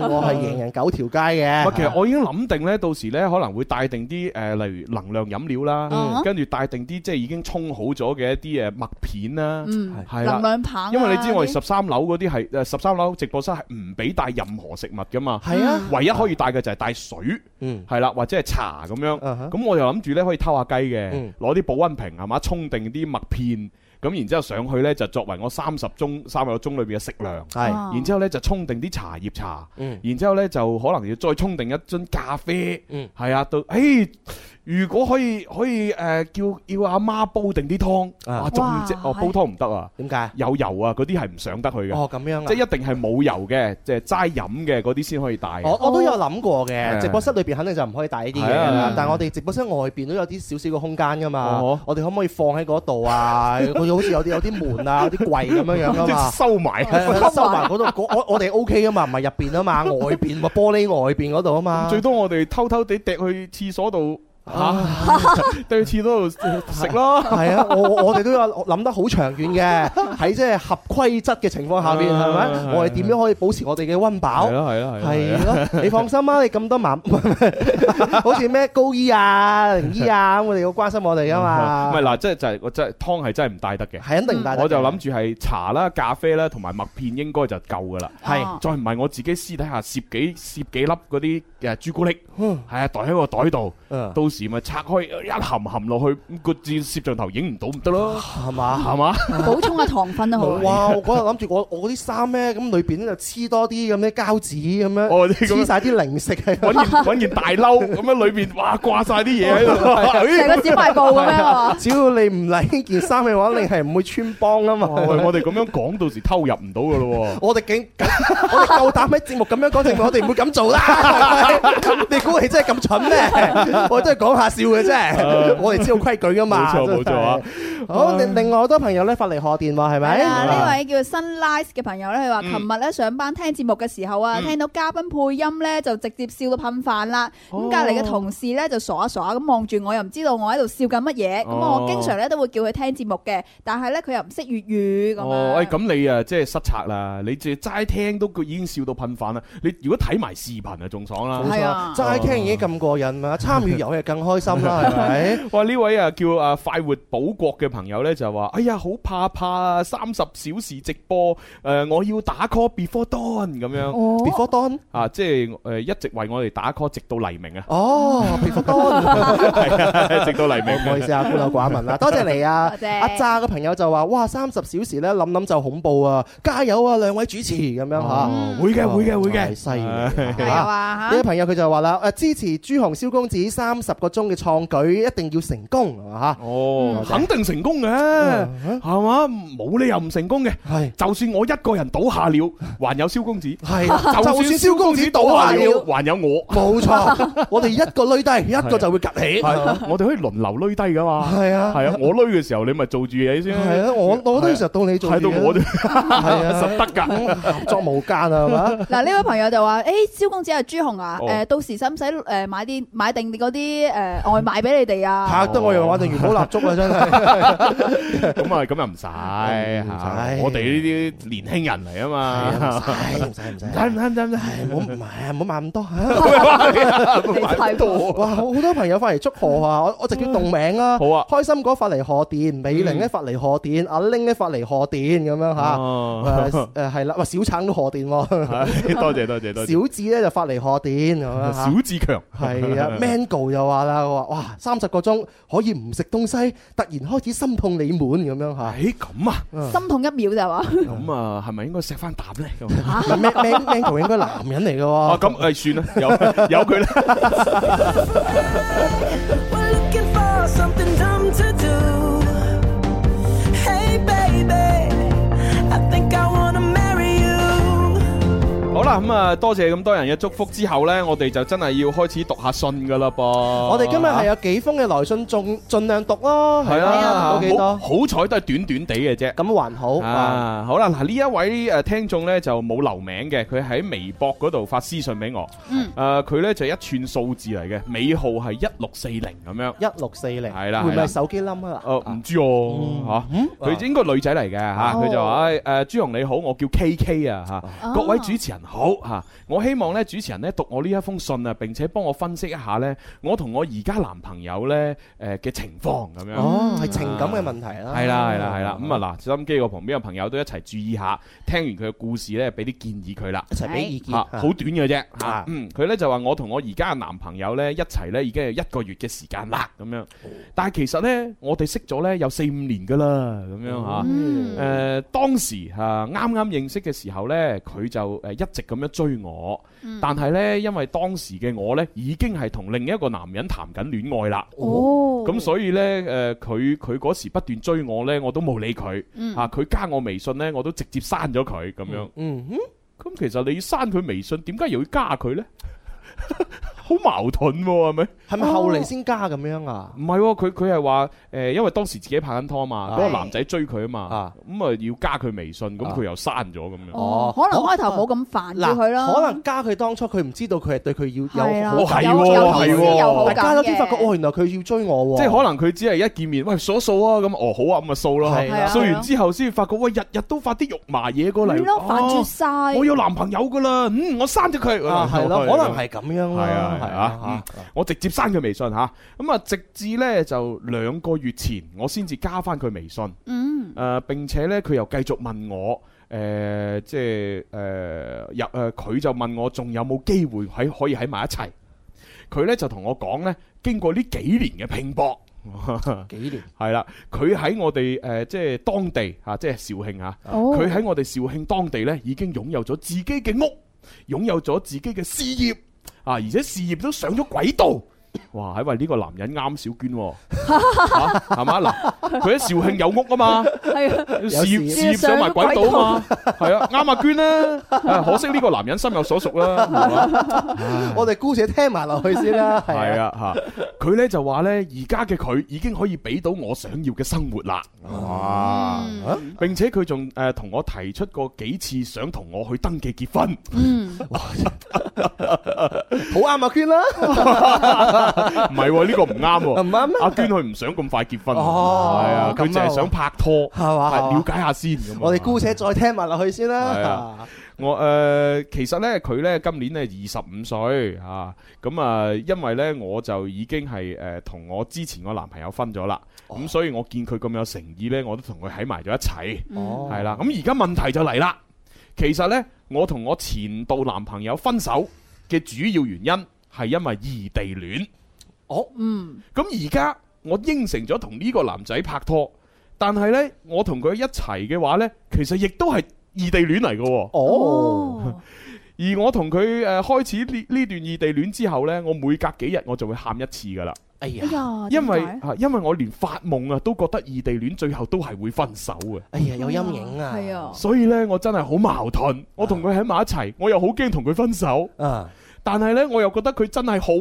Speaker 3: 我係贏人九條街嘅。
Speaker 2: 唔係其實我已經諗定咧，到時咧可能會帶定啲誒，例如能量飲料啦
Speaker 5: 嗯，
Speaker 2: 跟住帶定啲即係已經沖好咗嘅一啲誒麥片啦
Speaker 5: 嗯，
Speaker 2: 係
Speaker 5: 能量棒啊
Speaker 2: 因為你知我哋
Speaker 5: 嗰啲
Speaker 2: 十三樓嗰啲係誒十三樓直播室係唔俾帶任何食物噶嘛，
Speaker 3: 係啊，
Speaker 2: 唯一可以帶嘅就係帶水，
Speaker 3: 嗯，啊
Speaker 2: 係啦，或者係茶咁樣。
Speaker 5: 啊
Speaker 2: 咁我就諗住咧可以偷下雞嘅，
Speaker 5: 嗯
Speaker 2: 攞啲保温瓶係嘛，沖定啲麥片。咁然之後上去咧，就作為我三十鐘三個鐘裏邊嘅食糧。
Speaker 3: 係
Speaker 2: 然之後咧就沖定啲茶葉茶，
Speaker 3: 哦嗯
Speaker 2: 然之後咧就可能要再沖定一樽咖啡。
Speaker 3: 嗯
Speaker 2: 係啊，到誒，如果可以可以誒叫要阿媽煲定啲湯，啊仲唔知
Speaker 3: 哇
Speaker 2: 哦煲
Speaker 3: 係
Speaker 2: 湯唔得啊？
Speaker 3: 點解？
Speaker 2: 有油啊，嗰啲係唔上得去嘅。
Speaker 3: 哦咁樣啊
Speaker 2: 即係一定係冇油嘅，即係齋飲嘅嗰啲先可以帶。
Speaker 3: 我我都有諗過
Speaker 2: 啊係啊
Speaker 3: 嘅，直播室裏邊肯定就唔可以帶呢啲嘢
Speaker 2: 係
Speaker 3: 啦
Speaker 2: 啊。
Speaker 3: 但係我哋直播室外邊都有啲少少嘅空間噶嘛
Speaker 2: 哦，
Speaker 3: 我哋可唔可以放喺嗰度啊？ 佢好似有啲有啲門啊，有啲櫃咁樣樣 噶嘛，
Speaker 2: 即係收埋
Speaker 3: 係係收埋嗰度。嗰我我哋 O K 噶嘛，唔係入邊 啊嘛，外邊喎玻璃外邊嗰度啊嘛。
Speaker 2: 最多我哋偷偷地掟去廁所度嚇， 掟去廁所度食咯。
Speaker 3: 係啊，我我我哋都有諗得好長遠嘅，喺即係合規則嘅情況下邊，係
Speaker 2: 係
Speaker 3: 咪？我哋點樣可以保持我哋嘅温飽？
Speaker 2: 係啊咯係咯係咯
Speaker 3: 係咯，你放 心啦，你咁多麻， 好似咩高醫啊、零醫啊，我哋好關心我哋 噶
Speaker 2: 唔係
Speaker 3: 嘛。
Speaker 2: 嗱，即係就係我真係湯係真係唔帶得嘅，
Speaker 3: 係肯定唔帶得嘅
Speaker 2: 我就諗住係茶啦、咖啡啦同埋麥片應該就夠噶啦。
Speaker 3: 係
Speaker 2: 再唔係我自己私底下攝幾攝幾粒嗰啲誒朱古力，係啊，袋喺個袋度，到時咪拆開一含含落去，咁個照攝像頭影唔到唔得 咯，
Speaker 3: 係嘛
Speaker 2: 係嘛？
Speaker 5: 補充下糖分啊都好。
Speaker 3: 哇！我嗰日諗住我我嗰啲衫咧，咁裏邊咧就黐多啲咁嘅膠紙咁樣，
Speaker 2: 啲咁樣
Speaker 3: 黐晒啲零食喺
Speaker 2: 揾件揾件大褸咁樣裏邊，哇掛晒啲嘢喺 度，
Speaker 3: 係
Speaker 2: 咦
Speaker 3: 係啊只要你唔嚟呢件衫嘅話，你係唔會穿幫啊嘛。
Speaker 2: 喂，我哋咁樣講，到時偷入唔到噶 咯喎。
Speaker 3: 我哋竟我哋夠膽喺節目咁樣講，證 明我哋唔會咁做啦。 你估你真係咁蠢 咩？我真係講下笑嘅啫。我哋知道規矩噶嘛。
Speaker 2: 冇錯
Speaker 3: 真係
Speaker 2: 冇錯啊！
Speaker 3: 好，另另外好多朋友咧發嚟賀電話係咪？
Speaker 5: 係啊，呢位叫 Sunlight 嘅朋友咧，佢話：
Speaker 3: 嗯
Speaker 5: 琴日咧上班聽節目嘅時候啊，
Speaker 3: 嗯
Speaker 5: 聽到嘉賓配音咧，就直接笑到噴飯啦。咁隔離嘅同事咧就傻下傻下咁望住我，又唔知道我喺度笑緊乜嘢。咁
Speaker 2: 哦
Speaker 5: 我經常咧都會叫佢聽節目嘅，但係咧佢又唔識粵語咁
Speaker 2: 哦，
Speaker 5: 樣。
Speaker 2: 喂，咁你啊，即係失策啦！你淨係齋聽都佢已經笑到噴飯啦！你如果睇埋視頻啊，仲爽啦！
Speaker 3: 冇錯，齋聽已經咁 過癮啦，參與遊戲更開心啦，係咪？
Speaker 2: 哇！呢位啊叫啊快活保國嘅朋友呢，就話：哎呀，好怕怕啊！三十小時直播，誒、我要打 call before dawn 咁樣。
Speaker 3: 哦 Before dawn
Speaker 2: 啊，即係誒、一直為我哋打 call 直到黎明啊！
Speaker 3: 哦 ，before dawn
Speaker 2: 係啊，直到黎明。
Speaker 3: 唔好意思啊，孤陋寡聞啦，多謝你啊
Speaker 5: 多！謝
Speaker 3: 阿渣嘅朋友就話：哇，三十小時咧，諗諗就恐怖啊！加油啊，兩位主持咁樣
Speaker 2: 哦
Speaker 3: 嚇，
Speaker 2: 會嘅會嘅會嘅
Speaker 3: 係犀利啊！
Speaker 2: 加
Speaker 5: 油啊嚇
Speaker 3: 呢位朋友佢就話啦：誒，支持朱紅蕭公子三十個鐘嘅創舉，一定要成功嚇！
Speaker 10: Ừ.
Speaker 3: 嗯
Speaker 2: 哦，肯定成功嘅，係嘛？冇理由唔成功嘅。
Speaker 3: 係，
Speaker 2: 就算我一個人倒下 了，還有蕭公子。
Speaker 3: 係
Speaker 2: 就算蕭公子倒下
Speaker 3: 就算蕭公子倒下
Speaker 2: 了
Speaker 3: 了，
Speaker 2: 還有我。
Speaker 3: 冇錯，我哋一個攣低，一個就會趌起。
Speaker 2: 係啊我哋可以輪流攣低噶 嘛。
Speaker 3: 係啊
Speaker 2: 係啊，我攣嘅時候你咪做住嘢先。
Speaker 3: 係啊，我我都時候到你做嘢，啊
Speaker 2: 係到我哋，
Speaker 3: 係啊，
Speaker 2: 實得 㗎，
Speaker 3: 合作無間啊，係 嘛？
Speaker 5: 嗱，呢位朋友就話：，誒，蕭公子啊，朱紅啊，
Speaker 3: 哦
Speaker 5: 誒，到時使唔使誒買啲買定嗰啲誒外賣俾你哋啊？
Speaker 3: 嚇得我又話定元寶蠟燭啊，真係。
Speaker 2: 咁啊，咁又唔使嚇我哋呢啲年輕人嚟啊嘛。
Speaker 3: 哎唔使唔使，
Speaker 2: 啊
Speaker 3: 唔使唔使唔使，唔好唔係唔好買咁多
Speaker 2: 你
Speaker 3: 嚇，
Speaker 2: 太多
Speaker 3: 哇！好多朋友發嚟祝賀啊，我我直接
Speaker 2: 嗯
Speaker 3: 動名啦，
Speaker 2: 好啊，
Speaker 3: 開心果發嚟賀電，美玲咧發嚟賀電，阿玲咧發嚟賀電咁樣 嚇，
Speaker 2: 哦
Speaker 3: 誒誒係啦，喂小橙都賀電
Speaker 2: 係
Speaker 3: 喎，
Speaker 2: 多謝多謝多謝
Speaker 3: 小智咧就發嚟賀電咁樣嚇
Speaker 2: 小志強
Speaker 3: 啊係啊，Mango 就話啦，話哇三十個鐘可以唔食東西，突然開始心痛你滿咁樣嚇，
Speaker 2: 誒咁啊，
Speaker 3: 嗯
Speaker 5: 心痛一秒就係話。
Speaker 2: 咁啊，係咪應該錫翻啖咧？
Speaker 3: Man Man Mango 應該男人嚟嘅
Speaker 2: 啊，
Speaker 3: 喎。
Speaker 2: 咁誒算啦，有有 佢啦。
Speaker 4: We're looking for something dumb to do. Hey, baby, I think I wanna marry you.
Speaker 2: 好啦，咁啊，多謝咁多人嘅祝福之後呢，我哋就真係要開始讀下信噶啦噃。我
Speaker 3: 我哋今日係啊有幾封嘅來信，盡盡量讀咯，
Speaker 2: 係
Speaker 3: 啊，
Speaker 2: 啊，
Speaker 3: 讀到幾
Speaker 2: 好
Speaker 3: 多？
Speaker 2: 好彩都係短短地嘅啫。
Speaker 3: 咁還好
Speaker 2: 啊，好啦，嗱呢一位誒聽眾呢就冇留名嘅，佢喺微博嗰度發私信俾我。
Speaker 3: 嗯
Speaker 2: 誒佢呢就一串數字嚟嘅，尾號係一六四零咁樣。
Speaker 3: 一六四零
Speaker 2: 係啦，
Speaker 3: 會唔
Speaker 2: 係
Speaker 3: 會
Speaker 2: 啦
Speaker 3: 係手機冧啊？
Speaker 2: 誒唔知哦嚇，佢應該女仔嚟嘅嚇，
Speaker 3: 嗯
Speaker 2: 呃
Speaker 3: 哦
Speaker 2: 佢就話誒誒朱紅你好，我叫 K K 啊嚇，各位主持人好好吓、啊我希望咧主持人咧讀我呢一封信啊，並且幫我分析一下咧，我同我而家男朋友咧诶嘅情況咁樣。
Speaker 3: 哦，係情感嘅問題啦。
Speaker 2: 係啦係啦係啦，咁啊嗱，收音機個旁邊嘅朋友都一齊注意下，聽完佢嘅故事咧，俾啲建議佢啦，一
Speaker 3: 齊俾意見
Speaker 2: 啊
Speaker 3: 啊
Speaker 2: 好短嘅啫嚇，嗯，佢咧就話我同我而家嘅男朋友咧一齊咧已經係一個月嘅時間啦，咁樣，但係其實咧我哋識咗咧有四五年噶啦，咁樣嚇，誒呃當時嚇啱啱認識嘅時候咧，佢就呃誒一直咁樣追我
Speaker 16: 嗯，
Speaker 2: 但係咧因為當時嘅我咧已經係同另一個男人談緊戀愛啦。
Speaker 16: 哦
Speaker 2: 咁所以呢，誒、佢佢嗰時不斷追我呢，我都冇理佢，
Speaker 16: 嗯
Speaker 2: 啊，佢加我微信呢，我都直接刪咗佢咁樣。
Speaker 3: 嗯
Speaker 2: 咁其實你刪佢微信，點解又要加佢呢？ 好矛盾喎，係咪？
Speaker 3: 係咪後嚟先加咁樣啊？
Speaker 2: 唔係喎，佢佢係話誒，因為當時自己拍緊拖嘛，嗰個
Speaker 3: 係
Speaker 2: 男仔追佢啊嘛，咁啊要加佢微信，咁佢又刪咗咁樣。
Speaker 5: 哦，可能開頭冇咁煩
Speaker 3: 嗱，
Speaker 5: 住佢啦。
Speaker 3: 可能加佢當初佢唔知道佢係對佢要
Speaker 5: 係啦
Speaker 3: 有好感
Speaker 2: 哦係喎有有意思係喎有好
Speaker 3: 但
Speaker 2: 感
Speaker 3: 加咗先
Speaker 2: 嘅
Speaker 3: 發覺哦，原來佢要追我喎。
Speaker 2: 即係可能佢只係一見面，喂數數啊，咁哦好啊，咁啊數
Speaker 3: 係啊
Speaker 2: 啦，數
Speaker 3: 係啊
Speaker 2: 完之後先發覺，喂日日都發啲肉麻嘢過嚟，
Speaker 5: 係咯煩住
Speaker 2: 哦
Speaker 5: 晒
Speaker 2: 我有男朋友噶啦，嗯，我刪咗佢，
Speaker 3: 啊係咯
Speaker 2: 哦
Speaker 3: 可能係咁樣咯
Speaker 2: 係啊係
Speaker 3: 係
Speaker 2: 啊
Speaker 3: 啊，
Speaker 2: 嗯我直接刪佢微信吓，咁啊直至呢就兩個月前我先至加翻佢微信，
Speaker 5: 嗯，
Speaker 2: 誒並且呢，佢又繼續問我。誒、即係誒入誒，佢、就問我仲有冇機會喺可以喺埋一齊？佢呢就同我講呢，經過呢幾年嘅拼搏，嗯
Speaker 3: 幾年
Speaker 2: 係啦，佢喺我哋誒、呃即係當地嚇、啊即係肇慶嚇，
Speaker 3: 哦
Speaker 2: 佢喺、我哋肇慶當地呢已經擁有咗自己嘅屋，擁有咗自己嘅事業啊，而且事業都上咗軌道。哇！哎喺喂呢個男人啱小娟喎、嚇係嘛嗱？佢喺肇慶有屋啊嘛，
Speaker 5: 係啊
Speaker 2: 事業事業上埋軌道啊嘛，係啊，啱阿娟啦。啊可惜呢個男人心有所屬啦，係嘛
Speaker 3: 我哋姑且聽埋落去先 啦。
Speaker 2: 係啊，吓佢咧就話咧，而家嘅佢已經可以俾到我想要嘅生活啦。哇！並且佢仲诶同我提出過幾次想同我去登記結婚。
Speaker 5: 嗯，
Speaker 3: 好啱阿娟啦。
Speaker 2: 唔係喎，呢個唔啱 喎。唔啱阿娟佢唔想咁快結婚。
Speaker 3: 哦
Speaker 2: 係啊，佢
Speaker 3: 咁啊
Speaker 2: 淨係想拍拖，係
Speaker 3: 嘛
Speaker 2: 了解下先咁啊。
Speaker 3: 我哋姑且再聽埋落去先
Speaker 2: 係
Speaker 3: 啦。
Speaker 2: 啊，我誒、呃其實咧佢咧今年咧二十五歲啊，咁啊，因為咧我就已經係誒同我之前個男朋友分咗啦，
Speaker 3: 哦
Speaker 2: 咁、所以我見佢咁有誠意咧，我都同佢喺埋咗一齊，
Speaker 3: 哦
Speaker 2: 係啦、咁而家問題就嚟啦，其實咧我同我前度男朋友分手嘅主要原因係因為異地戀。哦，
Speaker 5: 嗯，
Speaker 2: 咁而家我應承咗同呢個男仔拍拖，但係呢，我同佢一齊嘅話呢，其實亦都係異地戀嚟嘅喎。
Speaker 3: 哦，
Speaker 2: 而我同佢誒開始呢呢段異地戀之後呢，我每隔幾日我就會喊一次㗎啦。
Speaker 3: 哎
Speaker 5: 呀哎呀
Speaker 2: 因為
Speaker 5: 點
Speaker 2: 啊因為我連發夢啊都覺得異地戀最後都係會分手嘅。
Speaker 3: 哎呀，有陰影啊！
Speaker 5: 係啊，
Speaker 2: 所以呢，我真係好矛盾。我同佢喺埋一齊，我又好驚同佢分手。
Speaker 3: 啊
Speaker 2: 但係呢，我又覺得佢真係好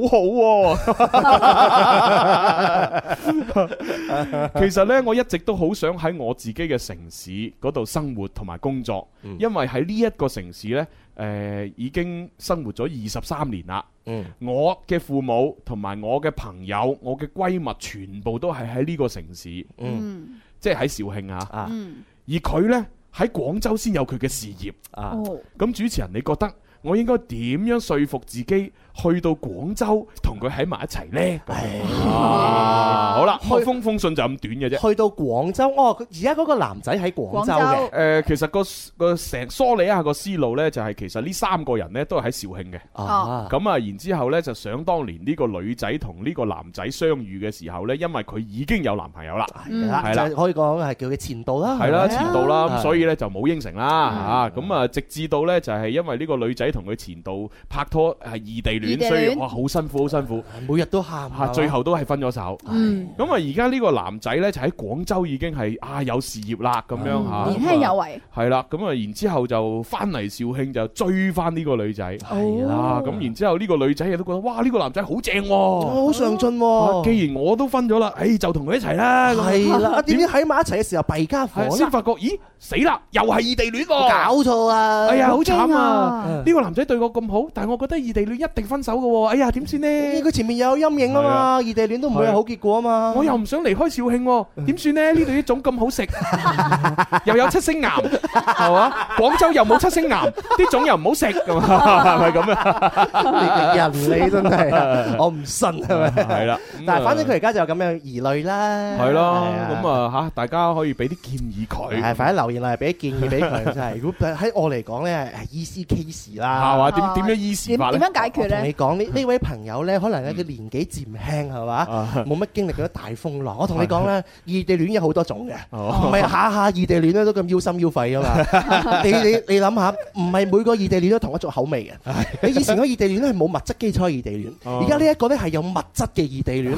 Speaker 2: 好、喎。其實呢，我一直都好想喺我自己嘅城市嗰度生活同埋工作，因為喺呢一個城市呢，誒、已經生活咗二十三年啦。
Speaker 3: 嗯
Speaker 2: 我嘅父母同埋我嘅朋友、我嘅閨蜜，全部都係喺呢個城市，
Speaker 16: 嗯
Speaker 2: 即係喺肇慶啊。
Speaker 16: 嗯
Speaker 2: 而佢呢，喺廣州先有佢嘅事業啊
Speaker 16: 哦
Speaker 2: 咁主持人，你覺得我應該點樣說服自己去到廣州同佢喺埋一齊呢？啊好啦，開封封信就咁短嘅啫。
Speaker 3: 去到廣州，哦，佢而家嗰個男仔喺啊廣州嘅。
Speaker 2: 誒，其實個個成梳理一下個思路呢，就係其實呢三個人呢都係喺肇慶嘅。
Speaker 3: 啊
Speaker 2: 咁啊，然之後呢，就想當年呢個女仔同呢個男仔相遇嘅時候呢，因為佢已經有男朋友啦，
Speaker 3: 係啦，就係可以講啊係叫啊佢前度啦，
Speaker 2: 係啦，前度啦，咁所
Speaker 3: 以
Speaker 2: 以咧就冇應承啦嚇。咁啊，直至到咧就係因為呢個女仔同佢前度拍拖係異地
Speaker 3: 異地
Speaker 2: 戀，
Speaker 3: 戀啊
Speaker 2: 所以哇好辛苦，好辛苦，
Speaker 3: 每日都喊
Speaker 2: 嚇，最後都係分咗手。
Speaker 5: 嗯，
Speaker 2: 咁啊，而家呢個男仔咧就喺廣州已經係啊有事業啦咁樣嚇，
Speaker 5: 嗯年輕有為，
Speaker 2: 係啦，咁啊，然之後就翻嚟肇慶就追翻呢個女仔，
Speaker 3: 係啦
Speaker 2: 啊，咁然之後呢個女仔亦都覺得哇呢個男仔好正喎，
Speaker 3: 好上進
Speaker 2: 啊
Speaker 3: 喎。
Speaker 2: 既然我都分咗啦，誒就同佢一齊啦，咁
Speaker 3: 係啦，啊點知喺埋一齊嘅時候弊家伙
Speaker 2: 係先發覺，咦死啦，又係異地戀喎，
Speaker 3: 搞錯啊！
Speaker 2: 哎呀，好慘啊！呢個個男仔對我咁好，但係我覺得異地戀一定分手嘅喎，哎呀點算呢？
Speaker 3: 佢前面有陰影啊
Speaker 2: 係
Speaker 3: 嘛，
Speaker 2: 啊
Speaker 3: 異地戀都唔會有好結果啊嘛。
Speaker 2: 我又唔想離開肇慶喎，點算呢？呢度啲粽咁好食， 又有七星岩，係嘛？廣州又冇七星岩，啲粽又唔好食，咁啊係咪咁啊？
Speaker 3: 你嘅人你真係我唔信係 咪？
Speaker 2: 係啦，
Speaker 3: 但係反正佢而家就有咁樣嘅疑慮啦。
Speaker 2: 係咯
Speaker 3: 係啊，
Speaker 2: 咁啊嚇，大家可以俾啲建議佢，
Speaker 3: 係快啲留言嚟俾啲建議俾佢，真係。如果喺我嚟講咧，係 easy case 啦。
Speaker 2: 係嘛點點樣 easy 法咧點樣
Speaker 5: 解決咧
Speaker 3: 我同你講呢呢位朋友咧，可能咧佢年紀漸輕係
Speaker 2: 哦
Speaker 3: 嘛，冇乜經歷嗰啲大風浪。我同你講咧，異地戀有好多種嘅，
Speaker 2: 哦
Speaker 3: 唔係下下異地戀咧都咁腰心腰肺噶嘛。你你你諗下，唔係每個異地戀都同一種口味嘅。你以前嗰個異地戀咧係冇物質基礎嘅異地戀，
Speaker 2: 哦
Speaker 3: 而家呢一個咧係有物質嘅異地戀。
Speaker 2: 有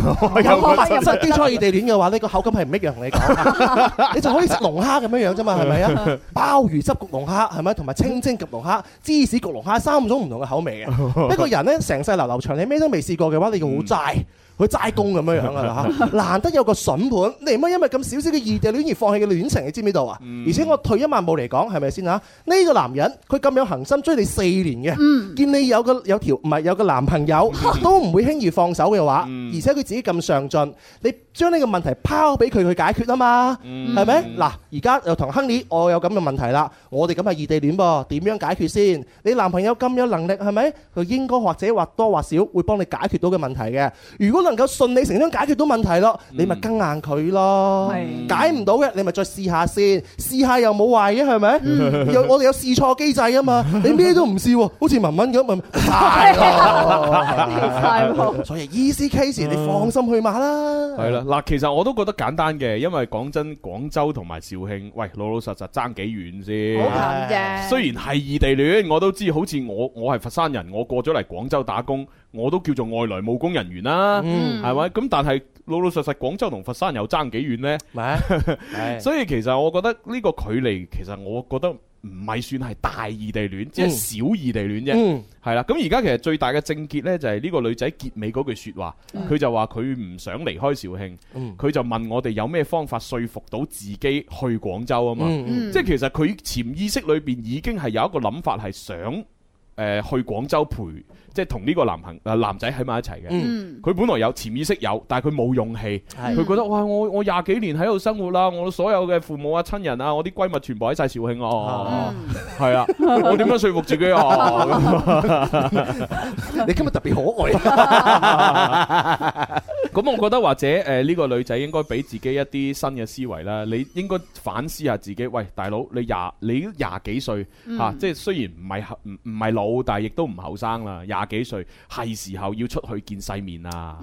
Speaker 3: 有
Speaker 2: 物
Speaker 3: 物
Speaker 2: 質
Speaker 3: 質基礎異地戀嘅話呢個口感係唔一樣。同你講，啊你就可以食龍蝦咁樣樣啫嘛，係咪啊？鮑魚汁焗龍蝦係咪？同埋清蒸焗龍蝦、芝士焗龍蝦三種唔同嘅口味嘅。一個人咧成世流流長，你咩都未試過嘅話，你要好齋。去齋公咁樣樣噶啦嚇，難得有個筍盤，你唔好因為咁少少嘅異地戀而放棄嘅戀情，你知唔知道啊？而且我退一萬步嚟講，係咪先嚇？啊呢個男人佢咁有恒心追你四年嘅，見你有個有條唔係有個男朋友，都唔會輕易放手嘅話，而且佢自己咁上進，你將呢個問題拋俾佢去解決啊嘛，係咪？嗱，而家又同亨利，我有咁嘅問題啦，我哋咁係異地戀噃，點樣解決先？你男朋友咁有能力係咪？佢應該或者或多或少會幫你解決到嘅問題嘅。如果能夠順理成章解決到問題咯，你咪跟硬佢咯。解唔到嘅，你咪再試下先，試下又冇壞嘅係 咪？有我哋有試錯機制啊嘛，你咩都唔試喎，好似文文咁咪大 咯。所以 easy case 你放心去買嗯啦。
Speaker 2: 係啦，嗱，其實我都覺得簡單嘅，因為講真，廣州同埋肇慶，喂，老老實實爭幾遠先？
Speaker 5: 好近啫
Speaker 2: 雖然係異地戀，我都知，好似我我係佛山人，我過咗嚟廣州打工，我都叫做外來務工人員啦，
Speaker 3: 嗯
Speaker 2: 係咪？咁但係老老實實，廣州同佛山又爭幾遠呢？
Speaker 3: 嗯
Speaker 2: 所以其實我覺得呢個距離，其實我覺得唔係算係大異地戀，即係
Speaker 3: 嗯
Speaker 2: 小異地戀啫
Speaker 3: 嗯。
Speaker 2: 係啦，咁而家其實最大嘅症結呢，就係呢個女仔結尾嗰句説話，佢就話佢唔想離開肇慶，
Speaker 3: 嗯
Speaker 2: 佢就問我哋有咩方法說服到自己去廣州啊嘛。
Speaker 3: 嗯嗯
Speaker 2: 即係其實佢潛意識裏邊已經係有一個諗法係想。誒、去廣州陪，即係同呢個男朋誒、呃男仔喺埋一齊嘅。
Speaker 3: 嗯
Speaker 2: 佢、本來有潛意識有，但係佢冇勇氣。
Speaker 3: 係
Speaker 2: 佢覺得哇，我我廿幾年喺度生活啦，我所有嘅父母啊、親人啊、我啲閨蜜全部喺晒肇慶哦，
Speaker 3: 嗯
Speaker 2: 係啊，我點樣說服自己 啊？
Speaker 3: 你今日特別可愛。
Speaker 2: 咁我覺得或者誒呢個女仔應該俾自己一啲新嘅思維啦，你應該反思下自己。喂，大佬，你廿你都廿幾歲
Speaker 3: 嗯
Speaker 2: 嚇，即係雖然唔係後唔唔係老，但係亦都唔後生啦。廿幾歲係時候要出去見世面啦。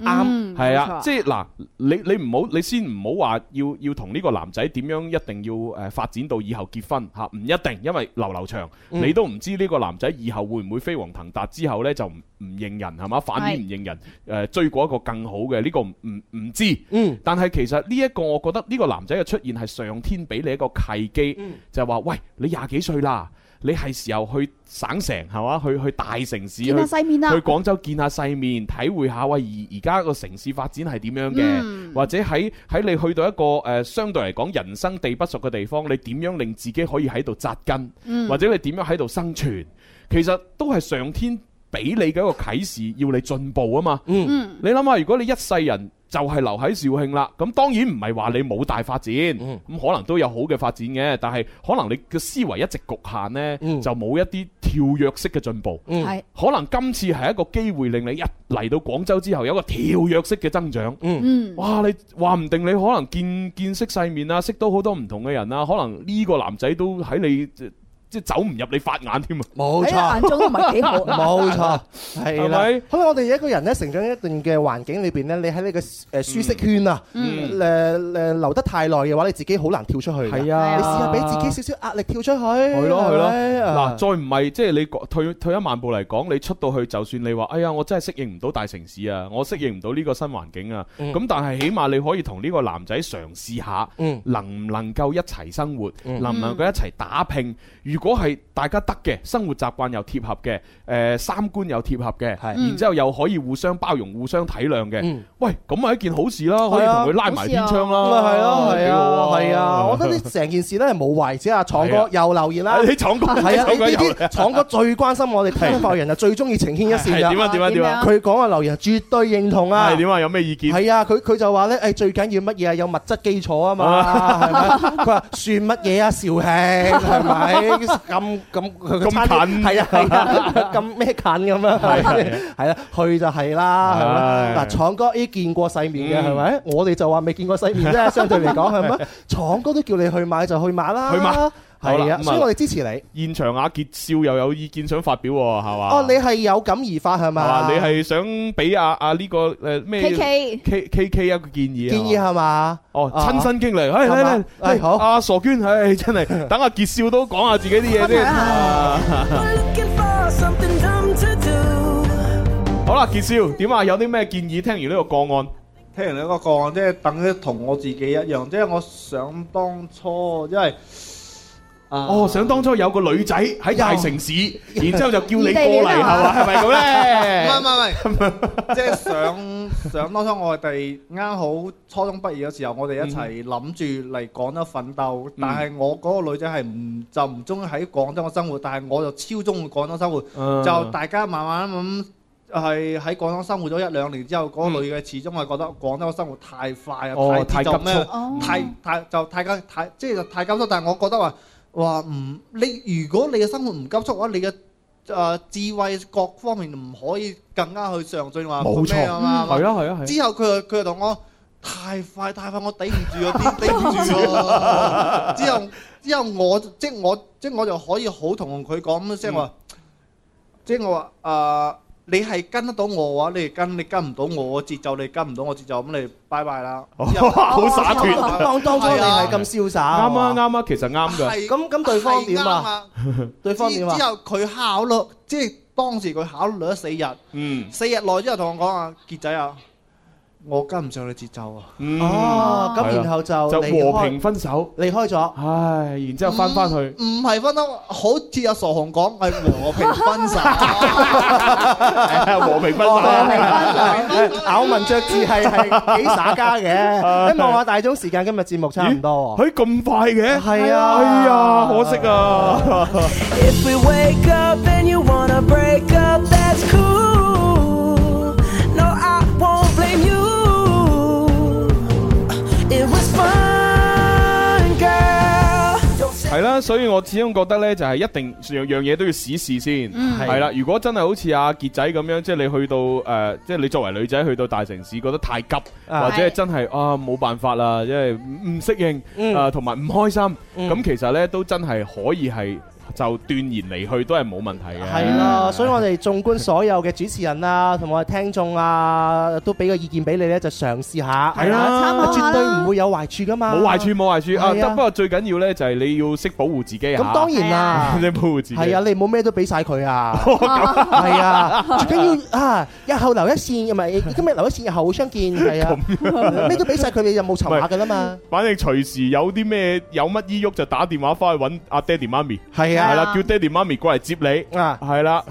Speaker 2: 係
Speaker 3: 啱冇
Speaker 2: 啊，
Speaker 3: 錯
Speaker 2: 即係嗱，你你唔好，你先唔好話要要同呢個男仔點樣一定要誒發展到以後結婚嚇，唔一定，因為流流長，
Speaker 3: 嗯
Speaker 2: 你都唔知呢個男仔以後會唔會飛黃騰達之後呢，就唔唔認人係嘛，反面唔認人，誒、呃追過一個更好嘅呢、個唔唔唔知。
Speaker 3: 嗯，
Speaker 2: 但係其實呢一個我覺得呢個男仔嘅出現係上天俾你一個契機，就係話喂你廿幾歲啦。你係時候去省城係嘛？去去大城市去
Speaker 5: 見下世面啦
Speaker 2: 去廣州見下世面，體會下喂而而家個城市發展係點樣嘅，
Speaker 5: 嗯
Speaker 2: 或者喺喺你去到一個誒、呃相對嚟講人生地不熟嘅地方，你點樣令自己可以喺度扎根，
Speaker 5: 嗯
Speaker 2: 或者你點樣喺度生存，其實都係上天俾你嘅一個啟示，要你進步啊嘛。
Speaker 5: 嗯
Speaker 2: 你諗下，如果你一世人就係留喺肇慶啦，咁當然唔係話你冇大發展，咁、可能都有好嘅發展嘅，但係可能你嘅思維一直局限呢，就冇一啲跳躍式嘅進步。
Speaker 5: 嗯係
Speaker 2: 可能今次係一個機會，令你一嚟到廣州之後有一個跳躍式嘅增長。
Speaker 5: 嗯
Speaker 2: 哇！你話唔定你可能見見識世面啊，識到好多唔同嘅人啊，可能呢個男仔都喺你即即走唔入你法眼添啊！
Speaker 3: 冇
Speaker 5: 哎
Speaker 3: 錯，
Speaker 5: 啊
Speaker 3: 冇錯，係
Speaker 2: 係
Speaker 3: 啦
Speaker 2: 咪。
Speaker 3: 可能我哋一個人咧成長一段嘅環境裏邊咧，你喺你嘅誒舒適圈啊，誒
Speaker 2: 嗯
Speaker 3: 誒留得太耐嘅話，你自己好難跳出去。係啊你試下俾自己少少壓力跳出去。係
Speaker 2: 係咯係咯，
Speaker 3: 啊
Speaker 2: 嗱，再唔係即係你講退退一萬步嚟講，你出到去就算你話，哎呀，我真係適應唔到大城市啊，我適應唔到呢個新環境啊，
Speaker 3: 嗯
Speaker 2: 咁但係起碼你可以同呢個男仔嘗試下，
Speaker 3: 嗯
Speaker 2: 能唔能夠一齊生活，能唔能夠一齊打拼？如如果係大家得嘅，生活習慣又貼合嘅，誒、三觀又貼合嘅，
Speaker 3: 嗯
Speaker 2: 然之後又可以互相包容、互相體諒嘅，
Speaker 3: 嗯啊
Speaker 2: 喂，咁咪一件好事啦，可以同佢拉埋天窗啦，
Speaker 3: 咪係咯，係
Speaker 2: 幾好
Speaker 3: 啊，係啊，我覺得呢成件事咧係冇為止啊，廠
Speaker 2: 係
Speaker 3: 哥
Speaker 2: 啊
Speaker 3: 又留言啦，
Speaker 2: 你廠哥
Speaker 3: 係啊，
Speaker 2: 廠
Speaker 3: 呢
Speaker 2: 哥又嚟
Speaker 3: 啲廠哥最關 心我哋聽發人啊，最中意情牽一線
Speaker 2: 係
Speaker 3: 㗎
Speaker 2: 點啊點啊點啊
Speaker 3: 佢講嘅留言絕對認同啊，
Speaker 2: 係點啊？有咩意見？
Speaker 3: 係啊，佢佢就話咧，誒最緊要乜嘢啊？有物質基 礎啊嘛，係咪佢話算乜嘢啊？肇慶係咪咁咁
Speaker 2: 咁近
Speaker 3: 係啊係啊，咁咩近咁啊？
Speaker 2: 係係
Speaker 3: 係啦，去就係啦，係咪？
Speaker 2: 係
Speaker 3: 嗱，廠哥已經見過世面
Speaker 2: 嗯
Speaker 3: 嘅係咪？我哋就話未見過世 面啫，相對嚟講係咪？廠哥都叫你去買就去買啦，
Speaker 2: 去買好
Speaker 3: 係
Speaker 2: 啦
Speaker 3: 啊，
Speaker 2: 咁啊
Speaker 3: 所以我哋支持你。
Speaker 2: 現場阿傑少又有意見想發表喎，係嘛？
Speaker 3: 哦，你係啊有感而發係
Speaker 2: 係嘛？
Speaker 3: 嘛？
Speaker 2: 啊你係想俾阿阿呢個誒咩
Speaker 3: KK
Speaker 2: K K K 一個建議啊？
Speaker 3: 建議係嘛？
Speaker 2: 哦，
Speaker 3: 啊
Speaker 2: 親身經歷，唉，
Speaker 3: 係
Speaker 2: 嚟
Speaker 3: 嘛
Speaker 2: 嚟，
Speaker 3: 唉
Speaker 2: 唉
Speaker 3: 好
Speaker 2: 阿傻娟，唉，真係，等阿傑少都講下自己啲嘢先。啊
Speaker 4: Looking for something dumb to do.
Speaker 2: 好啦，傑少，點啊？有啲咩建議？聽完呢個個案，
Speaker 10: 聽完呢個個案，即係等於同我自己一樣，即係我想當初，因為
Speaker 2: 哦，想當初有個女仔喺大城市，然之後就叫你
Speaker 10: 異地
Speaker 2: 過
Speaker 10: 戀
Speaker 2: 嚟，係嘛？係咪咁啊咧？
Speaker 10: 唔係唔係唔係，即係想 想當初我哋啱好初中畢業嘅時候，我
Speaker 2: 嗯
Speaker 10: 哋一齊諗住嚟廣州奮鬥，但係我嗰個女仔係唔就唔中意喺廣州嘅生活，但係我就超中意廣州生活，
Speaker 2: 嗯
Speaker 10: 就大家慢慢咁。係喺廣州生活咗一兩年之後，嗰、個女嘅始終係覺得廣州嘅生活太快啊，
Speaker 2: 嗯哦
Speaker 10: 太節奏
Speaker 2: 太急
Speaker 10: 咩
Speaker 2: 促哦
Speaker 10: 太太就太急太即係就太急促。但係我覺得話話唔你如果你嘅生活唔急促嘅話，你嘅誒、智慧各方面唔可以更加去上進話
Speaker 2: 冇錯
Speaker 10: 咩啊嘛，
Speaker 2: 嗯係咯係咯係咯
Speaker 10: 之後佢又佢又同我太快太快，我抵唔 住啊，頂頂唔住啊！之後之後我即我即我就可以好同佢講咁即係話，
Speaker 2: 嗯
Speaker 10: 即我話啊，你係跟得到我嘅話，你跟你跟唔到我嘅節奏，你跟唔到我節奏，咁你拜拜啦。
Speaker 2: 好灑脫，
Speaker 3: 當當初你係咁瀟灑，啱
Speaker 2: 啊啱啊啱啊，其實啱㗎。
Speaker 10: 係
Speaker 3: 咁咁對方點
Speaker 10: 係啱
Speaker 3: 啊？
Speaker 10: 啊
Speaker 3: 對方點啊
Speaker 10: 之？後佢考慮，即係當時佢考慮咗四日，
Speaker 2: 嗯，
Speaker 10: 四日內之後同我講啊，傑仔啊，我跟唔上你節奏啊。
Speaker 2: 嗯
Speaker 3: 哦咁然後就
Speaker 2: 就
Speaker 3: 離開
Speaker 2: 和平分手，
Speaker 3: 離開咗。
Speaker 2: 唉，然之後翻翻去。
Speaker 10: 唔係分得，好似阿傻紅講係和平分手。
Speaker 3: 嗯
Speaker 2: 和平分
Speaker 3: 哦手，咬文嚼字係係幾耍 家嘅。一望下大鐘時間，今日節目差唔多喎。
Speaker 2: 佢咁快嘅？
Speaker 3: 係啊，
Speaker 2: 哎呀，可惜啊！
Speaker 4: If we wake up and you wanna break up, that's cool. No, I won't blame you. It was fun, girl.
Speaker 2: 係啦，所以我始終覺得呢，就係一定樣樣嘢都要試試先，
Speaker 4: 嗯
Speaker 2: 係啦。如果真係好似阿傑仔咁樣，即係你去到誒，即係你作為女仔去到大城市，覺得太急，
Speaker 3: 啊
Speaker 2: 或者係真係啊冇辦法啦，因為唔唔適
Speaker 3: 嗯
Speaker 2: 應啊，同埋唔開心，
Speaker 3: 嗯
Speaker 2: 咁其實呢，都真係可以係就斷然離去，都係冇問題嘅。
Speaker 3: 係啦，所以我哋縱觀所有嘅主持人啊，同埋聽眾啊，都俾個意見俾你咧，就嘗試下。
Speaker 2: 係啦參考下啦
Speaker 3: 絕對唔會有壞處噶嘛。
Speaker 2: 冇壞處，冇壞處啊！
Speaker 3: 係啊
Speaker 2: 得不過最緊要呢，就係你要識保護自己啊！
Speaker 3: 咁當然啦
Speaker 2: 你保護自己
Speaker 3: 係啊，你唔好咩都俾晒佢 啊！
Speaker 2: 咁
Speaker 3: 係啊，最緊要啊，日後留一線，唔係今日留一線，日後相見， 係啊，咩都俾晒佢，你就冇籌碼噶啦嘛。
Speaker 2: 反正隨時有啲咩有乜依喐就打電話翻去揾阿爹哋媽咪，
Speaker 3: 係啊
Speaker 2: 係啦，叫爹哋媽咪過嚟接你，
Speaker 3: 啊，
Speaker 2: 係 啦，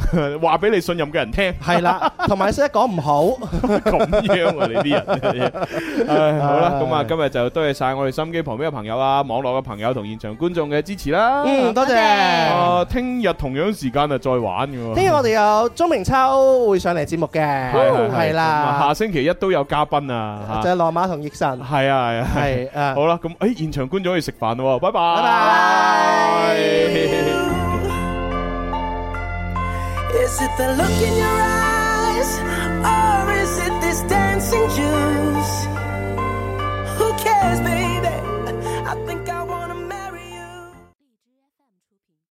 Speaker 2: 話俾你信任嘅人 聽，
Speaker 3: 係啦，同埋識得講唔 好，
Speaker 2: 咁樣啊你啲人，唉，好啦，咁啊今日就多謝晒我哋心機旁邊嘅朋友啊，網絡嘅朋友同現場觀眾嘅支持啦，
Speaker 3: 嗯多謝
Speaker 2: 啊，聽日同樣時間啊再玩嘅喎，
Speaker 3: 聽日我哋有鍾明秋會上嚟節目嘅，
Speaker 2: 係係係
Speaker 3: 係
Speaker 2: 咁啊
Speaker 3: 啦，
Speaker 2: 下星期一都有嘉賓啊，嚇
Speaker 3: 就係 羅馬同奕神。
Speaker 2: 係啊係啊
Speaker 3: 係啊
Speaker 2: 好啦，咁诶現場觀眾去食飯咯喎，拜拜。拜拜。
Speaker 4: Is it the look in